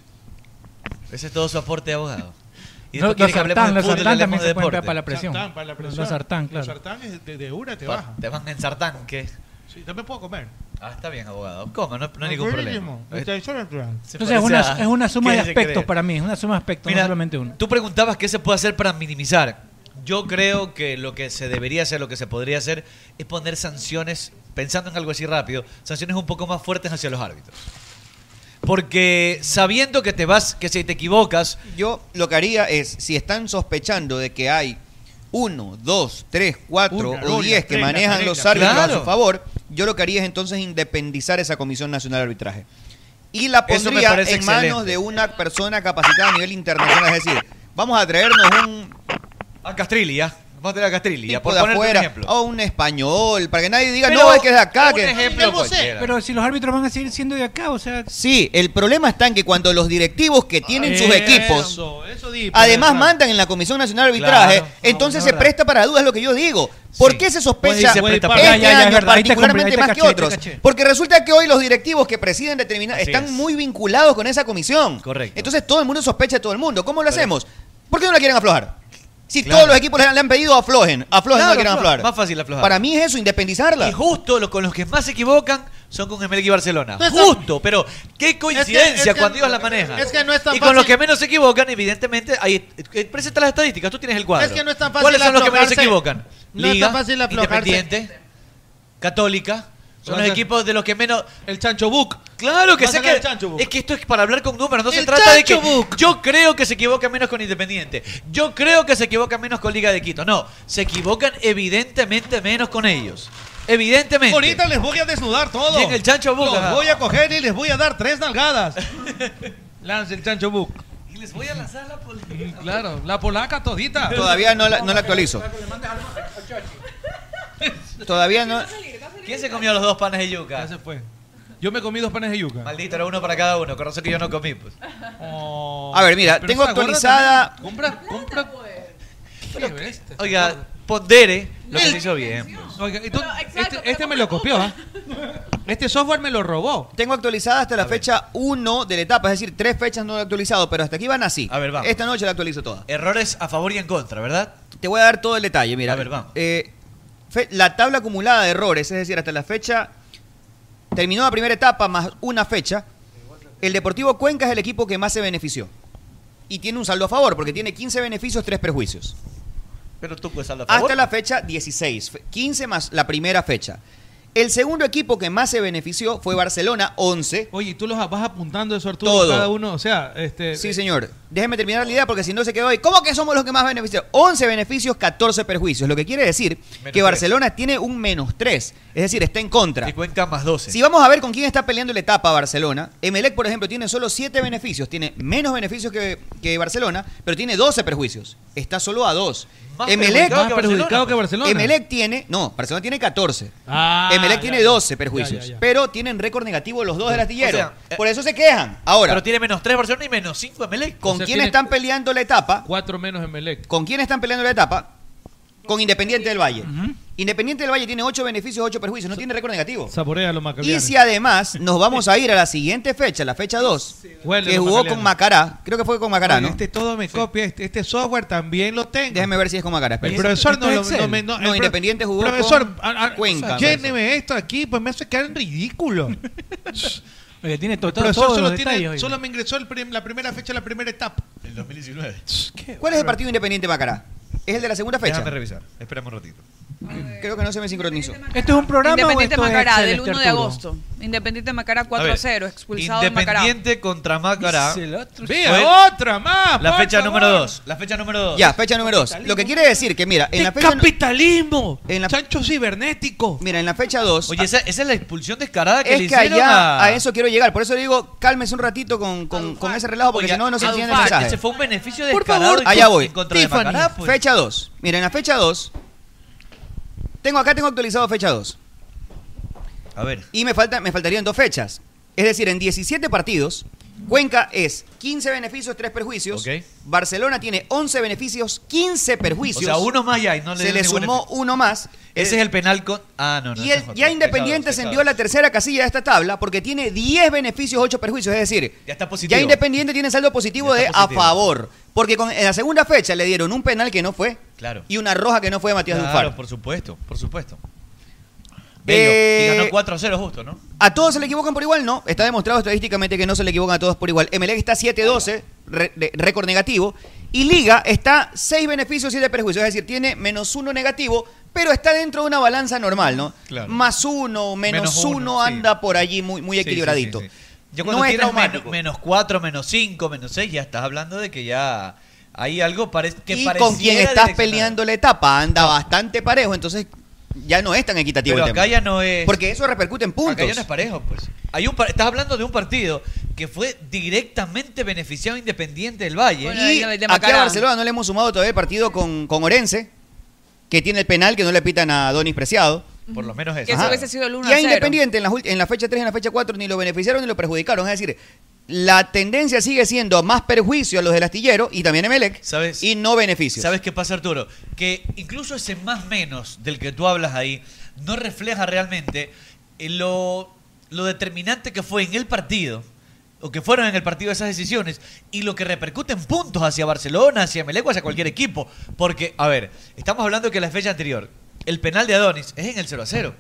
S1: Ese es todo su aporte de abogado. Y después
S3: No,
S1: quiere
S3: los
S1: que hablemos
S3: sartán,
S1: de
S3: los
S1: fútbol y
S3: sartán
S1: hablemos
S3: también
S1: de
S3: se pueden
S1: deporte.
S3: pegar para la presión. Sartán, para la presión. Los sartán, claro. Los sartán es de- de una te
S1: Pa-
S3: baja.
S1: Te van en sartán, ¿qué?
S3: Sí, también puedo comer.
S1: Ah, está bien, abogado. Coma, no, no hay ningún problema.
S3: Buenísimo. Está hecho natural.
S1: Se
S2: Entonces es
S1: parece
S2: una,
S1: a-
S2: es una suma
S1: ¿qué
S2: de
S1: se
S2: aspectos
S1: cree?
S2: para mí, es una suma de aspectos,
S1: Mira,
S2: no solamente uno.
S1: Tú preguntabas qué se puede hacer para minimizar. Yo creo que lo que se debería hacer, lo que se podría hacer, es poner sanciones, pensando en algo así rápido, sanciones un poco más fuertes hacia los árbitros. Porque sabiendo que te vas, que si te equivocas.
S6: Yo lo que haría es, si están sospechando de que hay uno, dos, tres, cuatro
S1: Una,
S6: o
S1: una,
S6: diez que
S1: treinta,
S6: manejan
S1: treinta.
S6: los árbitros a
S1: Claro.
S6: su favor, yo lo que haría es entonces independizar esa Comisión Nacional de Arbitraje. Y la
S1: Eso me
S6: pondría en
S1: parece
S6: manos
S1: excelente.
S6: de una persona capacitada a nivel internacional. Es decir, vamos a traernos un
S1: A Castrilli, ¿ah? ¿ya? Vamos a tener a Castrilli, ya,
S6: tipo
S1: por
S6: de
S1: ponerte un
S6: afuera
S1: ejemplo.
S6: o un español, para que nadie diga,
S1: Pero
S6: no, es que es de acá.
S1: un
S6: que...
S1: ejemplo Yo no sé, cualquiera.
S2: eh, Pero si los árbitros van a seguir siendo de acá, o sea,
S6: Sí, el problema está en que cuando los directivos que tienen
S1: Ah,
S6: sus equipos Además mandan en la Comisión Nacional de Arbitraje,
S2: Claro.
S6: entonces se presta para dudas lo que yo digo. ¿Por qué
S2: Pues
S6: se
S2: sí,
S6: sospecha
S2: se presta para-
S6: este
S2: Ya, ya, ya, es
S6: año
S2: verdad. Ahí te
S6: particularmente
S2: compré, ahí te
S6: más
S2: caché,
S6: que
S2: ahí te
S6: otros?
S2: caché.
S6: Porque resulta que hoy los directivos que presiden determinadas
S1: Así
S6: están
S1: es.
S6: muy vinculados con esa comisión.
S1: Correcto.
S6: Entonces todo el mundo sospecha de todo el mundo. ¿Cómo lo hacemos? ¿Por qué no la quieren aflojar? Si
S1: Claro.
S6: todos los equipos le han- le han pedido aflojen, aflojen, no
S1: Claro,
S6: la quieren aflojar.
S1: Más fácil aflojar.
S6: Para mí es eso, independizarla.
S1: Y justo los con los que más se equivocan son con Emelec y Barcelona. Justo, pero qué coincidencia
S6: es que-
S1: cuando ellos la manejan.
S9: este, es que no es tan
S1: y con los
S9: fácil.
S1: que menos se equivocan, evidentemente, ahí eh, presenta las estadísticas, tú tienes el cuadro.
S9: Es que no es tan fácil
S1: ¿Cuáles son los que menos se
S9: aflojarse.
S1: equivocan?
S9: No es
S1: Liga,
S9: tan fácil aflojarse.
S1: Independiente, Católica, son los
S3: Vas a-
S1: equipos de los que menos
S3: el Chancho Book.
S1: Claro que
S3: Vas
S1: sé
S3: a sacar
S1: que
S3: el Chancho Book.
S1: es que esto es para hablar con números, no se
S3: El
S1: trata de que
S3: Chancho Book.
S1: yo creo que se equivoca menos con Independiente. Yo creo que se equivoca menos con Liga de Quito. No, se equivocan evidentemente menos con ellos. Evidentemente.
S3: Ahorita les voy a desnudar todo.
S1: Y en el Chancho Book,
S3: Los
S1: ajá.
S3: voy a coger y les voy a dar tres nalgadas. Lance el Chancho Book. Mm,
S1: Y les voy a lanzar la política.
S3: Claro, la polaca todita.
S6: Todavía no la, no la actualizo. Todavía no.
S1: ¿Quién se comió los dos panes de yuca? Ya se
S3: fue. Yo me comí dos panes de yuca.
S1: Maldito, era uno para cada uno, con razón que yo no comí, pues. Oh.
S6: A ver, mira, tengo actualizada.
S3: Compra, compra.
S1: Oiga, pondere lo que se hizo bien.
S3: Oiga, y tú- este, este me lo copió, ¿ah? Este software me lo robó.
S6: Tengo actualizada hasta la fecha 1 de la etapa, es decir, tres fechas no lo he actualizado, pero hasta aquí van así. A ver,
S1: vamos.
S6: Esta noche la actualizo toda.
S1: Errores a favor y en contra, ¿verdad?
S6: Te voy a dar todo el detalle, mira.
S1: A ver, vamos.
S6: Eh, fe- la tabla acumulada de errores, es decir, hasta la fecha terminó la primera etapa más una fecha. El Deportivo Cuenca es el equipo que más se benefició. Y tiene un saldo a favor, porque tiene 15 beneficios, 3 perjuicios.
S1: Pero tú puedes hablar a favor.
S6: Hasta la fecha 16, fe- 15 más la primera fecha. El segundo equipo que más se benefició fue Barcelona, 11.
S3: Oye, tú los vas apuntando de sortudo
S6: Todo.
S3: cada uno, o sea, este
S6: Sí, señor. Déjeme terminar la idea porque si no se quedó ahí. ¿Cómo que somos los que más beneficiaron? 11 beneficios, 14 perjuicios. Lo que quiere decir
S1: Menos
S6: que
S1: tres.
S6: Barcelona tiene un menos 3. Es decir, está en contra.
S1: Y Cuenca más 12.
S6: Si vamos a ver con quién está peleando la etapa Barcelona, Emelec, por ejemplo, tiene solo 7 beneficios. Tiene menos beneficios que, que Barcelona, pero tiene 12 perjuicios. Está solo a 2.
S3: Más
S6: Emelec,
S3: perjudicado que Más perjudicado Barcelona, que pues. Barcelona.
S6: Emelec tiene, no, Barcelona tiene 14.
S3: Ah,
S6: Emelec
S3: ya,
S6: tiene
S3: ya.
S6: 12 perjuicios,
S3: Ya, ya, ya.
S6: pero tienen récord negativo los dos del astillero.
S1: O sea, eh,
S6: por eso se quejan. Ahora,
S1: Pero tiene menos 3 Barcelona y menos 5 Emelec.
S6: ¿Con
S1: O sea,
S6: quién
S1: tiene-
S6: están peleando la etapa?
S3: Cuatro menos Emelec.
S6: ¿Con quién están peleando la etapa? Con Independiente del Valle. Independiente del Valle tiene 8 beneficios, 8 perjuicios, no tiene récord negativo.
S3: saborea los macabianos.
S6: Y si además nos vamos a ir a la siguiente fecha, la fecha 2,
S3: Huele
S6: que
S3: los
S6: jugó
S3: macaleanos.
S6: con Macará, creo que fue con Macará,
S3: Oye,
S6: ¿no?
S3: Este todo me copia, este, este software también lo tengo.
S6: Déjeme ver si es con Macará. espera.
S3: El profesor no, lo- no me- no, el
S6: No,
S3: pro-
S6: Independiente jugó
S3: profesor, ah,
S6: con
S3: a- a-
S6: Cuenca.
S3: o sea, lléneme esto aquí, pues me hace quedar en ridículo.
S2: oye, tiene to- to-
S3: profesor
S2: todos
S3: solo,
S2: los
S3: tiene-
S2: detalles, oye.
S3: solo me ingresó el prim- la primera fecha, la primera etapa.
S1: El 2019.
S6: ¿Cuál es el partido Independiente Macará? Es el de la segunda fecha.
S1: Déjame revisar. Esperamos un ratito.
S6: Creo que no se me sincronizó.
S2: ¿Esto es un programa
S4: Independiente Macará, del 1 de agosto. Independiente Macará
S1: A ver,
S4: 4-0, expulsado de Macará.
S1: Independiente contra Macará.
S4: Dice el otro.
S1: Fue
S4: Vea,
S3: otra más.
S1: La
S6: por
S1: fecha
S6: favor.
S1: número 2. La fecha número 2.
S6: Ya, fecha número 2. Lo que quiere decir que, mira, en la fecha.
S3: capitalismo!
S6: En la,
S3: ¡Chancho cibernético!
S6: Mira, en la fecha 2.
S1: Oye, esa, esa es la expulsión descarada que
S6: es
S1: le
S6: que
S1: hicieron
S6: allá
S1: a...
S6: a... eso quiero llegar. Por eso le digo, cálmese un ratito con, con, con ese relajo, porque
S1: Oye,
S6: si no, no se
S1: a
S6: entiende el
S1: Dufar,
S6: mensaje.
S1: Ese fue un beneficio
S6: Por
S1: descarado
S6: favor,
S1: en-
S6: allá voy.
S1: en contra de
S6: Tiffany,
S1: Macará, pues.
S6: Fecha 2. Mira, en la fecha 2. Tengo acá tengo actualizado fecha 2.
S1: A ver.
S6: Y me falta me faltarían dos fechas. Es decir, en 17 partidos, Cuenca es 15 beneficios, 3 perjuicios. Barcelona tiene 11 beneficios, 15 perjuicios.
S1: O sea, uno más ya y no le
S6: Se
S1: dio
S6: le
S1: ningún
S6: sumó
S1: beneficio.
S6: uno más.
S1: Ese
S6: Eh,
S1: es el penal con... Ah, no, no.
S6: y
S1: ese
S6: el-
S1: es otro.
S6: ya Independiente
S1: Fecha
S6: se
S1: dos,
S6: envió
S1: fecha
S6: a la tercera casilla de esta tabla porque tiene 10 beneficios, 8 perjuicios. Es decir,
S1: dos. Ya está positivo.
S6: ya Independiente tiene saldo positivo
S1: Ya
S6: de
S1: está positivo.
S6: a favor. Porque con- en la segunda fecha le dieron un penal que no fue
S1: Claro.
S6: y una roja que no fue de Matías
S1: Claro,
S6: Dufar.
S1: por supuesto, por supuesto.
S6: Eh,
S1: Bello, y ganó 4 a 0 justo, ¿no?
S6: ¿A todos se le equivocan por igual? No. Está demostrado estadísticamente que no se le equivocan a todos por igual. Emelec está 7-12, re- de- récord negativo. Y Liga está 6 beneficios, 7 perjuicios. Es decir, tiene menos 1 negativo, pero está dentro de una balanza normal, ¿no?
S1: Claro.
S6: Más 1, menos
S1: Menos
S6: 1
S1: uno,
S6: anda por allí muy, muy
S1: Sí, sí,
S6: equilibradito.
S1: sí, sí. Ya cuando
S6: No es
S1: tienes men-
S6: traumático.
S1: menos 4, menos 5, menos 6, ya estás hablando de que ya hay algo pare- que
S6: Y
S1: pareciera
S6: con quien estás
S1: direccionado.
S6: peleando la etapa anda bastante parejo, entonces ya no es tan equitativo
S1: Pero
S6: el tema.
S1: acá ya no es...
S6: Porque eso repercute en puntos.
S1: Acá ya no es parejo, pues. Hay un par- estás hablando de un partido que fue directamente beneficiado Independiente del Valle.
S6: Y aquí a Barcelona no le hemos sumado todavía el partido con, con Orense, que tiene el penal que no le pitan a Donis Preciado.
S1: Por lo menos
S4: Que eso hubiese sido el 1
S6: Y a
S4: 0.
S6: Independiente en la, en la fecha 3 y en la fecha 4 ni lo beneficiaron ni lo perjudicaron. Es decir, la tendencia sigue siendo a más perjuicio a los del astillero y también a Emelec
S1: ¿Sabes?
S6: y no beneficios.
S1: ¿Sabes qué pasa, Arturo? Que incluso ese más menos del que tú hablas ahí no refleja realmente eh, lo, lo determinante que fue en el partido o que fueron en el partido esas decisiones y lo que repercute en puntos hacia Barcelona, hacia Melec o hacia cualquier equipo. Porque, a ver, estamos hablando que la fecha anterior, el penal de Adonis es en el 0 a 0.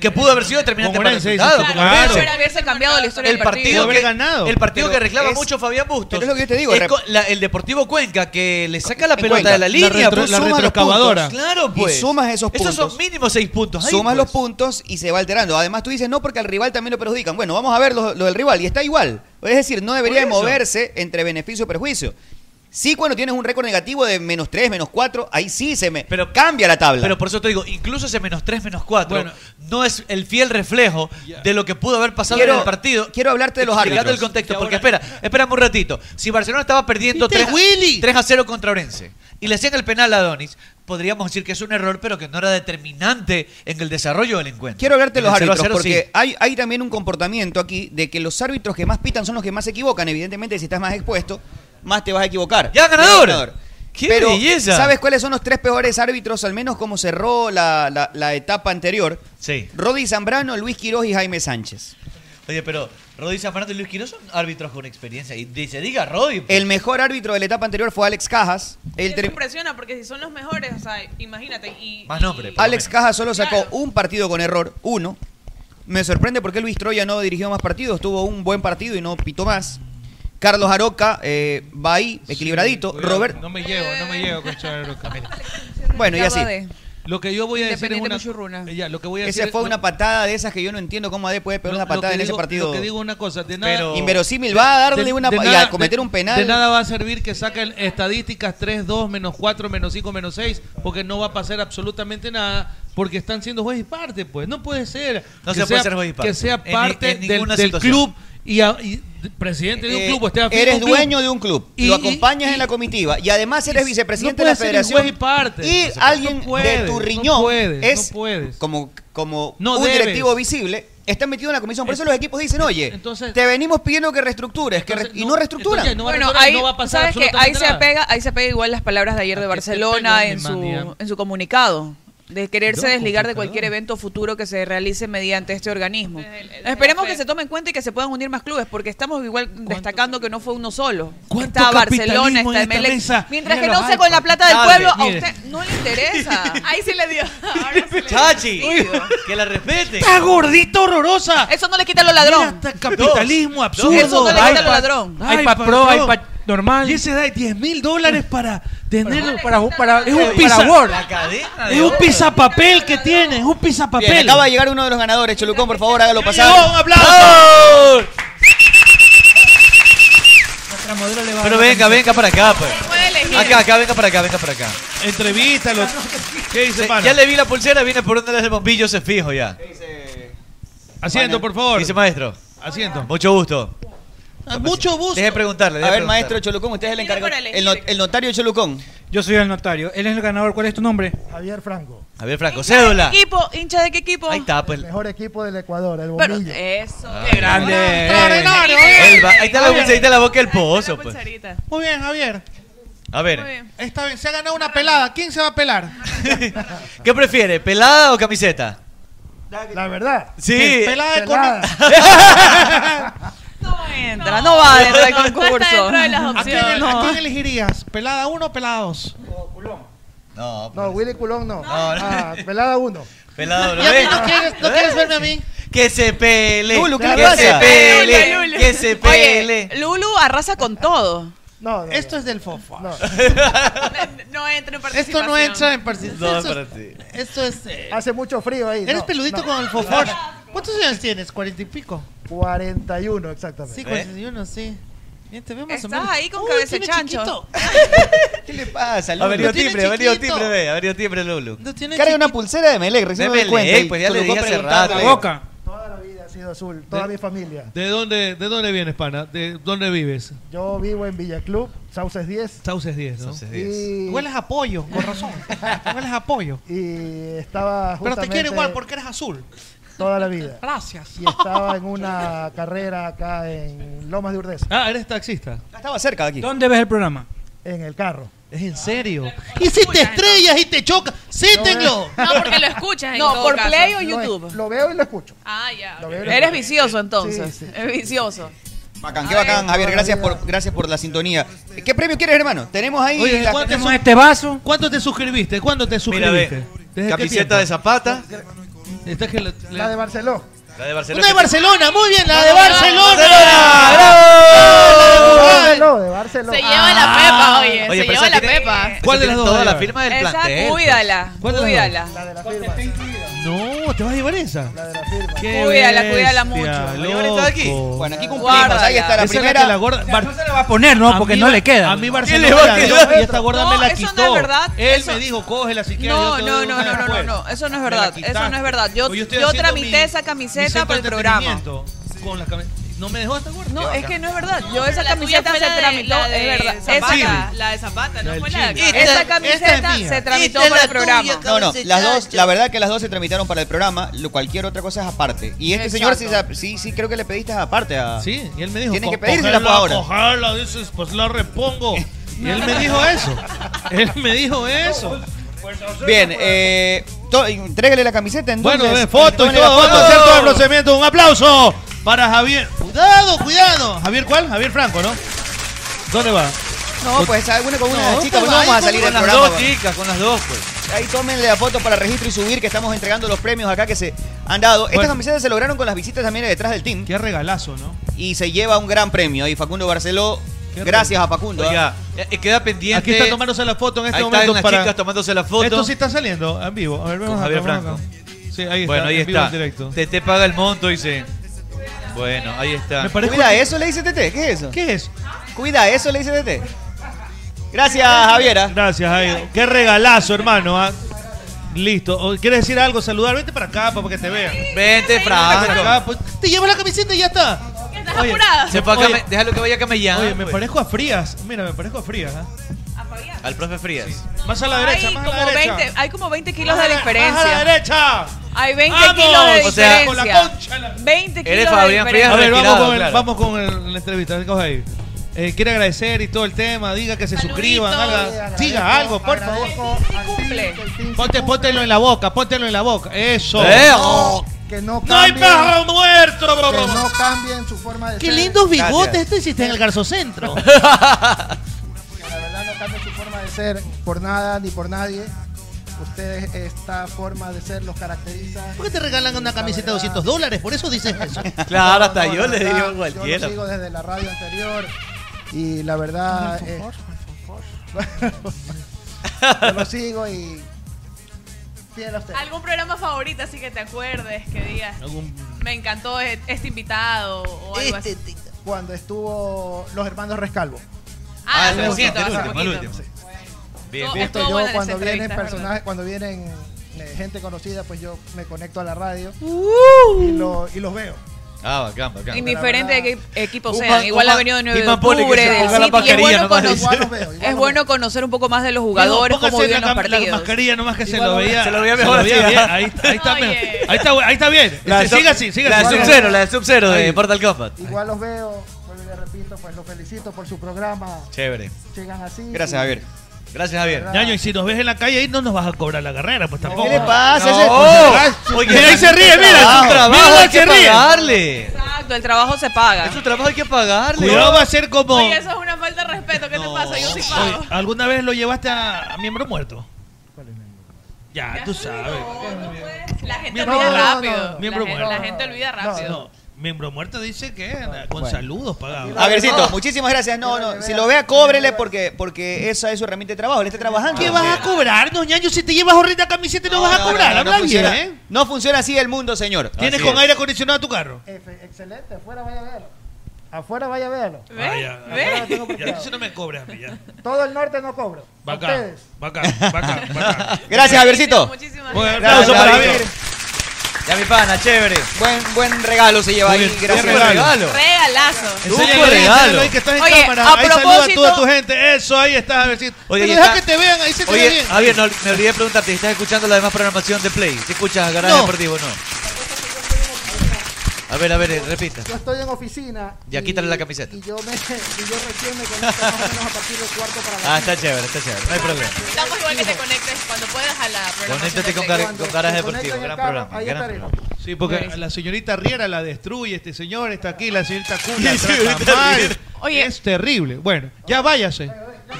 S1: Que pudo haber sido determinante
S3: Con
S1: para el
S3: Orense,
S1: resultado.
S3: dices tú,
S1: con
S3: con Orense.
S1: Orense.
S4: Pero hubiese cambiado la historia
S1: el
S4: del partido.
S1: partido que,
S3: haber ganado.
S1: El partido
S3: Pero
S1: que reclama
S3: es-
S1: mucho Fabián Bustos.
S3: pero es lo que yo te digo, rep-
S1: co- la- el Deportivo Cuenca que le saca la
S6: En
S1: pelota
S6: Cuenca.
S1: de la
S6: La
S1: línea.
S6: retro-
S1: pues,
S6: la
S1: suma los
S6: retrocavadora.
S1: puntos. Claro,
S6: Y
S1: pues.
S6: sumas esos
S1: Esos son
S6: puntos.
S1: mínimos seis puntos. ahí,
S6: Sumas
S1: pues.
S6: los puntos y se va alterando. Además, tú dices, no, porque al rival también lo perjudican. Bueno, vamos a ver lo, lo del rival y está igual. Es decir, no debería de
S1: Por eso.
S6: moverse entre beneficio y perjuicio. Sí, cuando tienes un récord negativo de menos 3, menos 4, ahí sí se me cambia la tabla.
S1: Pero por eso te digo, incluso ese menos 3, menos 4 no es el fiel reflejo de lo que pudo haber pasado
S6: Quiero-
S1: en el partido.
S6: Quiero hablarte de los
S1: Explicando
S6: árbitros.
S1: el contexto, porque espera, espérame un ratito. Si Barcelona estaba perdiendo 3 a, 3 a 0 contra Orense y le hacían el penal a Adonis, podríamos decir que es un error, pero que no era determinante en el desarrollo del encuentro.
S6: Quiero hablarte de
S1: En
S6: los
S1: el 0 a 0,
S6: árbitros,
S1: sí.
S6: porque hay, hay también un comportamiento aquí de que los árbitros que más pitan son los que más se equivocan. Evidentemente, si estás más expuesto, más te vas a equivocar.
S1: ¡Ya, ganador! ¡Qué
S6: Pero,
S1: belleza!
S6: ¿sabes cuáles son los tres peores árbitros, al menos como cerró la, la- la etapa anterior?
S1: Sí.
S6: Rodi Zambrano, Luis Quiroz y Jaime Sánchez.
S1: Oye, pero Rodi Zambrano y Luis Quiroz son árbitros con experiencia. Y dice, diga Rodi. pues.
S6: El mejor árbitro de la etapa anterior fue Alex Cajas. El
S10: Eso
S6: ter-
S10: impresiona porque si son los mejores, o sea, imagínate. Y,
S1: Más nombre. por lo
S6: Alex
S1: menos.
S6: Cajas solo sacó un partido con error, uno. Me sorprende porque Luis Troya no dirigió más partidos, tuvo un buen partido y no pitó más. Carlos Aroca eh, va ahí, equilibradito.
S3: Cuidado,
S6: Robert,
S3: No me llevo, no me llevo con Chávez Roca. Mira.
S6: bueno, y así.
S3: Lo que yo voy a decir es
S6: Independiente
S3: una... Eh, ya, lo que voy a
S6: Esa
S3: decir-
S6: fue
S3: lo-
S6: una patada de esas que yo no entiendo cómo AD puede pegar
S3: lo-
S6: una
S3: lo
S6: patada
S3: que
S6: en ese
S3: digo-
S6: partido.
S3: Lo que digo una cosa, de nada...
S6: Pero- Inverosímil, va a darle una- y a cometer un penal.
S3: De nada va a servir que saquen estadísticas 3, 2, menos 4, menos 5, menos 6, porque no va a pasar absolutamente nada, porque están siendo juez y parte, pues. No puede ser.
S1: No
S3: que
S1: se puede
S3: sea-
S1: ser juez y parte.
S3: Que sea
S1: En ni-
S3: parte
S1: en
S3: del,
S1: ninguna
S3: del
S1: situación.
S3: club y, a- y de- presidente de un
S6: Eh,
S3: club. o esté afín a
S6: eres
S3: un club.
S6: dueño de un club,
S3: Y-
S6: lo
S3: y-
S6: acompañas en la comitiva y además eres
S3: y-
S6: vicepresidente
S3: no
S6: de la
S3: puedes ser el
S6: federación.
S3: juez y parte.
S6: y
S3: No se puede.
S6: alguien
S3: No puedes,
S6: de tu
S3: no
S6: riñón
S3: puedes, no
S6: es como, como
S3: No
S6: un
S3: debes.
S6: directivo visible, está metido en la comisión. Por eso
S3: Eh,
S6: los equipos dicen, oye, te venimos pidiendo que reestructures que re- y no reestructuran.
S3: entonces ya no va a
S4: Bueno,
S3: resolver,
S4: ahí,
S3: no va a pasar
S4: ¿sabes qué? Ahí
S3: absolutamente
S4: se,
S3: nada.
S4: apega, ahí se apega igual las palabras de ayer de Barcelona
S3: pena,
S4: en
S3: mi manía.
S4: su, en su comunicado, de quererse
S3: Loco,
S4: desligar de
S3: pecador.
S4: cualquier evento futuro que se realice mediante este organismo. Esperemos que se tome en cuenta y que se puedan unir más clubes, porque estamos igual destacando que no fue uno solo. Está Barcelona,
S3: capitalismo en
S4: está
S3: esta
S4: Emelec.
S3: mesa.
S4: Mientras
S3: Mira
S4: que
S3: los
S4: no sea con la
S3: iPads.
S4: plata del
S3: Dale,
S4: pueblo, a
S3: mire.
S4: usted no le interesa.
S10: Ahí sí le dio. Ahora sí le dio.
S1: Chachi, que la respete.
S3: ¡Está gordita horrorosa!
S4: Eso no le quita lo ladrón.
S3: Mira, está capitalismo absurdo.
S4: Eso no le quita lo
S3: iPad,
S4: ladrón.
S3: iPad Pro, iPad
S2: normal.
S3: Y esa edad de 10 mil dólares para tenerlo.
S2: Para, para,
S3: es un
S2: para
S3: pizza,
S2: Word.
S3: es un pizapapel que tiene, es un pizapapel.
S6: Bien, acaba de llegar uno de los ganadores. Cholucón, por favor, hágalo pasar.
S3: llegó, un aplauso.
S1: Pero venga, venga para acá, pues.
S4: Puede elegir.
S1: Acá, acá, venga para acá, venga para acá.
S3: Entrevístalo. ¿Qué dice, pana?
S1: Ya le vi la pulsera, viene por donde el bombillo, se fijo ya.
S3: Asiento, por favor.
S1: Dice maestro.
S3: Asiento.
S1: Mucho gusto.
S3: Mucho gusto.
S1: Deje preguntarle.
S6: Ah, A ver, maestro Cholucón, usted es el encargado. El, no- el notario de Cholucón.
S2: Yo soy el notario. Él es el ganador. ¿Cuál es tu nombre?
S9: Javier Franco.
S1: Javier Franco, cédula.
S4: ¿Qué equipo? ¿Hincha de qué equipo? Ahí
S1: está, pues,
S9: El mejor equipo del Ecuador, el
S4: Pero
S9: bombillo.
S4: eso.
S1: Qué grande.
S4: Extraordinario,
S1: Él va-
S4: eh.
S1: Ahí está la bolsa, ahí está la boca del pozo, pues.
S4: Sarita.
S9: Muy bien, Javier.
S1: A ver,
S9: Está bien, se ha ganado una pelada. ¿Quién se va a pelar?
S1: ¿qué prefiere, pelada o camiseta?
S9: La verdad.
S1: Sí.
S9: Pelada de
S4: Entra, no va dentro del concurso.
S9: ¿A quién, el- a
S4: No.
S9: quién elegirías? ¿Pelada 1 o pelada 2?
S1: No,
S9: No, Willy Culón
S1: No,
S9: no.
S1: no.
S9: Ah, pelada 1.
S1: pelado, ¿lo
S9: ¿Y a mí
S1: ves?
S9: no quieres- no quieres verme a mí?
S1: Que se pele.
S9: Lulu, ¿qué
S1: que
S9: le
S1: se
S9: pasa?
S1: pele. Que se pele.
S4: Oye, Lulu arrasa con todo.
S9: No, Esto es del fofo. No,
S4: no entra en
S9: Esto
S4: participación.
S9: no entra en participación.
S1: No,
S9: Esto es-
S1: espérate.
S9: Esto es. Hace mucho frío ahí. Eres
S16: no,
S9: peludito
S16: no.
S9: con el fofor. ¿Cuántos años tienes? ¿Cuarenta y pico?
S16: 41, exactamente.
S9: Sí, cuarenta y uno, sí. Bien, te veo más o
S4: Estás
S9: menos.
S4: ahí con
S9: Uy,
S4: cabeza
S9: tiene
S4: chancho.
S9: chiquito.
S6: ¿Qué le pasa,
S1: Ha venido
S6: Lo tiene
S1: timbre, ha venido
S6: chiquito.
S1: timbre, ve, ha venido timbre, Lulu.
S6: Carga una pulsera de Melec, recién me
S1: De
S6: doy cuenta.
S1: Melec,
S6: y
S1: pues ya le
S6: Cholucón
S1: dije hace
S6: preguntándole.
S1: rato. Boca.
S9: Toda la vida ha sido azul, toda
S3: ¿De-
S9: mi familia.
S3: ¿De dónde, ¿De dónde vienes, pana? ¿De dónde vives?
S9: Yo vivo en Villaclub, Sauces 10.
S3: Sauces 10, ¿no?
S9: Y...
S3: Hueles a pollo, con razón. Hueles a pollo.
S9: Y
S3: Pero te
S9: estaba
S3: quiero
S9: justamente
S3: igual porque eres azul.
S9: Toda la vida.
S3: Gracias.
S9: Y estaba en una carrera acá en Lomas de Urdesa.
S3: Ah, eres taxista.
S6: Estaba cerca de aquí.
S2: ¿Dónde ves el programa?
S9: En el carro.
S3: Es en serio.
S9: Y si te estrellas y te chocas, sítenlo.
S4: Ah, No, porque lo escuchas en
S17: No,
S4: todo
S17: por
S4: caso.
S17: Play o
S4: Lo es.
S17: YouTube.
S9: Lo veo y lo escucho.
S4: Ah, ya. ok.
S9: Lo veo y lo
S4: Eres
S9: escucho.
S4: vicioso entonces.
S9: Sí, sí.
S4: Es vicioso.
S6: Bacán, qué bacán, Javier. Gracias por, gracias por la sintonía. ¿Qué premio quieres, hermano? Tenemos ahí.
S3: Oye,
S6: las-
S3: ¿cuánto
S6: tenemos-
S3: te-
S2: este vaso?
S3: ¿Cuánto te suscribiste? ¿Cuándo te
S1: Mira,
S3: suscribiste?
S1: ve. Camiseta de zapata.
S9: La de Barcelona.
S1: La de Barcelona.
S9: Una de
S1: que-
S9: Barcelona, muy bien, la de Barcelona.
S1: ¡Bravo!
S9: De Barcelona.
S4: Se lleva la pepa, oye.
S1: Oye,
S4: se
S1: pero
S4: lleva
S1: esa
S4: la
S1: tiene-
S4: pepa.
S1: ¿Cuál de las dos? Toda la firma del
S4: Esa,
S1: plantel. pues.
S4: cuídala.
S1: ¿Cuál de las
S4: Cuídala.
S3: No, te vas a llevar esa.
S4: Cuídala, cuídala mucho.
S3: está aquí? Bueno,
S6: aquí
S4: cumplimos, ahí está la primera.
S3: se la
S2: va a poner, ¿no? Porque no le queda.
S3: A mí
S2: ¿Qué le va a
S3: Barcelona,
S2: quedar?
S3: yo- y esta gorda
S4: No,
S3: me la
S4: eso no
S3: quitó.
S4: es verdad,
S3: Él
S4: eso-
S3: me dijo, cógela si quieres.
S4: No,
S3: yo te
S4: no,
S3: doy
S4: no,
S3: una
S4: no, no, no,
S3: después.
S4: no, eso no es
S3: Me la
S4: verdad,
S3: quitaste.
S4: eso no es verdad. Yo-
S3: Oye, estoy
S4: yo
S3: haciendo
S4: tramité
S3: mi-
S4: esa camiseta
S3: mi centro
S4: para el
S3: de
S4: programa.
S3: entretenimiento con la cami- No me dejó esta gorda.
S4: No, es que no es verdad. Yo
S17: pero
S4: esa
S17: la
S4: camiseta
S17: tuya
S4: se
S17: fue la de-
S4: tramitó,
S17: la de
S4: es verdad.
S17: Zapata,
S4: Esa,
S17: la de Zapata, no fue la de acá.
S4: esta camiseta se tramitó
S17: Esta es
S4: para
S17: la
S4: el
S17: tuya,
S4: programa.
S6: No, no, las dos, la verdad que las dos se tramitaron para el programa, lo cualquier otra cosa es aparte. Y este señor sí, se- sí, sí, creo que le pediste aparte a.
S3: Sí, y él me dijo.
S6: Tienes que
S3: "Co-
S6: pedírsela
S3: cógela,
S6: pues, ahora.
S3: cógela", dices, pues la repongo. Y él me dijo eso. Él me dijo eso.
S6: Bien, eh, to- entrégale la camiseta entonces.
S3: Bueno, de foto y
S6: Tómale la
S3: todo. Vamos
S6: foto.
S3: a hacer todo el procedimiento. Un aplauso para Javier. Cuidado, cuidado. ¿Javier cuál? Javier Franco, ¿no? ¿Dónde va?
S6: No, pues alguna con una
S3: No,
S6: chica,
S3: pues,
S6: pues no vamos
S3: ahí
S6: a salir
S3: con
S6: del
S3: las
S6: programa.
S3: dos
S6: pues.
S1: Chicas, con las dos, pues.
S6: Ahí tómenle la foto para registro y subir que estamos entregando los premios acá que se han dado. Estas camisetas se lograron con las visitas también de detrás del team.
S3: Qué regalazo, ¿no?
S6: Y se lleva un gran premio ahí Facundo Barceló. Gracias a Facundo. ¿ah?
S1: Oiga, eh, queda pendiente.
S6: Aquí está tomándose la foto en este
S1: Ahí
S6: momento
S1: Están las
S6: para-
S1: chicas tomándose la foto.
S3: Esto sí está saliendo en vivo. A ver, vemos
S1: con Javier
S3: acá, vemos
S1: Franco.
S3: acá. Sí, ahí está.
S1: Bueno, ahí
S3: en vivo,
S1: está.
S3: en directo.
S1: Te, te paga el monto, dice. Bueno, ahí está.
S6: Me parece- Cuida eso, le dice TT. ¿Qué es eso?
S3: ¿Qué es?
S6: Cuida eso, le dice TT. Gracias, ¿ah? Javiera.
S3: Gracias, Jairo. Qué regalazo, hermano. ah. Listo. O- ¿Quieres decir algo? Saludar. Vente para acá pues, para que te vean.
S1: Vente,
S3: Vente para acá,
S1: Franco.
S3: pues.
S9: Te llevas la camiseta y ya está.
S4: ¿Estás apurada?
S1: Se fue a came- déjalo este. que vaya camellando.
S3: Oye,
S6: pues.
S3: me parezco a Frías. Mira, me parezco a Frías. ah.
S1: Al profe Frías.
S3: Más a la derecha,
S4: Hay
S3: más a
S4: como
S3: la derecha.
S4: 20, hay como 20 kilos
S3: Más
S4: de
S3: a la- Más a la
S4: diferencia.
S3: derecha.
S4: Hay 20
S3: ¡Vamos!
S4: kilos de
S3: O sea, con la
S4: diferencia.
S3: concha de la-
S4: 20
S3: Eres
S4: kilos de
S3: Fabián
S4: diferencia.
S3: A ver, vamos
S1: retirado,
S3: con, el-
S1: claro.
S3: vamos con el- la entrevista. ¿qué coge ahí? Eh, quiere agradecer y todo el tema. Diga que se suscriban. Haga, diga algo, por favor.
S9: Cumple.
S3: Ponte, póntelo en la boca, póntelo en la boca. Eso.
S9: Eh, oh. Que no
S3: ¡No hay
S9: cambien-
S3: pájaro muerto! bro, bro,
S9: Que
S3: bro.
S9: no cambien su forma de
S3: Qué
S9: ser.
S3: lindos bigotes
S9: Gracias.
S3: te hiciste en el Garzocentro.
S9: Que la verdad no cambien su forma de ser por nada ni por nadie. Ustedes esta forma de ser los caracteriza.
S3: ¿Por qué te regalan una camiseta de 200 dólares? Por eso dices eso.
S1: Claro,
S9: No,
S1: hasta
S9: no,
S1: yo
S9: la
S1: le
S9: verdad,
S1: digo a
S9: Yo
S1: cualquiera.
S9: lo sigo desde la radio anterior.
S18: Y la verdad.
S9: Por
S18: eh,
S9: favor,
S18: yo lo sigo y. Fiel a usted.
S10: ¿Algún programa favorito así que te acuerdes, que digas?
S18: Algún-
S10: Me encantó e- este invitado o algo
S1: Este
S10: así.
S18: Cuando estuvo los hermanos Rescalvo.
S10: Ah,
S18: Me gusta,
S10: hace poquito, hace
S18: hace poquito.
S10: poquito.
S1: Bien,
S10: Todo-
S1: bien.
S18: Justo
S10: estuvo
S18: yo
S10: buena esa
S18: cuando vienen
S10: entrevista, es
S18: personajes,
S10: verdad.
S18: cuando vienen eh, gente conocida, pues yo me conecto a la radio
S10: ¡Uh!
S18: y, lo- y los veo.
S1: Ah, bacán, bacán.
S4: Indiferente de qué equipo
S1: Un
S4: sean.
S1: man-
S4: Igual
S1: un
S4: ha
S1: man-
S4: venido de 9
S1: y
S4: de
S1: man pone que
S4: octubre,
S1: se
S4: del
S1: ponga la
S4: City. Es
S1: mascarilla
S4: bueno,
S1: nomás,
S4: conocer,
S1: dice. Igual lo veo,
S4: es bueno conocer un poco más de los jugadores,
S3: póngase
S4: cómo viven
S3: la
S4: los
S3: cam- la
S4: partidos.
S3: mascarilla nomás que se
S4: Igual
S3: lo
S4: lo veo.
S3: veía.
S4: Se lo veía
S3: se
S1: mejor
S3: veía
S1: así,
S3: bien,
S1: ¿ah?
S3: Ahí, ahí está, mejor. ahí, está, ahí está bien.
S1: La de
S3: Este,
S1: Sub-
S3: siga así, siga
S1: la de
S3: así.
S1: Sub-Zero, la de Sub-Zero de
S3: Ahí.
S1: Mortal Kombat.
S18: Igual los veo, vuelvo y les repito, pues los felicito por su programa.
S1: Chévere.
S18: Sigan así. y-
S1: Gracias, Javier. Gracias, Javier.
S3: Ñaño, y si nos ves en la calle ahí, no nos vas a cobrar la carrera, pues tampoco.
S1: le pasa? Ese-
S3: No.
S1: Oye,
S3: Mira, ahí se ríe, mira.
S1: trabajo,
S3: Mira,
S1: trabajo,
S3: ahí
S1: hay
S3: se
S1: que
S3: ríe.
S1: pagarle.
S4: Exacto, el trabajo se paga.
S1: Su trabajo hay que pagarle.
S3: Cuidado, va a ser como.
S10: Oye, eso es una falta de respeto. ¿Qué te pasa? Yo sí pago.
S3: Oye, ¿Alguna vez lo llevaste a, a miembro muerto? Ya, tú sabes.
S10: La gente
S3: Miembro
S10: olvida
S3: muerto.
S10: rápido.
S3: No, no, no. Miembro
S10: la, gente,
S3: muerto.
S10: la gente olvida rápido.
S3: No, miembro muerto dice que na- con
S6: Bueno.
S3: saludos pagaba.
S6: A vercito, muchísimas gracias. No, no, si lo vea, cóbrele porque, porque esa es su herramienta de trabajo. Le está trabajando. Ah,
S3: ¿Qué vas a cobrar, no, ñaño? Si te llevas horrenda camiseta, no, vas a
S6: no,
S3: cobrar.
S6: no, no
S3: Habla bien,
S6: funciona,
S3: ¿eh?
S6: No funciona así el mundo, señor.
S3: Tienes
S6: Así
S3: con
S6: es.
S3: aire acondicionado tu carro.
S18: Efe- excelente, afuera vaya a verlo. Afuera vaya a verlo.
S3: Ah, ya,
S18: Afuera
S3: ya.
S18: lo tengo
S3: Ya,
S18: parqueado.
S3: entonces no me cobras a mí, ya.
S18: Todo el norte no cobro.
S3: Bacán,
S18: Ustedes.
S3: bacán, bacán, bacán.
S6: Gracias, Javiercito.
S3: Bueno,
S6: Gracias,
S3: aplauso para Javier.
S1: Ya mi pana, chévere.
S6: Buen, buen regalo se lleva
S1: Muy
S6: ahí.
S1: bien,
S6: Gracias.
S1: buen regalo.
S4: Regalazo.
S3: Enséñale,
S1: Súper regalo.
S3: enséñalo ahí que estás en
S4: Oye,
S3: cámara.
S4: a
S3: ahí saluda a
S4: propósito-
S3: toda tu gente. Eso, ahí estás, a ver si.
S1: Oye,
S3: Pero
S1: y
S3: deja
S1: está-
S3: que te vean, ahí se te ve
S1: Oye,
S3: bien.
S1: Javier, no- me olvidé de preguntarte, ¿estás escuchando la demás programación de Play? ¿Te escuchas Garaje
S18: No.
S1: Deportivo no? A ver, a ver, eh, repita.
S18: Yo estoy en oficina.
S1: Ya,
S18: y-
S1: quítale la camiseta.
S18: Y yo, me, y yo recién me conecto más o menos a partir del cuarto para la
S1: Ah, está chévere, está chévere, no hay problema.
S3: Este
S10: Estamos igual que te conectes cuando puedas a la programación.
S1: Conéctate
S10: de
S1: con,
S10: Play.
S1: Gar- con Garaje Deportivo, gran programa,
S18: ahí
S1: gran
S18: estaré.
S1: programa.
S3: Sí, porque a la señorita Riera la destruye, este señor está aquí, la señorita Cula
S1: Sí,
S3: trata
S1: señorita
S3: mal.
S1: Riera.
S4: Oye.
S3: Es terrible. Bueno, ya váyase.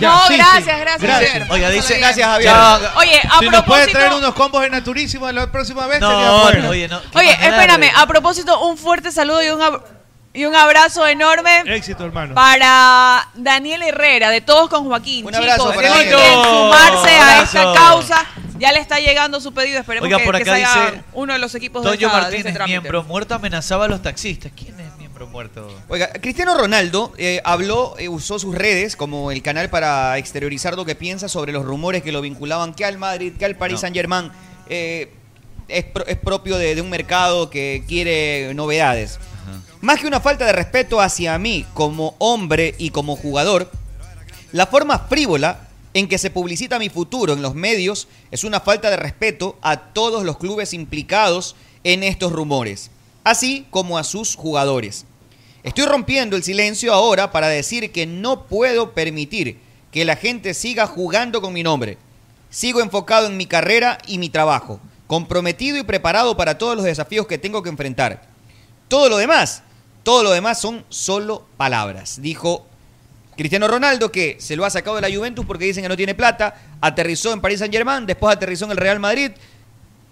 S4: No, gracias, gracias, Javier.
S1: Oiga, dice,
S4: Gracias,
S3: Javier.
S4: Oye, a
S3: si nos puede
S4: propósito-
S3: traer unos combos de Naturísimo la próxima vez,
S1: No,
S3: sería bueno.
S1: no, oye, no.
S4: Oye, espérame, a propósito, un fuerte saludo y un, ab- y un abrazo enorme
S3: Éxito, hermano.
S4: para Daniel Herrera, de Todos con Joaquín.
S3: Un abrazo
S4: Chicos,
S3: para
S4: si
S3: Daniel.
S4: quieren sumarse a
S1: Abrazo.
S4: esta causa, ya le está llegando su pedido. Esperemos
S1: Oiga,
S4: que,
S1: por
S4: que
S1: acá
S4: salga
S1: dice
S4: uno de los equipos de,
S1: Toño
S4: esta- de este
S1: Martínez,
S4: trámite.
S1: miembro muerto, amenazaba a los taxistas. ¿Quién es miembro muerto?
S6: Oiga, Cristiano Ronaldo eh, habló, eh, usó sus redes como el canal para exteriorizar lo que piensa sobre los rumores que lo vinculaban que al Madrid, que al Paris
S1: No.
S6: Saint Germain. Eh, es, pro- es propio de, de un mercado que quiere novedades.
S1: Ah.
S6: Más que una falta de respeto hacia mí como hombre y como jugador, la forma frívola en que se publicita mi futuro en los medios es una falta de respeto a todos los clubes implicados en estos rumores, así como a sus jugadores. Estoy rompiendo el silencio ahora para decir que no puedo permitir que la gente siga jugando con mi nombre. Sigo enfocado en mi carrera y mi trabajo, comprometido y preparado para todos los desafíos que tengo que enfrentar. Todo lo demás, todo lo demás son solo palabras, dijo Cristiano Ronaldo, que se lo ha sacado de la Juventus porque dicen que no tiene plata, aterrizó en París Saint Germain, después aterrizó en el Real Madrid.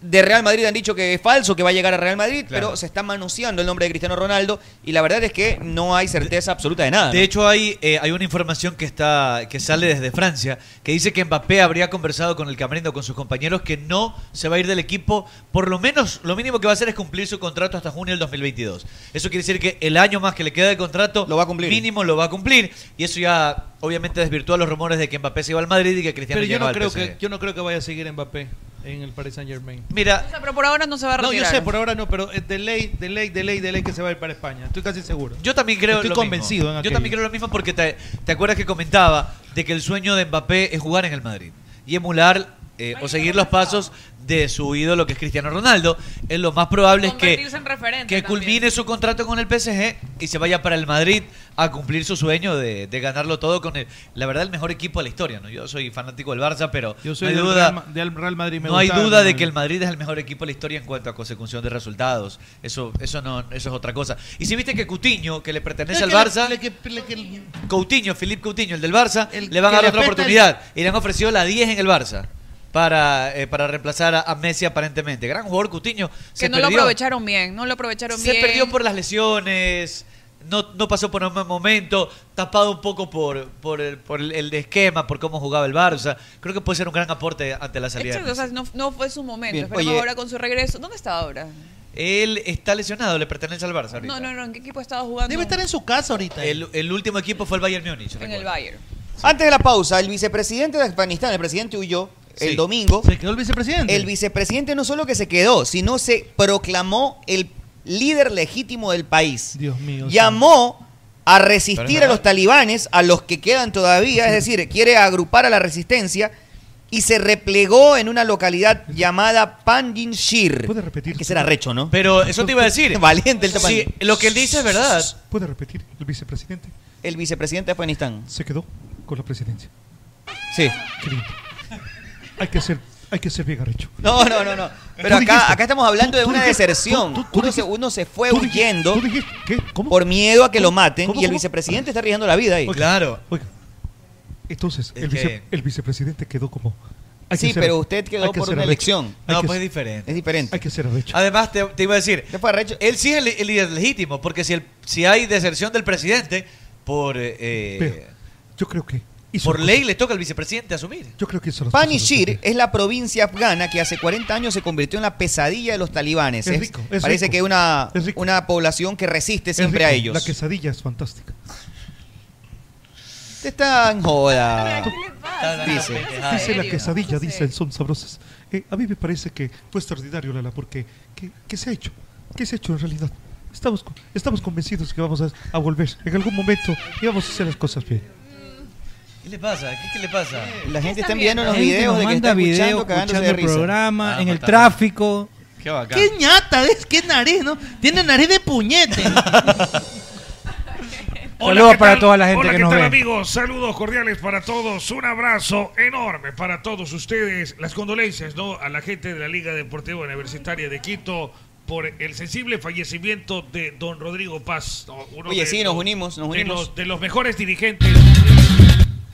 S6: De Real Madrid han dicho que es falso, que va a llegar a Real Madrid,
S1: Claro.
S6: pero se está manoseando el nombre de Cristiano Ronaldo y la verdad es que no hay certeza absoluta de nada. ¿no?
S1: De hecho, hay, eh, hay una información que está que sale desde Francia que dice que Mbappé habría conversado con el camerino, con sus compañeros, que no se va a ir del equipo. Por lo menos, lo mínimo que va a hacer es cumplir su contrato hasta junio del 2022. Eso quiere decir que el año más que le queda de contrato, lo va a cumplir. mínimo lo va a cumplir. Y eso ya, obviamente, desvirtúa los rumores de que Mbappé se iba al Madrid y que Cristiano
S3: Pero yo
S1: llegaba
S3: no,
S1: al
S3: creo
S1: PSG.
S3: que, yo no creo que vaya a seguir Mbappé en el Paris Saint Germain.
S1: Mira.
S4: O sea, pero por ahora no se va a
S3: No,
S4: retirar.
S3: yo sé, por ahora no, pero es de ley, de ley, de ley, de ley que se va a ir para España. Estoy casi seguro.
S1: Yo también creo
S3: Estoy
S1: lo
S3: convencido
S1: mismo.
S3: en
S1: Yo también creo lo mismo porque te, te acuerdas que comentaba de que el sueño de Mbappé es jugar en el Madrid y emular eh, o seguir los pasos de su ídolo que es Cristiano Ronaldo. Es lo más probable es que,
S10: Convertirse en referente
S1: que culmine su contrato con el PSG y se vaya para el Madrid a cumplir su sueño de, de ganarlo todo con el, la verdad el mejor equipo de la historia. ¿no? Yo soy fanático del Barça, pero
S3: Yo soy
S1: no hay
S3: del
S1: duda.
S3: Real Ma- del Real Madrid, me
S1: no hay
S3: gustaba el
S1: duda
S3: Real
S1: de que
S3: Madrid.
S1: el Madrid es el mejor equipo de la historia en cuanto a consecución de resultados. Eso, eso no, eso es otra cosa. Y si viste que Cutiño, que le pertenece al Barça, Coutinho, Felipe Coutinho, el del Barça, le van
S3: que
S1: a dar otra
S3: le apesta
S1: oportunidad. Y le han ofrecido la 10 en el Barça para, eh, para reemplazar a, a Messi aparentemente. Gran jugador Coutinho.
S4: Que
S1: se
S4: no lo
S1: perdió.
S4: aprovecharon bien, no lo aprovecharon
S1: Se
S4: bien.
S1: perdió por las lesiones. no, no pasó por un mal momento, tapado un poco por, por, el, por el- el esquema, por cómo jugaba el Barça. Creo que puede ser un gran aporte ante la salida. de
S4: Exacto, o sea, no, no fue su momento.
S1: Bien,
S4: Esperemos
S1: oye.
S4: ahora con su regreso. ¿Dónde está ahora?
S1: Él está lesionado, le pertenece al Barça ahorita.
S4: No, no, no. ¿En qué equipo estaba jugando?
S18: Debe estar en su casa ahorita. eh.
S1: El, el último equipo fue el Bayern Múnich.
S4: En el Bayern.
S6: Antes de la pausa, el vicepresidente de Afganistán, el presidente huyó el domingo. ¿Se
S3: quedó el vicepresidente?
S6: El vicepresidente no solo que se quedó, sino se proclamó el líder legítimo del país.
S3: Dios mío.
S6: Llamó a
S3: Pero
S6: resistir
S3: no.
S6: a los talibanes, a los que quedan todavía, es decir, quiere agrupar a la resistencia y se replegó en una localidad llamada Pandinshir. ¿Puede repetir? Que será recho, ¿no?
S1: Pero eso te iba a decir.
S6: Valiente el
S1: Sí, lo que él dice es verdad.
S6: ¿Puede repetir el vicepresidente? El vicepresidente de Afganistán.
S5: Se quedó con la presidencia.
S6: Sí.
S5: Qué lindo. Hay que ser, hay que ser bien arrecho.
S6: No, no, no, no. Pero
S5: Tú
S6: acá,
S5: dijiste,
S6: acá estamos hablando de
S5: tú
S6: una
S5: dijiste,
S6: deserción.
S5: tú- tú
S6: uno, se, uno se fue huyendo por miedo a que lo maten y el vicepresidente está riesgando la vida ahí.
S1: Claro.
S5: Entonces, el,
S6: que-
S5: vice- el vicepresidente quedó como. hay que
S6: Sí,
S5: ser-
S6: pero usted
S5: hay
S6: quedó
S5: que
S6: por
S5: ser
S6: una
S5: arrecho.
S6: elección.
S5: Hay que
S1: pues
S5: ser-
S1: es diferente.
S6: Es diferente.
S5: Hay que ser arrecho.
S1: Además, te, te iba a decir, él sí es el, el líder legítimo, porque si, el, si hay deserción del presidente, por eh,
S5: Pero yo creo que. hizo
S1: por
S5: las
S1: ley
S5: cosas-
S1: le toca al vicepresidente asumir.
S5: Yo creo que hizo las cosas
S6: Panishir es la provincia afgana que hace 40 años se convirtió en la pesadilla de los talibanes.
S5: Es
S6: Es-
S5: rico, es
S6: parece
S5: rico,
S6: que es una, una población que resiste siempre
S5: Es
S6: a
S5: rico,
S6: ellos.
S5: La quesadilla es fantástica.
S6: Usted está en joda. Dice.
S5: Dice la quesadilla, dicen, son sabrosas. Eh, a mí me parece que fue extraordinario, Lala, porque ¿qué, qué se ha hecho? ¿Qué se ha hecho en realidad? Estamos, con- estamos convencidos que vamos a, a volver en algún momento y vamos a hacer las cosas bien.
S1: ¿Qué le pasa? ¿Qué, qué le pasa?
S6: La gente está
S1: viendo
S6: enviando los
S2: La gente
S6: videos
S2: nos
S6: de que
S2: manda
S6: está
S2: video,
S6: escuchando, cagándose de
S2: escuchando el
S6: risa.
S2: programa,
S6: Ah,
S2: en el
S6: fatal.
S2: tráfico.
S1: Qué bacán.
S18: Qué ñata, ¿ves? Qué nariz, ¿no? Tiene nariz de puñete.
S2: Saludos
S14: ¿qué
S2: para
S14: tal?
S2: toda la gente
S14: Hola,
S2: que
S14: ¿qué
S2: nos
S14: tal,
S2: ve.
S14: amigos? Saludos cordiales para todos. Un abrazo enorme para todos ustedes. Las condolencias ¿no? a la gente de la Liga Deportiva Universitaria de Quito por el sensible fallecimiento de don Rodrigo Paz. ¿no? Uno
S6: Oye,
S14: de
S6: sí, nos unimos, nos
S14: de
S6: unimos.
S14: los- de los mejores dirigentes.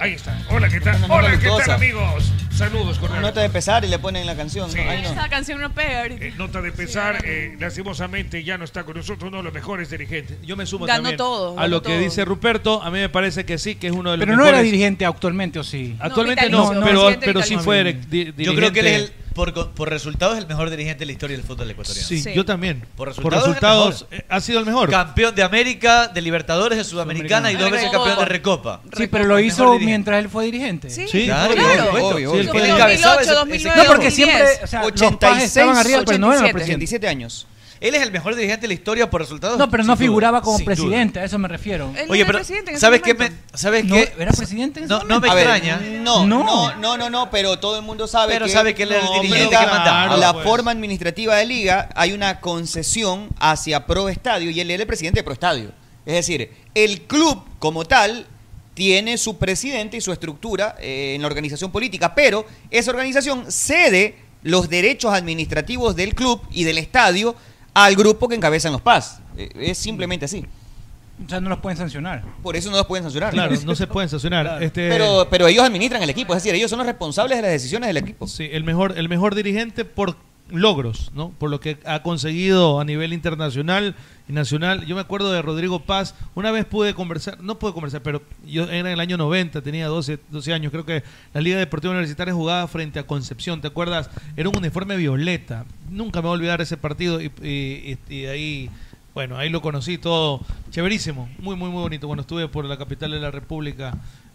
S14: Ahí está. Hola, ¿qué tal?
S6: Una nota
S14: Hola, ¿qué tal,
S6: luctuosa.
S14: amigos? Saludos
S6: Una
S1: eh.
S14: cordiales.
S6: nota de pesar y le ponen la canción. ¿no? Ay, no.
S10: Esa canción no pega ahorita.
S14: Eh, nota de pesar, eh, lastimosamente ya no está con nosotros uno de los mejores dirigentes.
S3: Yo me
S14: sumo
S3: Ganó también
S14: todo.
S3: A lo que dice Ruperto, a mí me parece que sí, que es uno de los
S2: Pero no era
S3: mejores.
S2: dirigente actualmente, ¿o sí?
S3: Actualmente no, pero, pero sí fue dirigente.
S1: Yo creo que él es el, por, co- por resultados, el mejor dirigente de la historia del fútbol ecuatoriano.
S3: Sí, yo también.
S1: Por
S3: Por
S1: resultados, es
S3: resultados,
S1: el mejor.
S3: eh, ha sido el mejor.
S1: Campeón de América, de Libertadores, de Sudamericana y dos veces
S2: Recopa.
S1: campeón de Recopa.
S2: Sí, pero lo hizo mientras él fue dirigente.
S1: Sí,
S2: sí
S1: claro,
S2: por
S1: claro,
S2: supuesto.
S1: obvio,
S2: Sí, él
S1: obvio.
S2: fue-
S1: 2008,
S2: encabezaba ese- ese
S1: 2009,
S2: equipo. No, porque siempre,
S1: 2010.
S2: o sea, los Pajes estaban arriba, pero no eran presidentes.
S6: 87 años.
S1: Él es el mejor dirigente de la historia por resultados.
S2: No, pero no
S1: sin duda,
S2: figuraba como
S1: sin duda.
S2: presidente, a eso me refiero.
S1: Oye, pero ¿sabes qué? me- ¿Sabes
S2: No,
S1: qué?
S2: era presidente en ese
S1: No, no me
S2: momento.
S1: extraña.
S6: No, no, no, no, no, pero todo el mundo sabe
S1: Pero
S6: que...
S1: sabe que él era el
S6: No,
S1: dirigente
S6: pero
S1: que mandaba.
S6: La
S1: Pues.
S6: forma administrativa de Liga, hay una concesión hacia Pro Estadio y él era el presidente de Pro Estadio. Es decir, el club como tal tiene su presidente y su estructura eh, en la organización política, pero esa organización cede los derechos administrativos del club y del estadio al grupo que encabezan los PAS. Eh, Es simplemente así.
S2: O sea, no los pueden sancionar.
S6: Por eso no los pueden sancionar.
S3: Claro, no se pueden sancionar. Este,
S6: Pero, pero ellos administran el equipo, es decir, ellos son los responsables de las decisiones del equipo.
S3: Sí, el mejor, el mejor dirigente por logros, ¿no? Por lo que ha conseguido a nivel internacional y nacional. Yo me acuerdo de Rodrigo Paz, una vez pude conversar, no pude conversar, pero yo era en el año 90, tenía 12, 12 años, creo que la Liga Deportiva Universitaria jugaba frente a Concepción, ¿te acuerdas? Era un uniforme violeta. Nunca me voy a olvidar ese partido y, y- y- y ahí... Bueno, ahí lo conocí todo, chéverísimo, muy, muy, muy bonito. Bueno, estuve por la capital de la República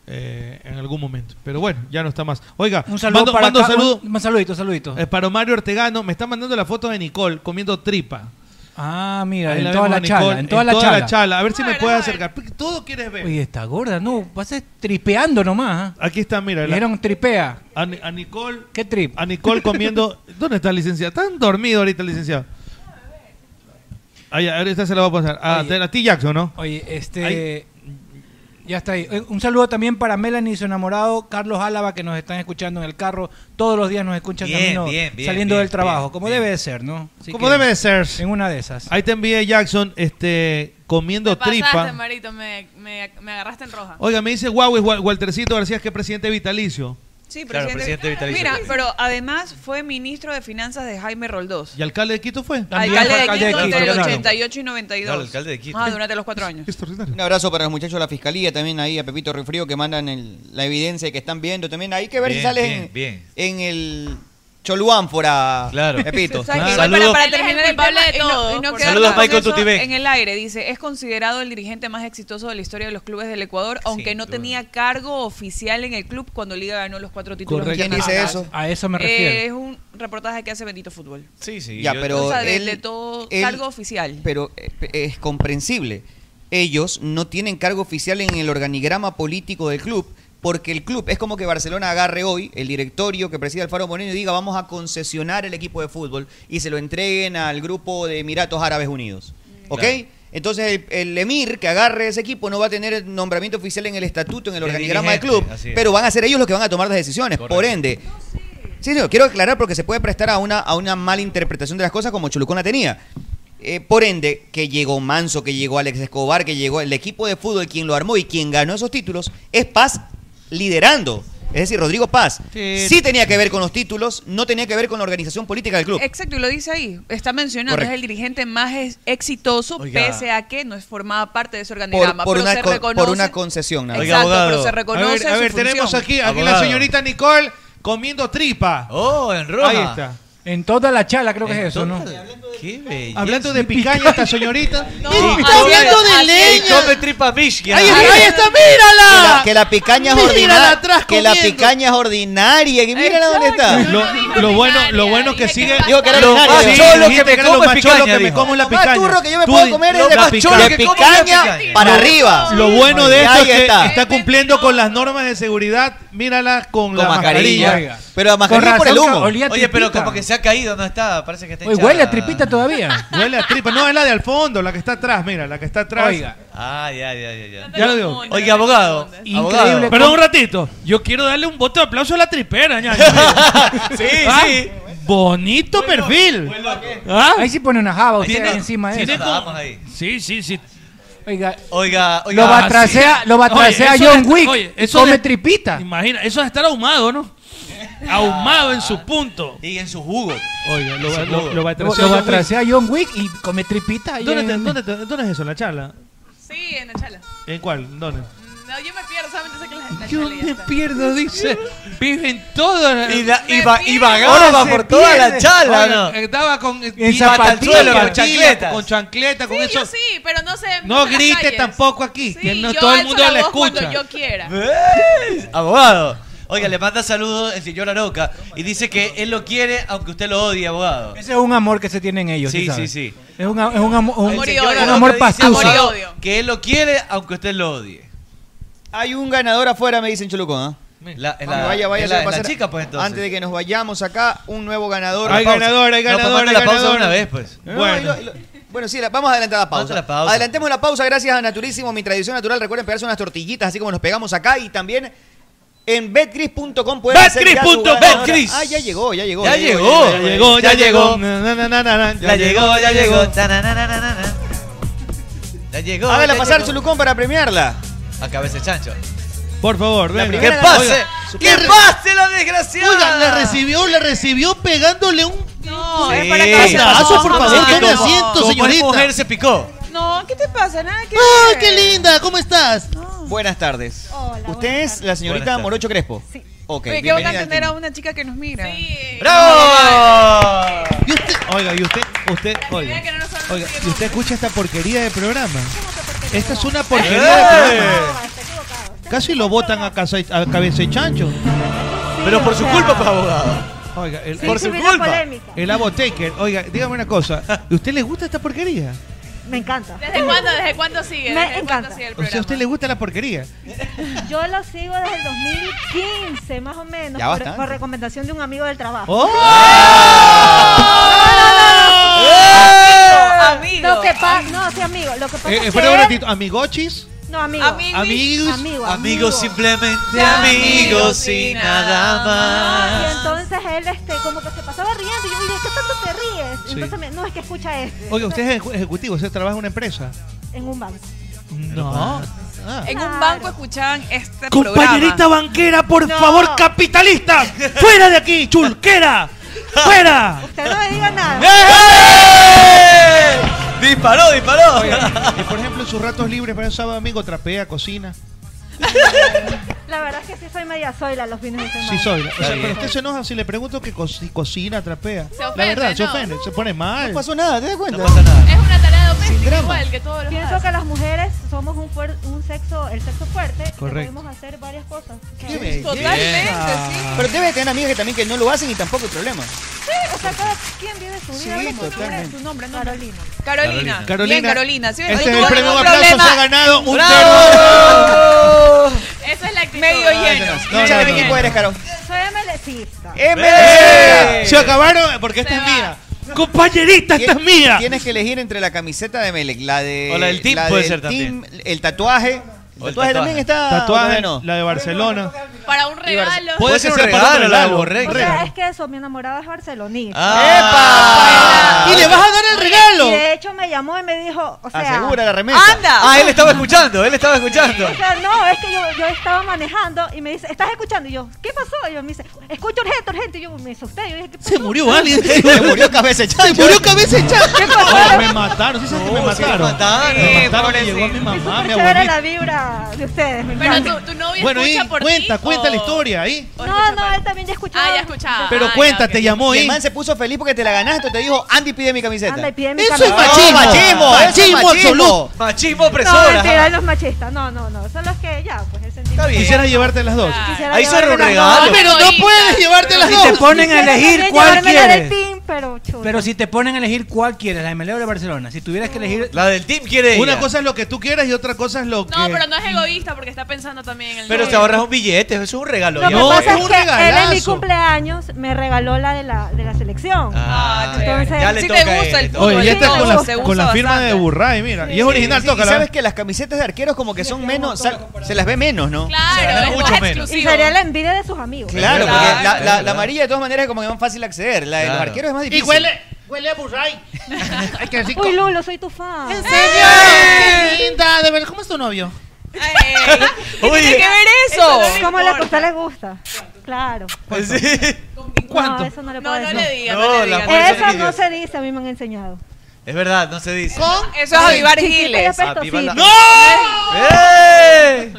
S3: eh, en algún momento, pero bueno, ya no está más. Oiga,
S2: Un saludo
S3: mando,
S2: para
S3: mando
S2: acá,
S3: saludo.
S2: un- un saludito, saludito.
S3: Eh, para Mario Ortegano, me está mandando la foto de Nicole comiendo tripa.
S2: Ah, mira,
S3: Ahí
S2: en
S3: la
S2: toda,
S3: vemos
S2: la
S3: a
S2: chala,
S3: Nicole,
S2: en toda la chala,
S3: A ver si me puede acercar. Todo quieres ver.
S2: Oye, está gorda, no, vas a tripeando nomás. ¿eh?
S3: Aquí está, mira. la-
S2: Dijeron tripea.
S3: A, Ni- a Nicole.
S2: ¿Qué trip?
S3: A Nicole comiendo. ¿Dónde está el licenciado? Están dormido ahorita el licenciado. Ahí, ahorita se la va a pasar. A, a ti, Jackson, ¿no?
S2: Oye, este. Ya está ahí. Eh, Un saludo también para Melanie y su enamorado, Carlos Álava, que nos están escuchando en el carro. Todos los días nos escuchan
S3: Bien,
S2: camino,
S3: bien, bien,
S2: saliendo
S3: bien,
S2: del trabajo,
S3: bien,
S2: como debe de ser, ¿no? Así
S3: Como
S2: que
S3: debe de ser.
S2: En una de esas.
S3: Ahí te envié, Jackson, este, comiendo
S10: Pasaste,
S3: tripa.
S10: Marito, me, me- me agarraste en roja.
S3: Oiga, me dice Huawei Waltercito García que es presidente vitalicio.
S4: Sí,
S1: Claro,
S4: presidente,
S1: presidente vitalicio.
S4: Mira, pero además fue ministro de finanzas de Jaime Roldós.
S3: ¿Y alcalde de Quito fue?
S4: Alcalde de Quito entre el 88 y 92.
S6: Claro, alcalde de Quito.
S4: Ah, durante los cuatro años.
S6: Un abrazo para los muchachos de la fiscalía, también ahí a Pepito Refrío que mandan el- la evidencia que están viendo. También hay que ver si
S1: Bien,
S6: sales
S1: bien,
S6: en,
S1: bien.
S6: en el Choluánfora.
S1: Claro.
S6: Pepito.
S4: ¿Sabes qué?
S1: Saludos.
S4: Para, para
S10: Él es el
S4: terminar el
S10: culpable
S4: tema
S10: de
S4: y no-
S10: todo,
S4: y no
S10: por
S4: quedarnos
S1: Saludos,
S4: con
S1: Michael
S4: eso
S1: Tutibé.
S4: En el aire, dice, es considerado el dirigente más exitoso de la historia de los clubes del Ecuador, aunque no tenía cargo oficial en el club cuando Liga ganó los cuatro títulos. nacionales.
S2: A eso me
S4: Eh,
S2: refiero.
S4: es un reportaje que hace Bendito Fútbol.
S1: Sí, sí.
S6: Ya, pero
S4: o sea, de,
S6: él-
S4: de todo
S6: él-
S4: cargo oficial.
S6: Pero eh, es comprensible. Ellos no tienen cargo oficial en el organigrama político del club, porque el club es como que Barcelona agarre hoy el directorio que preside Alfaro Moreno y diga vamos a concesionar el equipo de fútbol y se lo entreguen al grupo de Emiratos Árabes Unidos. ¿Ok?
S1: Mm. Claro.
S6: Entonces el, el emir que agarre ese equipo no va a tener el nombramiento oficial en el estatuto, en el
S1: El
S6: organigrama del
S1: dirigente,
S6: club,
S1: así es.
S6: pero van a ser ellos los que van a tomar las decisiones. Por ende, Sí, señor, quiero aclarar porque se puede prestar a una, a una mala interpretación de las cosas como Chulucón la tenía. Eh, por ende, que llegó Manso, que llegó Alex Escobar, que llegó el equipo de fútbol, quien lo armó y quien ganó esos títulos, es Paz liderando. Es decir, Rodrigo Paz sí, tenía que ver con los títulos, no tenía que ver con la organización política del club.
S4: Exacto, y lo dice ahí. Está mencionado,
S6: Correcto.
S4: es el dirigente más es- exitoso,
S6: Oiga.
S4: pese a que no es formaba parte de ese
S6: Por,
S4: organigrama.
S6: por
S4: pero
S6: una,
S4: se
S6: con-
S4: reconoce.
S6: por una concesión. nada más.
S4: Exacto, pero se reconoce.
S3: A ver, a
S4: su
S3: ver,
S4: función.
S3: tenemos aquí, aquí la
S6: Abogado.
S3: señorita Nicole comiendo tripa.
S1: Oh, en
S3: roja. Ahí está.
S2: En toda la chala creo que es eso, ¿no?
S1: Qué belleza.
S3: Hablando de picaña esta señorita.
S1: Y
S3: está
S1: come-
S3: hablando de
S1: y
S3: leña.
S1: come tripa Michigan.
S3: Ahí está, ahí
S6: Que
S3: está,
S6: la-
S3: mírala.
S6: Que la picaña es
S3: Mírala
S6: ordinaria.
S3: atrás
S6: Que la
S3: comiendo.
S6: picaña es ordinaria. Que mírala dónde está.
S3: Lo, lo bueno, lo bueno que sigue.
S6: Digo que era
S3: lo
S6: ordinaria.
S3: más cholo que me como es picaña. que me
S6: dijo.
S3: como es la
S6: Lo más
S3: picaña.
S6: turro que yo me
S3: Tú
S6: puedo
S3: di-
S6: comer es
S3: lo
S6: de
S3: más
S6: pa-
S3: picaña.
S6: de picaña para
S3: Lo-
S6: arriba.
S3: Lo bueno
S6: Ahí
S3: de esto es que
S6: está.
S3: está. cumpliendo con las normas de seguridad. Mírala con, la mascarilla.
S6: Pero la mascarilla
S3: Con
S6: por el
S3: razón,
S6: humo.
S3: olía
S1: Oye, pero
S3: tripita.
S1: como que se ha caído, no está, parece que está
S3: Oye,
S1: hinchada.
S3: huele a tripita
S2: todavía.
S3: Huele a tripa. No, es la de al fondo, la que está atrás. Mira, la que está atrás.
S1: Oiga. Ah, ya, ya, ya, ya.
S3: Ya lo digo.
S1: Oiga, abogado. abogado.
S5: Perdón un ratito. Yo quiero darle un voto de aplauso a la tripera, ñaño.
S1: Sí,
S5: Ah,
S1: sí.
S5: Bonito perfil. ¿Ah?
S2: Ahí sí pone una java usted
S5: Tiene-
S2: encima de
S5: tiene
S2: eso.
S5: como-
S1: Vamos ahí.
S5: Sí, sí, sí.
S2: Oiga,
S1: Oiga, oiga.
S2: Lo
S1: Ah,
S2: batracea, lo batracea
S5: Oye, eso
S2: John
S5: es-
S2: Wick.
S5: oye,
S2: y
S5: eso
S2: come
S5: de-
S2: tripita.
S5: Imagina, eso es estar ahumado, ¿no? Ahumado en su punto.
S1: Y en su jugo.
S5: Oiga,
S3: lo va- lo- lo va a pues,
S2: Lo, lo batracea John Wick y come tripita. ahí
S3: ¿Dónde,
S2: en-
S3: te- dónde te- dónde es eso? ¿En la charla?
S10: Sí, en la chala.
S3: ¿En cuál? ¿Dónde?
S10: Mm, No, yo me pierdo, solamente sé que la, la
S5: Yo
S10: chala y ya
S5: me
S10: está.
S5: pierdo, dice. Viven todos.
S1: Y, la- y, va- y vagaba por toda la chala, ¿no?
S3: eh,
S5: Estaba con. eh,
S1: En zapatillas,
S5: zapatillas,
S1: con chancletas.
S5: Con chancleta, con
S10: Sí,
S5: eso.
S10: yo sí, pero no sé.
S5: No
S10: en las
S5: grite
S10: calles.
S5: tampoco aquí,
S10: Sí,
S5: que no
S10: yo
S5: todo el
S10: alzo
S5: mundo
S10: la
S5: la
S10: voz cuando
S5: escucha.
S10: yo quiera.
S1: ¿Ves? Abogado. Oiga, le manda saludos el señor Aroca y dice que él lo quiere aunque usted lo odie, abogado.
S2: Ese es un amor que se tienen ellos.
S1: Sí,
S2: sabe?
S1: sí, sí.
S2: Es un, am- es un, amo- un-
S1: El
S2: un
S1: señor Aroca
S2: amor
S1: dice,
S2: pastuso.
S1: abogado, Que él lo quiere aunque usted lo odie.
S6: Hay un ganador afuera, me dicen Cholucón. ¿ah?
S1: La, es
S6: Vamos,
S1: la-
S6: vaya, vaya,
S1: es
S6: se
S1: la, es
S6: va a
S1: la
S6: pasar.
S1: chica, pues entonces.
S6: Antes de que nos vayamos acá, un nuevo ganador.
S1: Hay
S6: La pausa.
S1: ganador, hay No, pues, ganador, manda hay la pausa ganador. una vez, pues.
S6: No, no,
S1: Bueno.
S6: y lo- y lo- bueno, sí, la- vamos a adelantar la pausa.
S1: Manda la pausa.
S6: Adelantemos la pausa gracias a Naturísimo, mi tradición natural. Recuerden pegarse unas tortillitas, así como nos pegamos acá. Y también en betcris.com pueden hacer ya su
S1: Betcris.com.
S6: ganadora.
S1: Betcris.
S6: Ah, ya llegó, ya llegó.
S1: Ya llegó, ya llegó, ya llegó. Ya llegó, ya llegó. Ta, na, na, na, na, na, na. Ya llegó.
S6: Hágala
S1: ya
S6: pasar,
S1: llegó.
S6: Cholucón, para premiarla.
S1: A cabeza de chancho.
S3: Por favor,
S1: La
S3: venga.
S1: primera ¡Que pase!
S3: Oiga,
S1: ¡Que pase la desgraciada!
S3: Oiga, la recibió, la recibió pegándole un
S4: No,
S1: Sí.
S4: es para que se
S6: Ah,
S3: Andazo,
S4: recoja,
S3: por favor,
S4: mamá.
S3: que no
S4: No.
S3: asiento,
S1: Ah, Como es
S3: señorita.
S1: mujer se picó.
S6: eh.
S4: No, ¿qué te pasa? Nada que
S3: ¡Ay,
S6: Ah,
S9: ¡Ah,
S4: ver.
S3: qué linda! ¿Cómo estás?
S6: Buenas tardes. ¿Usted es la
S1: Buenas
S6: señorita
S1: tardes.
S6: Morocho Crespo? Sí. Ok,
S4: Oye, qué
S6: bienvenida
S4: van a
S6: al
S4: tener a una chica que nos mira.
S1: ¡Oh! ¡Bravo!
S3: Y usted, oiga, y usted, usted, oiga, oiga, y usted escucha esta porquería de programa. Esta es una porquería
S1: ¡Eh!
S3: de programa. Casi lo botan a, casa, a cabeza de chancho.
S1: Pero por su culpa, pues, abogado.
S3: Oiga, el,
S19: Sí,
S3: por
S19: sí,
S3: su
S19: vino
S3: culpa.
S19: polémica.
S3: El abotaker. Oiga, dígame una cosa. ¿Y usted le gusta esta porquería?
S19: Me encanta.
S10: ¿Desde cuándo, desde cuándo sigue?
S19: Me
S10: ¿Desde cuándo
S19: encanta.
S10: sigue el
S3: O sea, ¿a
S10: programa?
S3: usted le gusta la porquería?
S19: Yo lo sigo desde el 2015, más o menos,
S3: Ya
S19: por,
S3: bastante.
S19: por recomendación de un amigo del trabajo.
S3: ¡Oh!
S10: ¡Eh!
S19: Amigo, Lo que pasa, no, sí, amigo. Lo que pasa
S3: Eh, eh,
S19: es que
S3: espera un
S19: él-
S3: ratito. ¿Amigochis?
S19: No, amigo.
S3: Amigos.
S19: Amigo,
S1: Amigos
S19: amigo.
S1: simplemente
S19: Ya,
S1: amigos y nada
S19: Y
S1: más.
S19: entonces él, este, como que se pasaba riendo. Y yo dije, ¿qué tanto te ríes? Y
S3: Sí.
S19: Entonces, me- no, es que escucha este.
S3: Oiga, usted
S19: Entonces,
S3: es ejecu- ejecutivo, usted trabaja en una empresa.
S19: En un banco. Ah.
S3: No. Ah.
S4: En un banco escuchaban este
S5: Compañerita
S4: programa.
S5: banquera, por
S4: No.
S5: favor, capitalista. Fuera de aquí, chulquera. Fuera.
S19: Usted no le diga nada.
S1: Disparó, disparó.
S3: y por ejemplo, en sus ratos libres, para el sábado amigo, trapea, cocina.
S19: La verdad es que sí soy media soila los fines de semana.
S3: Sí, soy. O sea,
S19: Está bien.
S3: pero usted se enoja si le pregunto que co- si cocina, trapea.
S19: Se
S3: la
S19: ofende,
S3: verdad, se
S19: ¿no?
S3: ofende, se pone mal.
S19: No pasó nada,
S3: ¿te das cuenta? No pasa nada.
S19: Es una tarea
S10: doméstica
S3: drama.
S10: igual que todos los
S19: Pienso que las mujeres somos un, fuer- un sexo, el sexo fuerte, y
S6: Correcto.
S19: podemos hacer varias cosas.
S6: Qué
S19: Sí,
S6: belleza. Pero debe tener amigas que también que no lo hacen y tampoco hay problema.
S19: o sea, cada quien vive su vida.
S6: Sí,
S19: Habla tu nombre,
S6: totalmente.
S19: tu nombre, nombre. Carolina.
S4: Carolina.
S6: Carolina.
S4: Bien, Carolina. ¿sí ves?
S6: Este
S4: Ahí
S6: es
S4: tuvo
S6: el premio,
S4: ningún
S6: un aplauso,
S4: problema.
S6: se ha ganado un
S4: ¡Bravo! Esa es la actitud. Medio lleno.
S6: No, no, no, Em, no.
S4: equipo eres,
S6: Caro?
S19: Soy MLCista.
S6: ¡Eh!
S3: Se acabaron porque esta es mía. Compañerita, esta es mía.
S6: Tienes que elegir entre la camiseta de Melec, la de.
S3: O la del team puede ser
S6: también. El tatuaje. El tatuaje, también está.
S3: Tatuaje,
S6: bueno.
S3: la de Barcelona.
S10: Para un regalo.
S6: Puede ser un regalo, algo,
S19: O sea,
S6: regalo.
S19: es que eso, mi enamorada es barcelonista.
S6: ¡Epa!
S19: Bueno.
S6: ¿Y le vas a dar el
S19: Y-
S6: regalo?
S19: Y de hecho me llamó y me dijo, o sea...
S6: Asegura la remesa.
S19: ¡Anda!
S1: Ah, él estaba escuchando, él estaba escuchando.
S19: O sea, no, es que yo, yo estaba manejando y me dice, ¿estás escuchando? Y yo, ¿qué pasó? Y yo me dice, escucho urgente, urgente. Y yo me asusté. Yo dije, ¿qué pasó?
S6: Se murió alguien. Se murió cabeza echada. Se murió cabeza echada.
S19: ¿Qué pasó?
S3: Me mataron, ¿sí sabes que me mataron? Me mataron, me llegó a mi mamá, mi
S19: Súper chévere
S3: abuelita.
S19: la vibra de ustedes. me
S10: Pero
S19: encanta.
S10: tu, tu novio
S3: Bueno, y
S10: escucha por ti.
S3: cuenta, cuenta la historia ahí.
S19: No, no, él también ya escuchaba.
S10: Ah, ya escuchaba.
S6: Pero
S10: Ah, ya,
S6: cuenta,
S10: ok.
S6: te llamó Y y. el man se puso feliz porque te la ganaste. Te dijo, Andy, pide mi camiseta.
S19: Anda y pide mi
S6: Eso
S19: camiseta.
S6: es machismo.
S19: No,
S6: machismo,
S19: machismo
S6: eso es
S19: absoluto.
S1: Machismo
S19: No,
S1: opresor.
S19: mentira,
S1: ajá.
S19: los machistas. No, no, no. Son los que ya, pues el sentimiento.
S1: Está bien.
S3: Quisiera llevarte las dos.
S19: Quisiera
S1: Ahí se
S19: llevarme las
S1: regala.
S19: dos.
S1: Ah, pero
S2: no puedes
S6: llevarte
S2: las dos. Quisiera también llevarme la del
S19: team, pero
S2: Pero si te ponen a elegir cuál quieres, la de Meleo o la de Barcelona. Si tuvieras que elegir.
S1: La del team quiere.
S3: Una cosa es lo que tú quieras y otra cosa es lo que.
S10: No, pero no es egoísta porque está pensando también en el
S1: Pero te
S10: novio.
S1: ahorras un billete, eso es un regalo.
S19: Lo
S1: ya.
S19: que pasa es que él en mi cumpleaños me regaló la de la, de la selección.
S1: Ah,
S19: Entonces,
S1: ya le
S19: si
S1: toca
S19: te gusta
S1: el
S3: Oye,
S19: fútbol,
S3: y esta
S19: sí,
S3: con
S19: me
S3: la,
S19: gusta.
S3: con la firma de Burray, mira. y es original,
S6: Sí,
S3: toca
S6: Y
S3: la
S6: sabes que las camisetas de arqueros como que son menos, sal- se las ve menos, ¿no?
S10: Claro, es más
S19: Y
S10: exclusivo.
S19: sería la envidia de sus amigos.
S6: Claro, porque
S19: Claro.
S6: la, la- la
S19: Claro.
S6: amarilla de todas maneras es como que más fácil acceder. La de los
S1: Claro.
S6: arqueros es más difícil.
S9: Y huele, huele a burray. Ay, qué rico.
S19: Uy, Lulo, soy tu fan. ¡Eh!
S9: ¿En serio? Qué linda, de ver, ¿cómo es tu novio?
S19: ¿Qué
S9: Oye.
S19: tiene que ver
S9: Eso
S19: eso?
S9: no le
S19: ¿Cómo le
S9: importa.
S19: gusta? ¿Les gusta? Claro. No, eso no le
S10: No, no
S19: puedo decir.
S10: le digas,
S1: Eh, no le No, la digas. mujer
S19: Eso
S1: es
S19: no
S1: envidiosa.
S19: se dice, a mí me han enseñado.
S1: Es verdad, no se dice.
S10: Eso es avivar
S19: Chiquito y
S10: giles.
S19: apestosito.
S1: Avivar la-
S19: ¡No!
S1: ¡Eh!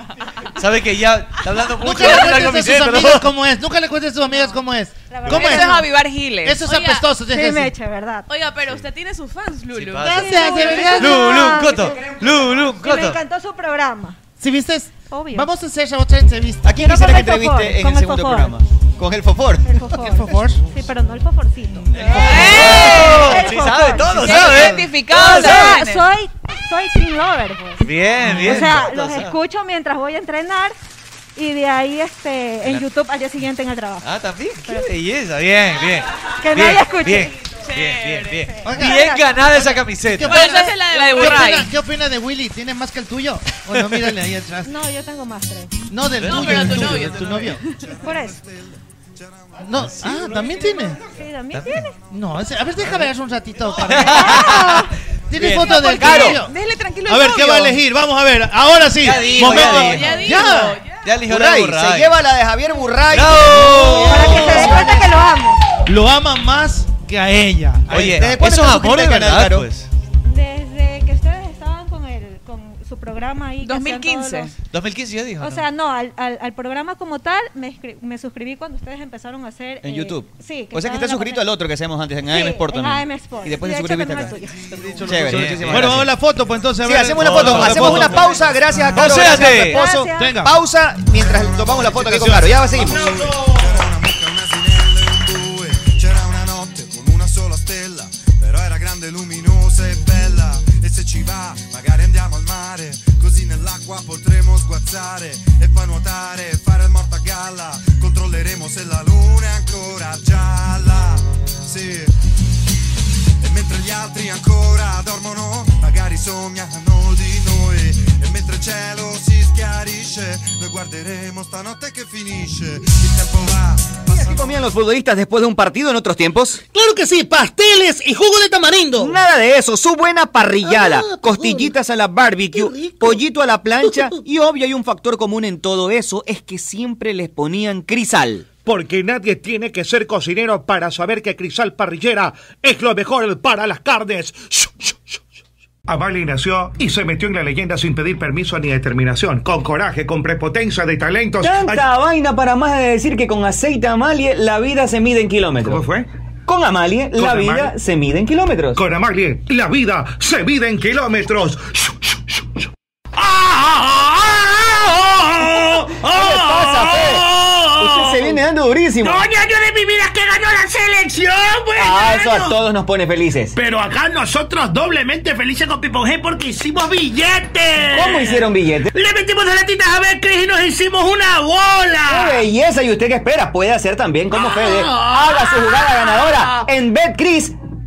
S1: Sabe que ya está hablando mucho
S9: Nunca
S1: de
S9: le
S1: la
S9: cuentes a sus
S1: camiseta,
S9: amigas
S1: ¿no?
S9: cómo es. Nunca le cuentes a sus amigas cómo es. ¿Cómo
S10: Eso
S9: es?
S10: es avivar giles.
S9: Eso es apestoso, deja Sí, así. Meche,
S19: ¿verdad?
S10: Oiga, pero usted tiene sus fans, Lulu.
S1: pasa.
S9: Gracias, de verdad.
S1: Lulú,
S4: Ah,
S1: Coto. Lulú,
S19: Y me
S1: Coto.
S19: encantó su programa.
S9: ¿Sí viste?
S19: Obvio.
S9: Vamos a hacer otra entrevista.
S6: ¿A quién
S19: No
S6: quisiera
S19: con
S6: que
S19: el fofor,
S6: entreviste en
S19: con
S6: el
S19: el
S6: segundo
S19: fofor.
S6: programa? Con el fofor.
S19: El fofor.
S9: ¿El fofor?
S19: Sí, pero no el foforcito.
S1: ¡Eh!
S19: El
S1: Sí
S19: fofor.
S1: sabe, todo
S19: Sí,
S1: sabe.
S19: identificado,
S1: Todo sabe.
S19: o sea, Soy, soy team lover, pues.
S1: Bien, bien.
S19: O sea,
S1: todo
S19: los
S1: sabe.
S19: escucho mientras voy a entrenar y de ahí este en YouTube al día siguiente en el trabajo.
S1: Ah, también. Qué belleza. Bien, bien.
S19: Que
S1: Bien,
S19: nadie escuche.
S1: Bien, bien, bien. Bien, Bien ganada esa camiseta.
S9: ¿Qué opina, ¿Qué opina de Willy? ¿Tiene más que el tuyo? O no, mírale ahí atrás.
S19: No, yo tengo más tres.
S9: No, del
S19: No,
S9: tuyo.
S19: pero
S9: del
S19: tu
S9: tuyo,
S19: novio,
S9: del
S19: tu
S9: tu novio.
S19: Por eso.
S9: No, ah, ¿también tiene?
S19: Sí, también tiene.
S9: No, ese- a ver, déjame ver un ratito. para- ¿Tiene
S3: Bien.
S9: foto del
S3: Claro.
S9: tuyo?
S10: Dele tranquilo
S3: A ver, ¿qué va a elegir? Vamos a ver. Ahora sí.
S6: Ya dijo,
S3: Momento.
S6: ya dijo. Ya dijo,
S1: Ya eligió la de
S6: se
S1: Burray.
S6: lleva la de Javier Burray.
S1: ¡Bravo!
S6: Para que
S19: se dé cuenta que lo amo.
S3: Lo ama más que a ella.
S1: Oye,
S3: Ahí está.
S1: eso es amor de verdad, pues.
S19: Desde que ustedes estaban con el con su programa ahí. que hacían todos
S10: 2015.
S1: 2015 ya dijo.
S19: los- o
S1: ¿no?
S19: sea, no, al, al, al programa como tal me, inscri- me suscribí cuando ustedes empezaron a hacer...
S6: En
S19: eh,
S6: YouTube.
S19: Sí.
S6: o sea
S19: estaban
S6: que
S19: en la
S6: está suscrito al otro que hacemos antes en AM Sport
S19: en
S6: también.
S19: AM Sport.
S6: Y después
S19: Y de
S6: te
S19: hecho
S6: suscribiste
S19: tenemos
S6: acá.
S19: el
S6: Chévere,
S3: Bien, bien.
S6: muchísimas
S3: Bueno, vamos a
S6: gracias.
S3: la foto, pues entonces. a
S6: Sí,
S3: ver.
S6: hacemos una foto,
S3: Vamos a la
S6: hacemos
S3: foto.
S6: una pausa, gracias a Caro,
S3: Pauséate.
S6: gracias a tu esposo.
S3: Gracias. Venga.
S6: Pausa mientras tomamos la foto aquí con Caro, ya seguimos.
S20: C'era una notte con una sola stella, però era grande, luminosa e bella. E se ci va, magari andiamo al mare, così nell'acqua potremo sguazzare e poi nuotare e fare il morto a galla. Controlleremo se la luna è ancora gialla. Sì. E mentre gli altri ancora dormono, magari sognano di noi. E mentre il cielo si schiarisce, dice, noi guarderemo stanotte che finisce. Il tempo va,
S6: ¿Qué comían los futbolistas después de un partido en otros tiempos?
S21: Claro que sí, pasteles y jugo de tamarindo. Ah,
S6: Nada de eso, su buena parrillada, costillitas a la barbecue, pollito a la plancha y obvio hay un factor común en todo eso, es que siempre les ponían crisal.
S5: Porque nadie tiene que ser cocinero para saber que Crisal Parrillera es lo mejor para las carnes. Avali nació y se metió en la leyenda sin pedir permiso ni determinación, con coraje, con prepotencia de talentos.
S15: Tanta vaina para más de decir que con aceite Amalie la vida se mide en kilómetros. ¿Cómo
S5: fue?
S15: Con Amalie
S5: Con
S15: la
S5: Amalie.
S15: vida se mide en kilómetros.
S5: Con Amalie, la vida se mide en kilómetros.
S7: ¡Ah!
S15: ¿Qué le pasa, Fe? Usted se viene dando durísimo.
S7: año de mi vida que ganó la selección, bueno.
S15: Ah, eso a todos nos pone felices.
S7: Pero acá nosotros doblemente felices con Pipo G porque hicimos billetes.
S15: ¿Cómo hicieron billetes?
S7: Le metimos las latitas a ver, Cris, y nos hicimos una bola.
S15: ¡Qué belleza! ¿Y usted qué espera? Puede hacer también como Fede.
S7: Ah.
S15: Haga su jugada ganadora en BetCris.com.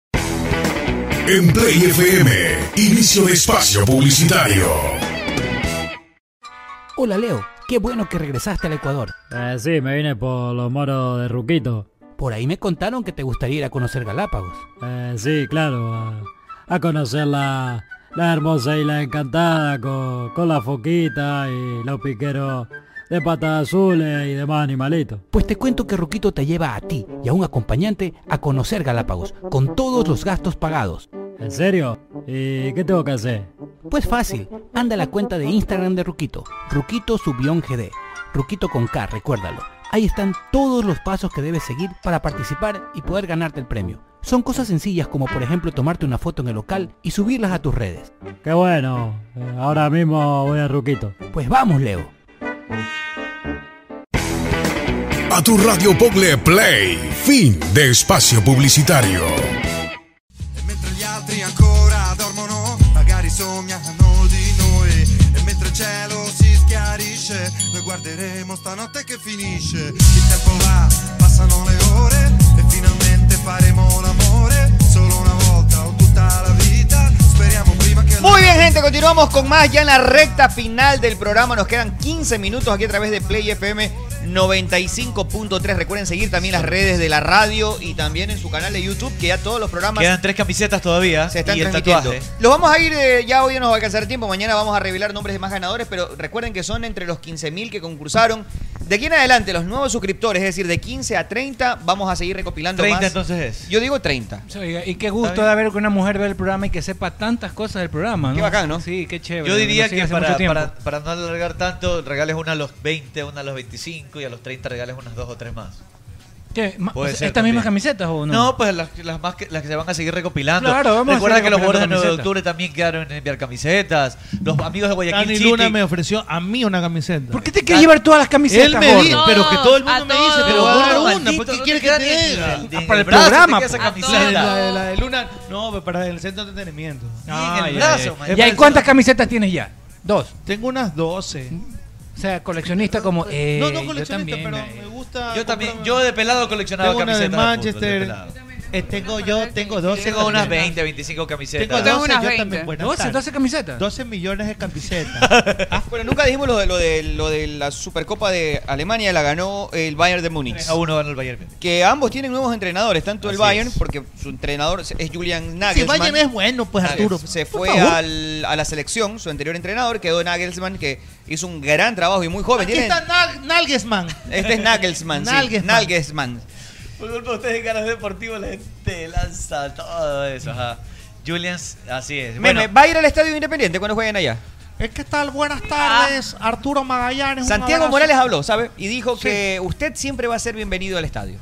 S11: En Play FM, inicio de espacio publicitario.
S13: Hola Leo, qué bueno que regresaste al Ecuador.
S12: Eh, sí, me vine por los moros de Ruquito.
S13: Por ahí me contaron que te gustaría ir a conocer Galápagos.
S12: Eh, sí, claro, a, a conocer la, la hermosa isla encantada con, con la foquita y los piqueros de patas azules y demás animalitos.
S13: Pues te cuento que Ruquito te lleva a ti y a un acompañante a conocer Galápagos, con todos los gastos pagados.
S12: ¿En serio? ¿Y qué tengo que hacer?
S13: Pues fácil, anda a la cuenta de Instagram de Ruquito, Ruquito Subión GD, Ruquito con K, recuérdalo. Ahí están todos los pasos que debes seguir para participar y poder ganarte el premio. Son cosas sencillas como por ejemplo tomarte una foto en el local y subirlas a tus redes.
S12: Qué bueno, eh, ahora mismo voy a Ruquito.
S13: Pues vamos, Leo.
S11: A tu radio Pogle Play, fin de espacio publicitario.
S20: gli altri ancora dormono, magari sognano di noi. E mentre il cielo si schiarisce, noi guarderemo stanotte che finisce. Il tempo va, passano le ore e finalmente faremo l'amore. Solo una volta o tutta la vita, speriamo prima che...
S6: Muy bien, gente, continuamos con más ya en la recta final del programa. Nos quedan 15 minutos aquí a través de Play FM 95.3. Recuerden seguir también las redes de la radio y también en su canal de YouTube, que ya todos los programas
S1: Quedan tres camisetas todavía
S6: se están
S1: y el
S6: transmitiendo.
S1: tatuaje.
S6: Los vamos a ir, eh, ya hoy no nos va a alcanzar tiempo, mañana vamos a revelar nombres de más ganadores, pero recuerden que son entre los 15.000 que concursaron. De aquí en adelante, los nuevos suscriptores, es decir, de 15 a 30, vamos a seguir recopilando
S1: 30
S6: más.
S1: entonces es.
S6: Yo digo 30.
S2: Oiga, y qué gusto de haber que una mujer ve el programa y que sepa tantas cosas del programa, ¿no?
S6: Qué bacán, ¿no?
S2: Sí, qué chévere.
S1: Yo diría
S2: Lo sigue
S1: que
S2: hace
S1: para,
S2: mucho tiempo.
S1: para- para no alargar tanto, regales una a los 20, una a los 25 y a los 30 regales unas dos o tres más.
S2: ¿Qué? Ma- o
S1: Puede
S2: sea,
S1: ser
S2: ¿Estas mismas
S1: también.
S2: camisetas o no?
S1: No, pues las, las más que, las que se van a seguir recopilando.
S2: Claro, vamos a
S1: Recuerda
S2: seguir
S1: que los bordes de
S2: recopilando
S1: 9 de
S2: camisetas.
S1: octubre también quedaron en enviar camisetas. Los amigos de Guayaquil
S3: Dani
S1: City.
S3: Luna me ofreció a mí una camiseta. ¿Por
S2: qué te quieres llevar todas las camisetas,
S3: Él me dijo,
S2: gordo?
S3: pero que todo el mundo
S2: a
S3: me dice,
S2: todos.
S3: pero voy a dar
S2: Pero,
S3: una.
S2: maldito,
S3: ¿Por qué
S2: no
S3: quiere
S2: te
S3: que
S2: queda
S3: te
S2: ni el-
S3: diga?
S2: el- Ah, el para el brazo te programa, queda esa pues.
S3: Ah, La,
S2: camiseta.
S3: de- la de Luna, no, pero para el centro de entretenimiento.
S2: Ah,
S3: el
S2: ya,
S3: brazo,
S2: ya.
S3: man.
S2: ¿Y hay cuántas camisetas tienes ya? Dos.
S3: Tengo unas 12.
S2: O sea, coleccionista como. Eh,
S3: no, no
S2: yo
S3: coleccionista,
S2: también,
S3: pero
S2: eh.
S3: me gusta.
S1: Yo también, yo de pelado coleccionaba
S3: Tengo una
S1: camisetas.
S3: de
S1: de fútbol, de
S3: Manchester.
S1: pelado.
S3: Eh, tengo, yo tengo 12.
S1: Tengo unas
S3: también.
S1: 20, 25 camisetas.
S3: Tengo 12, yo también. pues, Buenas
S2: 12,
S3: tardes.
S2: 12 camisetas.
S3: 12 millones de camisetas.
S6: Bueno, nunca dijimos lo de, lo de lo de la Supercopa de Alemania, la ganó el Bayern de Múnich.
S1: A uno ganó el Bayern.
S6: Que ambos tienen nuevos entrenadores, tanto el
S1: Así
S6: Bayern, porque su entrenador es Julian
S3: Si
S6: Nagelsmann. Ah,
S3: Bayern es bueno, pues Arturo.
S6: Se
S3: por
S6: fue
S3: favor.
S6: al- a la selección, su anterior entrenador quedó Nagelsmann, que hizo un gran trabajo y muy joven.
S3: Aquí
S6: Tienen-
S3: está Nag- Nalgesman.
S6: Este es Nagelsmann, sí,
S3: Nagelsmann.
S6: Nagelsmann.
S1: Por golpe ustedes en canales deportivos la gente lanza todo eso. Ajá. Julians, así es.
S6: Meme,
S1: Bueno,
S6: ¿va a ir al estadio independiente cuando jueguen allá? Ah.
S3: Es que tal, buenas tardes. Arturo Magallanes. un
S6: Santiago
S3: abrazo.
S6: Morales habló, ¿sabe? Y dijo que usted siempre va a ser bienvenido al estadio.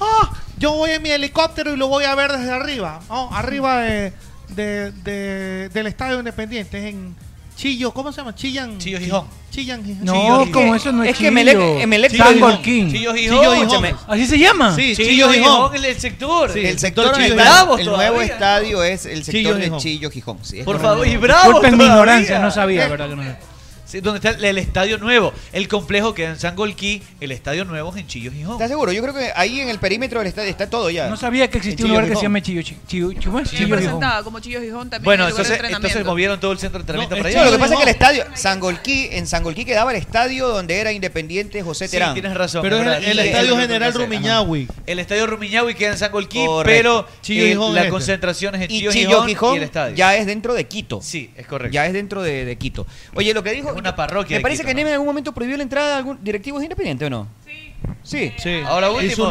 S3: Ah, yo voy en mi helicóptero y lo voy a ver desde arriba. ¿no? Arriba de,
S9: de- de- del Estadio Independiente, es en Chillo, ¿cómo se llama? Chillan. Chillo Gijón. Chillan Gijón.
S2: No,
S9: Chillo Gijón.
S2: como eso no es Es que Emelec- Chillo. Emelec- Chillo Tango Gijón. al King. Chillo Gijón, escúchame. ¿Así se llama?
S6: Sí,
S1: Chillo
S6: Chillo
S1: Gijón,
S6: Gijón.
S1: el, el sector.
S6: el sector
S1: Chillo
S6: Chillo
S1: Gijón. Bravos
S6: El
S1: todavía.
S6: nuevo estadio es
S1: Chillo
S6: el sector de
S1: Gijón.
S6: Chillo Gijón. sí, es
S1: Por
S6: correcto. Eh,
S1: favor, y bravo.
S2: Disculpen mi
S1: todavía.
S2: ignorancia, no sabía, verdad que no.
S1: Sí, donde está el, el estadio nuevo. El complejo queda en San Golquí, el estadio nuevo es en Chillo Gijón.
S6: ¿Estás seguro? Yo creo que ahí en el perímetro del estadio está todo ya.
S1: No sabía que existía
S6: En
S1: un lugar
S6: Chillo
S1: que se
S6: Gijón.
S1: llama Chillo Chi- Chillo- Chillo-
S4: Yo
S1: Chillo
S4: me
S1: Gijón.
S4: presentaba como Chillo Gijón también.
S1: Bueno,
S4: en el lugar de
S1: entonces, entonces
S4: entrenamiento.
S1: movieron todo el centro de entrenamiento para allá.
S6: No, lo que pasa es que el estadio, Sangolquí, en Sangolquí quedaba el estadio donde era Independiente José
S1: Sí,
S6: Terán.
S1: tienes razón.
S6: es
S1: es
S6: verdad.
S1: verdad. Eso
S6: Y-
S1: es lo que
S6: General
S1: hay que hacer.
S6: Rumiñahui.
S1: Ajá. El estadio Rumiñahui queda en San Golquí,
S6: Correcto.
S1: pero
S6: Chillo
S1: eh,
S6: Gijón
S1: la
S6: este.
S1: concentración es en
S6: Y
S1: Chillo,
S6: Chillo
S1: Gijón, y el estadio.
S6: ya es dentro de Quito.
S1: Sí, es correcto.
S6: Ya es dentro de, de Quito. Oye, lo que dijo.
S1: Es una parroquia
S6: Me
S1: de
S6: parece
S1: Quito,
S6: que
S1: ¿no?
S6: Neme en algún momento prohibió la entrada de algún directivo de Independiente, ¿o no? Sí. Sí.
S1: Ahora último,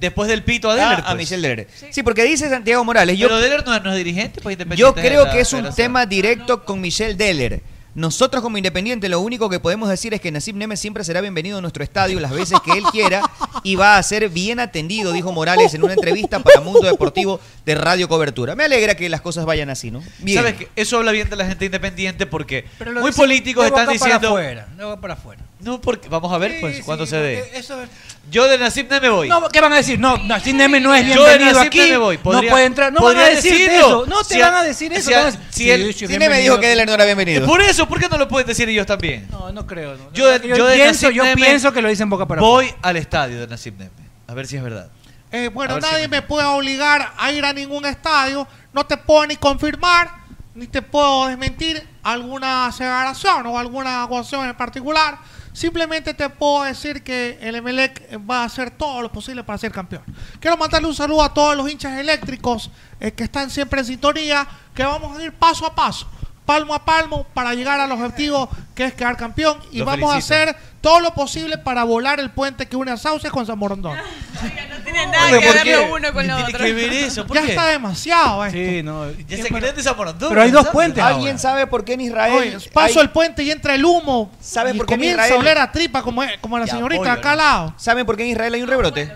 S1: Después del pito pues. a Deller.
S6: Ah, a Michel Deller. Sí, porque dice Santiago Morales. Yo,
S1: Pero Deller no, es- no es dirigente, pues independiente.
S6: yo
S1: de
S6: creo
S1: la
S6: que es un
S1: federación.
S6: tema directo con Michel Deller. Nosotros como Independiente lo único que podemos decir es que Nasib Neme siempre será bienvenido a nuestro estadio las veces que él quiera y va a ser bien atendido, dijo Morales en una entrevista para Mundo Deportivo de Radio Cobertura. Me alegra que las cosas vayan así, ¿no? Bien.
S1: ¿Sabes qué? Eso habla bien de la gente independiente porque
S2: Pero lo
S1: muy
S2: dicen
S1: políticos
S2: de
S1: están
S2: boca para
S1: diciendo.
S2: afuera, de boca para afuera.
S1: No, porque vamos a ver
S2: Sí,
S1: pues
S2: sí,
S1: cuándo se
S2: porque
S1: dé. Yo de Nasib Neme voy.
S2: No, ¿qué van a decir? No, Nassim Neme no es
S1: Yo de
S2: bienvenido
S1: Nasib
S2: aquí.
S1: Neme voy. Podría-
S2: no puede entrar. No van a
S1: podría
S2: decir
S1: decirlo.
S2: eso. No te
S1: Si a-
S2: van a decir eso.
S1: si a-
S2: van a decir-
S1: si él-
S2: sí,
S1: si Neme
S2: bienvenido.
S1: dijo que él
S6: no era
S1: Eh,
S6: bienvenido.
S1: Por eso, ¿por qué no lo pueden decir ellos también?
S2: No, no creo. no.
S1: Yo, de-
S2: Yo
S1: yo de
S2: pienso-
S1: Nasib
S2: yo
S1: Neme
S2: pienso que lo dicen boca para
S1: Voy al estadio de Nasib Neme. A ver si es verdad.
S9: Eh,
S1: A
S9: bueno,
S1: ver si
S9: nadie me puede obligar a ir a ningún estadio. No te puedo ni confirmar, ni te puedo desmentir alguna aseveración o alguna cuestión en particular. Simplemente te puedo decir que el Emelec va a hacer todo lo posible para ser campeón. Quiero mandarle un saludo a todos los hinchas eléctricos eh, que están siempre en sintonía, que vamos a ir paso a paso, palmo a palmo, para llegar al objetivo que es quedar campeón. Y
S1: Lo
S9: vamos
S1: felicito.
S9: a hacer todo lo posible para volar el puente que une a Sauce con San Borondón.
S4: tiene nada
S1: Hombre,
S4: que
S1: ¿por
S4: ver
S1: qué?
S4: lo uno con lo
S1: Tiene
S4: otro.
S1: que ver eso, ¿por
S9: ya
S1: qué?
S9: está demasiado eh. esto.
S2: Sí, no.
S1: Ya se creen de Zamorondón,
S2: Pero hay dos
S1: ¿sabes?
S2: puentes
S6: ¿Alguien sabe por qué en Israel?
S9: Oye, paso
S6: hay-
S9: el puente y entra el humo.
S6: ¿Sabes
S9: y
S6: por qué en
S9: comienza
S6: Israel?
S9: a oler a tripa como, es- como la
S6: Ya,
S9: señorita
S6: voy,
S9: acá al lado.
S6: ¿Saben por qué en Israel hay un rebrote?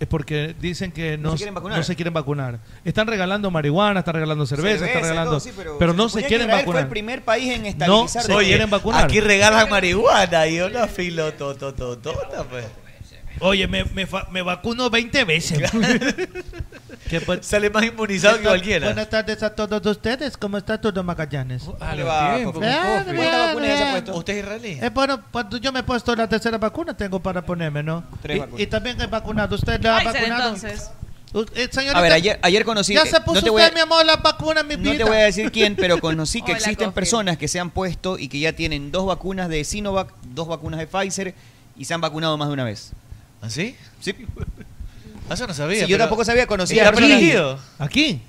S3: Es porque dicen que no,
S6: se
S3: no
S6: quieren
S3: se,
S6: vacunar.
S3: quieren vacunar. Están regalando marihuana, están regalando cerveza,
S6: Cerveza,
S3: están regalando.
S6: todo, sí,
S3: pero,
S6: pero
S3: no
S6: se
S3: se
S6: suponía que
S3: quieren
S6: Israel
S3: vacunar.
S6: fue el primer país en
S3: no
S6: estabilizar.
S3: se quieren vacunar.
S1: Aquí regalan marihuana y una filototototota, pues.
S3: Oye, me, me, fa- me vacuno 20 veces.
S1: Sale más inmunizado que cualquiera.
S9: Buenas tardes a todos ustedes. ¿Cómo está todo Magallanes?
S1: le va, bien, Coco?
S9: Bien,
S1: ¿Cuántas
S9: bien,
S1: vacunas ya se ha
S9: bien.
S1: puesto? ¿Usted es israelí?
S9: Eh, bueno, cuando yo me he puesto la tercera vacuna, tengo para ponerme, ¿no?
S6: Tres
S9: Y-
S6: vacunas.
S9: y, también he vacunado. ¿Usted la ha
S4: Ay, será
S9: vacunado?
S4: entonces.
S9: U- eh, señorita,
S6: A ver, ayer- ayer conocí
S9: Ya
S6: que-
S9: se puso
S6: no te voy a-
S9: usted, mi amor, la vacuna, mi vida.
S6: No te voy a decir quién, pero conocí que
S9: Hola,
S6: existen
S9: Coffee.
S6: personas que se han puesto y que ya tienen dos vacunas de Sinovac, dos vacunas de Pfizer y se han vacunado más de una vez.
S1: ¿Ah, sí?
S6: Sí.
S1: Eso no sabía.
S6: yo
S1: pero-
S6: tampoco sabía, conocía
S1: ¿Está protegido?
S3: ¿Aquí?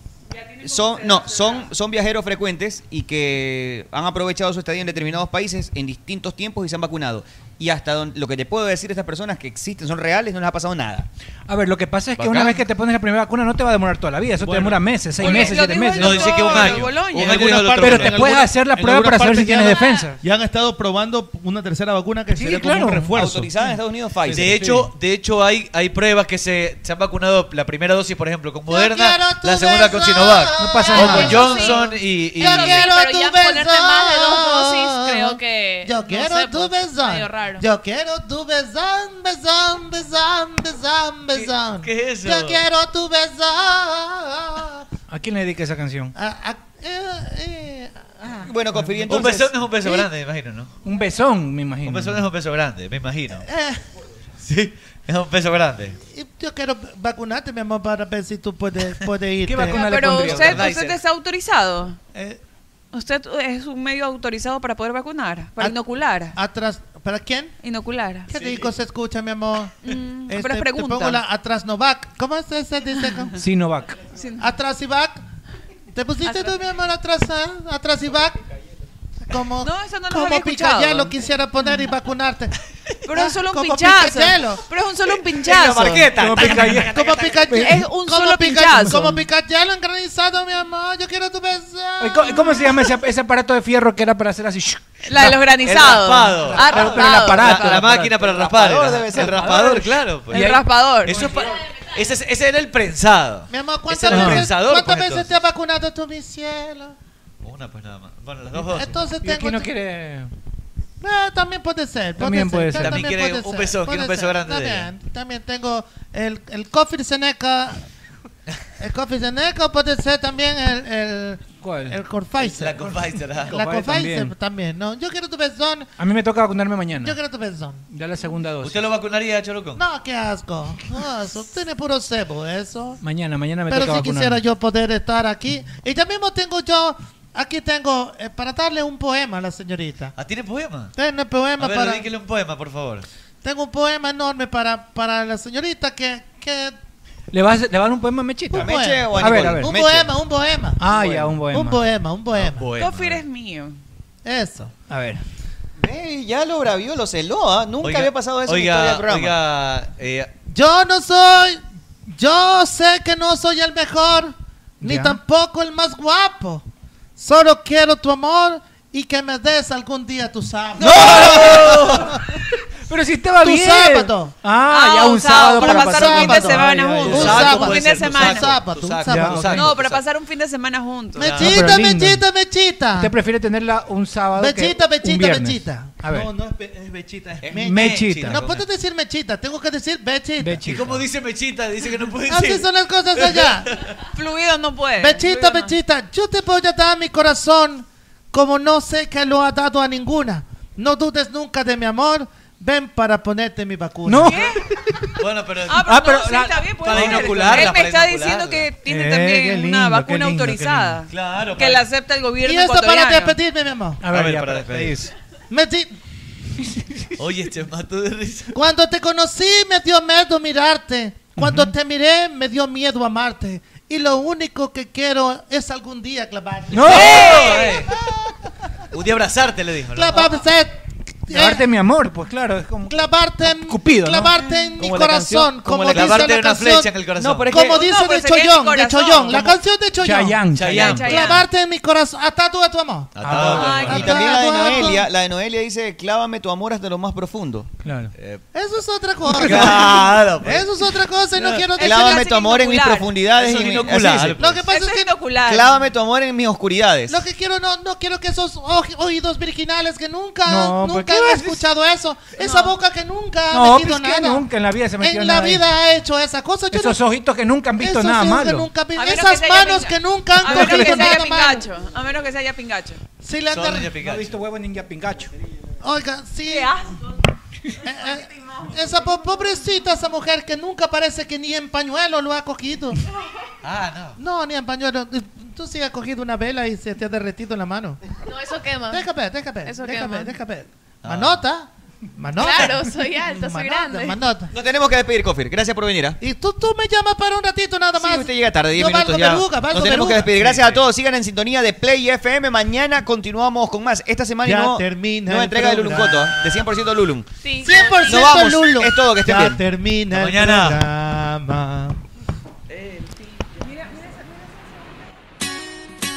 S6: Son, no, son, son viajeros frecuentes y que han aprovechado su estadía en determinados países en distintos tiempos y se han vacunado. Y hasta don- lo que te puedo decir de estas personas que existen, son reales, no les ha pasado nada.
S2: A ver, lo que pasa es que una
S6: Bacán.
S2: vez que te pones la primera vacuna no te va a demorar toda la vida. Eso te
S6: Bueno.
S2: demora meses, seis
S6: Bueno,
S2: meses,
S6: lo
S2: siete
S6: dijo
S2: meses.
S6: el No, dice que un doctor año. Boloña. Un año
S3: En algunas partes-
S2: Pero
S3: en
S2: te puedes
S3: algunas-
S2: hacer la
S3: en
S2: prueba para
S3: algunas
S2: saber si
S3: partes ya
S2: tienes
S3: han-
S2: defensa.
S3: Ya han estado probando una tercera vacuna que sería como un refuerzo.
S1: De hecho, de hecho hay, hay pruebas que se, se han vacunado la primera dosis, por ejemplo, con
S9: quiero
S1: Moderna,
S9: tu
S1: la segunda con
S9: beso.
S1: Sinovac.
S2: No pasa
S1: o
S2: nada.
S1: con Johnson y... y-
S10: Yo quiero
S9: Pero
S10: tu
S9: ya
S10: ponerte
S9: beso.
S10: más de dos dosis, creo que,
S9: Yo
S10: no
S9: quiero
S10: sé,
S9: tu
S10: pues,
S9: besón.
S10: medio raro.
S9: Yo quiero tu besón, besón, besón, besón, besón.
S2: qué es eso?
S9: Yo quiero tu besón.
S2: ¿A quién le dedica esa canción?
S9: Ah, ah, eh, eh, ah.
S6: Bueno, confiré
S1: un
S6: entonces.
S1: besón es un beso
S6: Sí.
S1: grande, me imagino, ¿no?
S2: Un besón, me imagino.
S1: Un besón es un beso grande, me imagino.
S9: Eh,
S1: Sí, es un beso grande.
S9: yo quiero vacunarte, mi amor, para ver si tú puedes, puedes irte.
S4: Ya, pero usted, usted está autorizado.
S9: Eh.
S4: Usted es un medio autorizado para poder vacunar, para
S9: At-
S4: inocular.
S9: Atrás, ¿Para quién?
S4: Inocular.
S9: ¿Qué rico se escucha, mi amor?
S10: Mm,
S9: Este,
S4: pero es
S9: te
S4: pregunta.
S9: pongo la Atrasnovac. ¿Cómo se, se dice? ¿Cómo?
S2: Sinovac.
S9: Atrasivac. ¿Te pusiste tú, mi amor, atrás, Atrasivac? Como,
S4: no lo
S9: como
S4: había escuchado.
S9: Picayelo quisiera poner y vacunarte.
S4: Pero es solo un
S9: Como
S4: pinchazo.
S9: Picayelo.
S4: Pero es un solo un pinchazo.
S9: Como Picayelo. Como Picayelo.
S4: Es un solo pinchazo.
S9: Como Picayelo engranizado, mi amor. Yo quiero tu beso.
S2: Oye, ¿Cómo, cómo se llama ese, ese aparato de fierro que era para hacer así? shh?
S4: La de los granizados.
S2: El raspado.
S4: Ah,
S2: Pero- pero el
S4: raspado.
S2: aparato.
S1: La, la máquina para raspar.
S2: Raspador
S1: El,
S2: debe ser.
S1: el raspador, claro. pues.
S2: El
S4: raspador.
S1: Eso es pa- Ese, es- ese era el prensado.
S9: Mi amor,
S1: Ese
S9: ¿cuántas
S1: era el
S9: veces,
S1: prensador.
S9: cuántas
S1: pues,
S9: veces te has vacunado tú, mi cielo?
S1: entonces. Una, pues nada más. Bueno, las dos dosis.
S9: Entonces tengo...
S2: no
S9: tu-
S2: quiere...?
S9: Eh, también puede ser.
S2: También puede ser.
S1: También quiere un beso, quiere un beso grande de ella.
S9: También, también tengo el, el coffee Seneca. El coffee Seneca puede ser también el... el
S2: ¿Cuál?
S9: El Corpfizer.
S1: La Corpfizer, ah.
S2: Corpfizer
S9: La Corpfizer también.
S2: también.
S9: ¿no? Yo quiero tu besón.
S2: A mí me toca vacunarme mañana.
S9: Yo quiero tu besón.
S2: Ya la segunda dosis.
S1: ¿Usted lo vacunaría, Choroco?
S9: No, qué asco. No, eso tiene puro cebo, eso.
S2: Mañana, mañana me
S9: Pero si
S2: toca
S9: quisiera
S2: vacunarme.
S9: yo poder estar aquí. Y también tengo yo, aquí tengo, eh, para darle un poema a la señorita.
S1: Ah, ¿tiene poema?
S9: Tengo un poema
S1: A ver,
S9: para...
S1: dedíquele un poema, por favor.
S9: Tengo un poema enorme para, para la señorita que... que
S2: ¿Le vas, ¿Le vas a dar un poema a Mechita?
S9: un poema.
S2: A ver, a ver.
S9: Un poema, un poema.
S2: Ah, ya, un poema.
S9: Un poema, un poema.
S2: poema.
S4: Coffee eres mío.
S9: Eso.
S2: A ver.
S6: Ve, ya lo bravió, lo celó, ¿ah? Nunca había pasado eso en la historia
S1: Oiga,
S6: del programa.
S1: Ah, oiga, eh,
S9: Yo no soy... Yo sé que no soy el mejor, ni
S1: Ya.
S9: tampoco el más guapo. Solo quiero tu amor y que me des algún día tu sábado.
S2: Pero si estaba
S9: Tu
S2: bien.
S9: sábado.
S2: Ah, ya un, sábado para pasar
S4: un fin de
S2: sábado.
S4: semana
S2: Ay, ay,
S4: juntos.
S2: ay.
S4: Un fin de semana.
S9: sábado, un sábado.
S2: Ya, ok.
S4: No, para pasar un fin de semana juntos. Ah,
S2: No, Ah, pero lindo.
S9: mechita.
S2: Usted prefiere tenerla un sábado. que
S9: Bechita,
S2: un
S9: bechita,
S2: viernes.
S9: bechita.
S2: A ver.
S9: No, no es, be- es bechita, es, me-
S2: mechita.
S9: No puedes decir mechita, tengo que decir bechita.
S1: ¿y cómo dice Mechita? Dice que no puede
S9: Así
S1: decir.
S9: son las cosas allá.
S4: Fluido no puede.
S9: Bechita, bechita, yo te voy a dar mi corazón como no sé que lo ha dado a ninguna. No dudes nunca de mi amor. Ven para ponerte mi vacuna.
S2: No.
S1: Bueno, pero.
S4: Ah, pero, no, sí, está bien, puede
S1: para
S4: ser.
S1: inocularla,
S4: Él me
S1: para
S4: está
S1: inocularla.
S4: diciendo que tiene
S1: Eh, qué
S4: también
S1: lindo,
S4: una
S1: qué lindo,
S4: vacuna
S1: qué
S4: autorizada.
S1: lindo. Claro,
S4: Que
S1: para-
S4: la acepta el gobierno
S9: Y eso para
S4: ecuatoriano.
S9: despedirme, mi amor.
S1: A ver, ya, para despedirse.
S9: Mechi-
S1: Oye, este mato de risa.
S9: Cuando te conocí me dio miedo mirarte. Cuando te miré me dio miedo amarte. Y lo único que quiero es algún día clavarte.
S1: ¡No! Eh. Un día abrazarte, le dijo. ¿no?
S9: Clavarte,
S2: Clavarte mi amor, pues claro, es como
S9: clavarte, en-
S2: Cupido, ¿no?
S9: clavarte en mi
S2: Como la
S9: corazón.
S2: canción- como
S9: Como
S2: la
S9: dice
S2: canción-
S9: la
S2: Clavarte una
S9: canción.
S2: flecha en el corazón. No, pero es
S9: como
S2: que-
S9: dice
S2: No,
S9: de
S2: pero se queda en
S9: Chollón,
S2: mi
S9: de
S2: corazón.
S9: Chollón. La
S2: Como-
S9: canción de Chollón.
S2: Chayanne, Chayanne.
S6: Chayanne.
S9: Clavarte en mi corazón. Atado a tu amor.
S2: Ah,
S6: y también la de Noelia, la de Noelia dice, clávame tu amor hasta lo más profundo. Eh,
S2: Claro.
S9: Ah, Eso es otra cosa.
S6: Claro, pues.
S9: Eso es otra cosa y no quiero decir.
S6: Clávame tu amor en mis profundidades.
S9: Eso
S6: y
S9: es
S6: mi-
S9: inocular,
S6: así dice.
S9: pues. Lo que pasa es que
S6: Clávame tu amor en mis oscuridades.
S9: Lo que quiero no, no quiero que esos oj- oídos virginales que nunca,
S6: No, pues,
S9: nunca
S6: ¿qué
S9: han escuchado eso, esa boca que nunca ha
S2: No,
S9: metido
S2: pues
S9: nada.
S2: que nunca en la vida se metió
S9: en
S2: nada
S9: la
S2: ahí.
S9: vida ha hecho esa cosa. Yo
S2: Esos
S9: no-
S2: ojitos que nunca han visto
S9: esos
S2: nada
S9: ojos que
S2: malo.
S9: nunca han vi-
S4: A menos
S9: esas
S4: que se haya
S9: manos
S4: pinga-
S9: que nunca
S4: A
S9: han
S4: menos que
S9: cogido
S4: se haya
S9: nada malo.
S4: pingacho. A menos que se haya pingacho.
S9: Sí, le han de-
S2: No he visto huevo ni ya pingacho.
S9: Oiga, sí. Eh, eh, esa po- pobrecita, esa mujer que nunca parece que ni en pañuelo lo ha cogido.
S1: Ah,
S9: No, ni en pañuelo. Tú sí has cogido una vela y se te ha derretido en la mano.
S22: No, eso quema.
S9: Déjame, déjame.
S22: Eso
S9: déjame,
S22: quema.
S9: déjame.
S6: Ah.
S9: Manota. Manota.
S22: Claro, soy alta, soy
S9: Manota,
S22: grande.
S9: Manota.
S6: Nos tenemos que despedir, Cofir. Gracias por venir. ¿ah?
S9: Y tú, tú me llamas para un ratito nada más.
S6: Usted llega tarde, 10
S9: Yo
S6: minutos
S9: valgo
S6: ya.
S9: beluga, valgo
S6: Nos tenemos que
S9: beluga.
S6: despedir. Gracias a todos. Sigan en sintonía de Play FM. Mañana continuamos con más. Esta semana
S9: Ya
S6: no,
S9: termina
S6: nueva
S9: el
S6: entrega de Lulum
S9: programa.
S6: Coto, ¿ah? de 100% Lulum.
S9: 100%
S6: Nos vamos.
S9: Lulo.
S6: Es todo, que estén
S9: ya
S6: bien.
S9: termina
S6: Hasta
S9: el
S6: mañana.
S9: programa.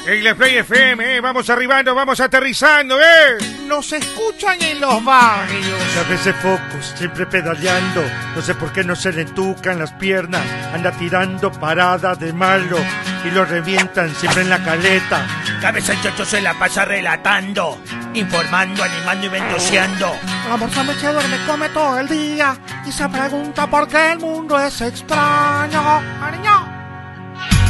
S23: En la Play FM, eh, vamos arribando, vamos aterrizando, ¿eh?
S24: Nos escuchan en los barrios.
S25: A veces focos, siempre pedaleando. No sé por qué no se le entucan las piernas. Anda tirando parada de malo y lo revientan siempre en la caleta.
S7: Cabeza el chocho se la pasa relatando, informando, animando y ventoseando.
S24: La morsa me duerme, come todo el día y se pregunta por qué el mundo es extraño. Ariño.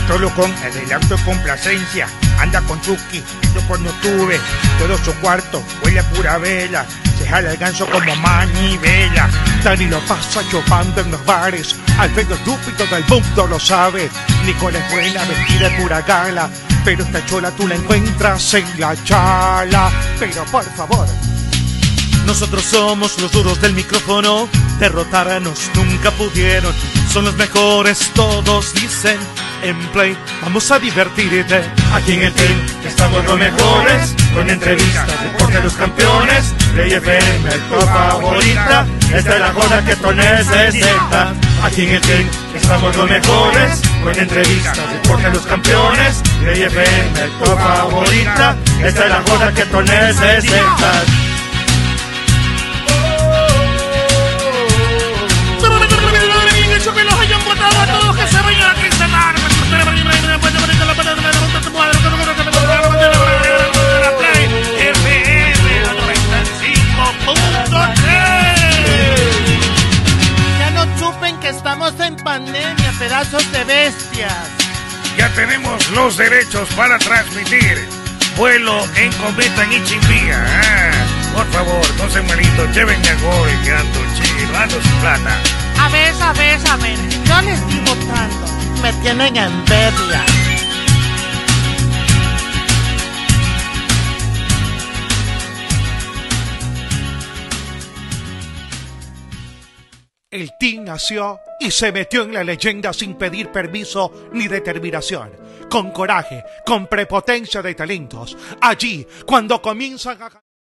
S23: Solo con adelanto y complacencia. Anda con Chucky, yo cuando tuve todo su cuarto, huele a pura vela. Se jala el ganso como manivela.
S25: Dani lo pasa chupando en los bares. Alfredo estúpido del mundo lo sabe. Nicole es buena, vestida de pura gala. Pero esta chola tú la encuentras en la chala. Pero por favor,
S14: Nosotros somos los duros del micrófono, derrotarnos nunca pudieron. Son los mejores, todos dicen. En Play vamos a divertirte. Aquí en el team estamos los mejores, con entrevistas, deporte de los campeones. Play FM, tu favorita, esta es la joda que tú necesitas. Aquí en el team estamos los mejores, con entrevistas, deporte de los campeones. Play FM, tu favorita, esta es la joda que tú necesitas.
S7: Eso que los hayan botado todos, todos que se vayan a instalar.
S9: Ya no chupen que estamos en pandemia, pedazos de bestias.
S7: Ya tenemos los derechos para transmitir vuelo en cometa en Ichimbía. Ah, por favor, no se malito, llévenme a gol que ando chido, ando sin plata.
S9: A ver, a ver, a ver. Yo les estoy votando. Me tienen envidia.
S14: El Team nació y se metió en la leyenda sin pedir permiso ni determinación. Con coraje, con prepotencia de talentos. Allí, cuando comienzan a...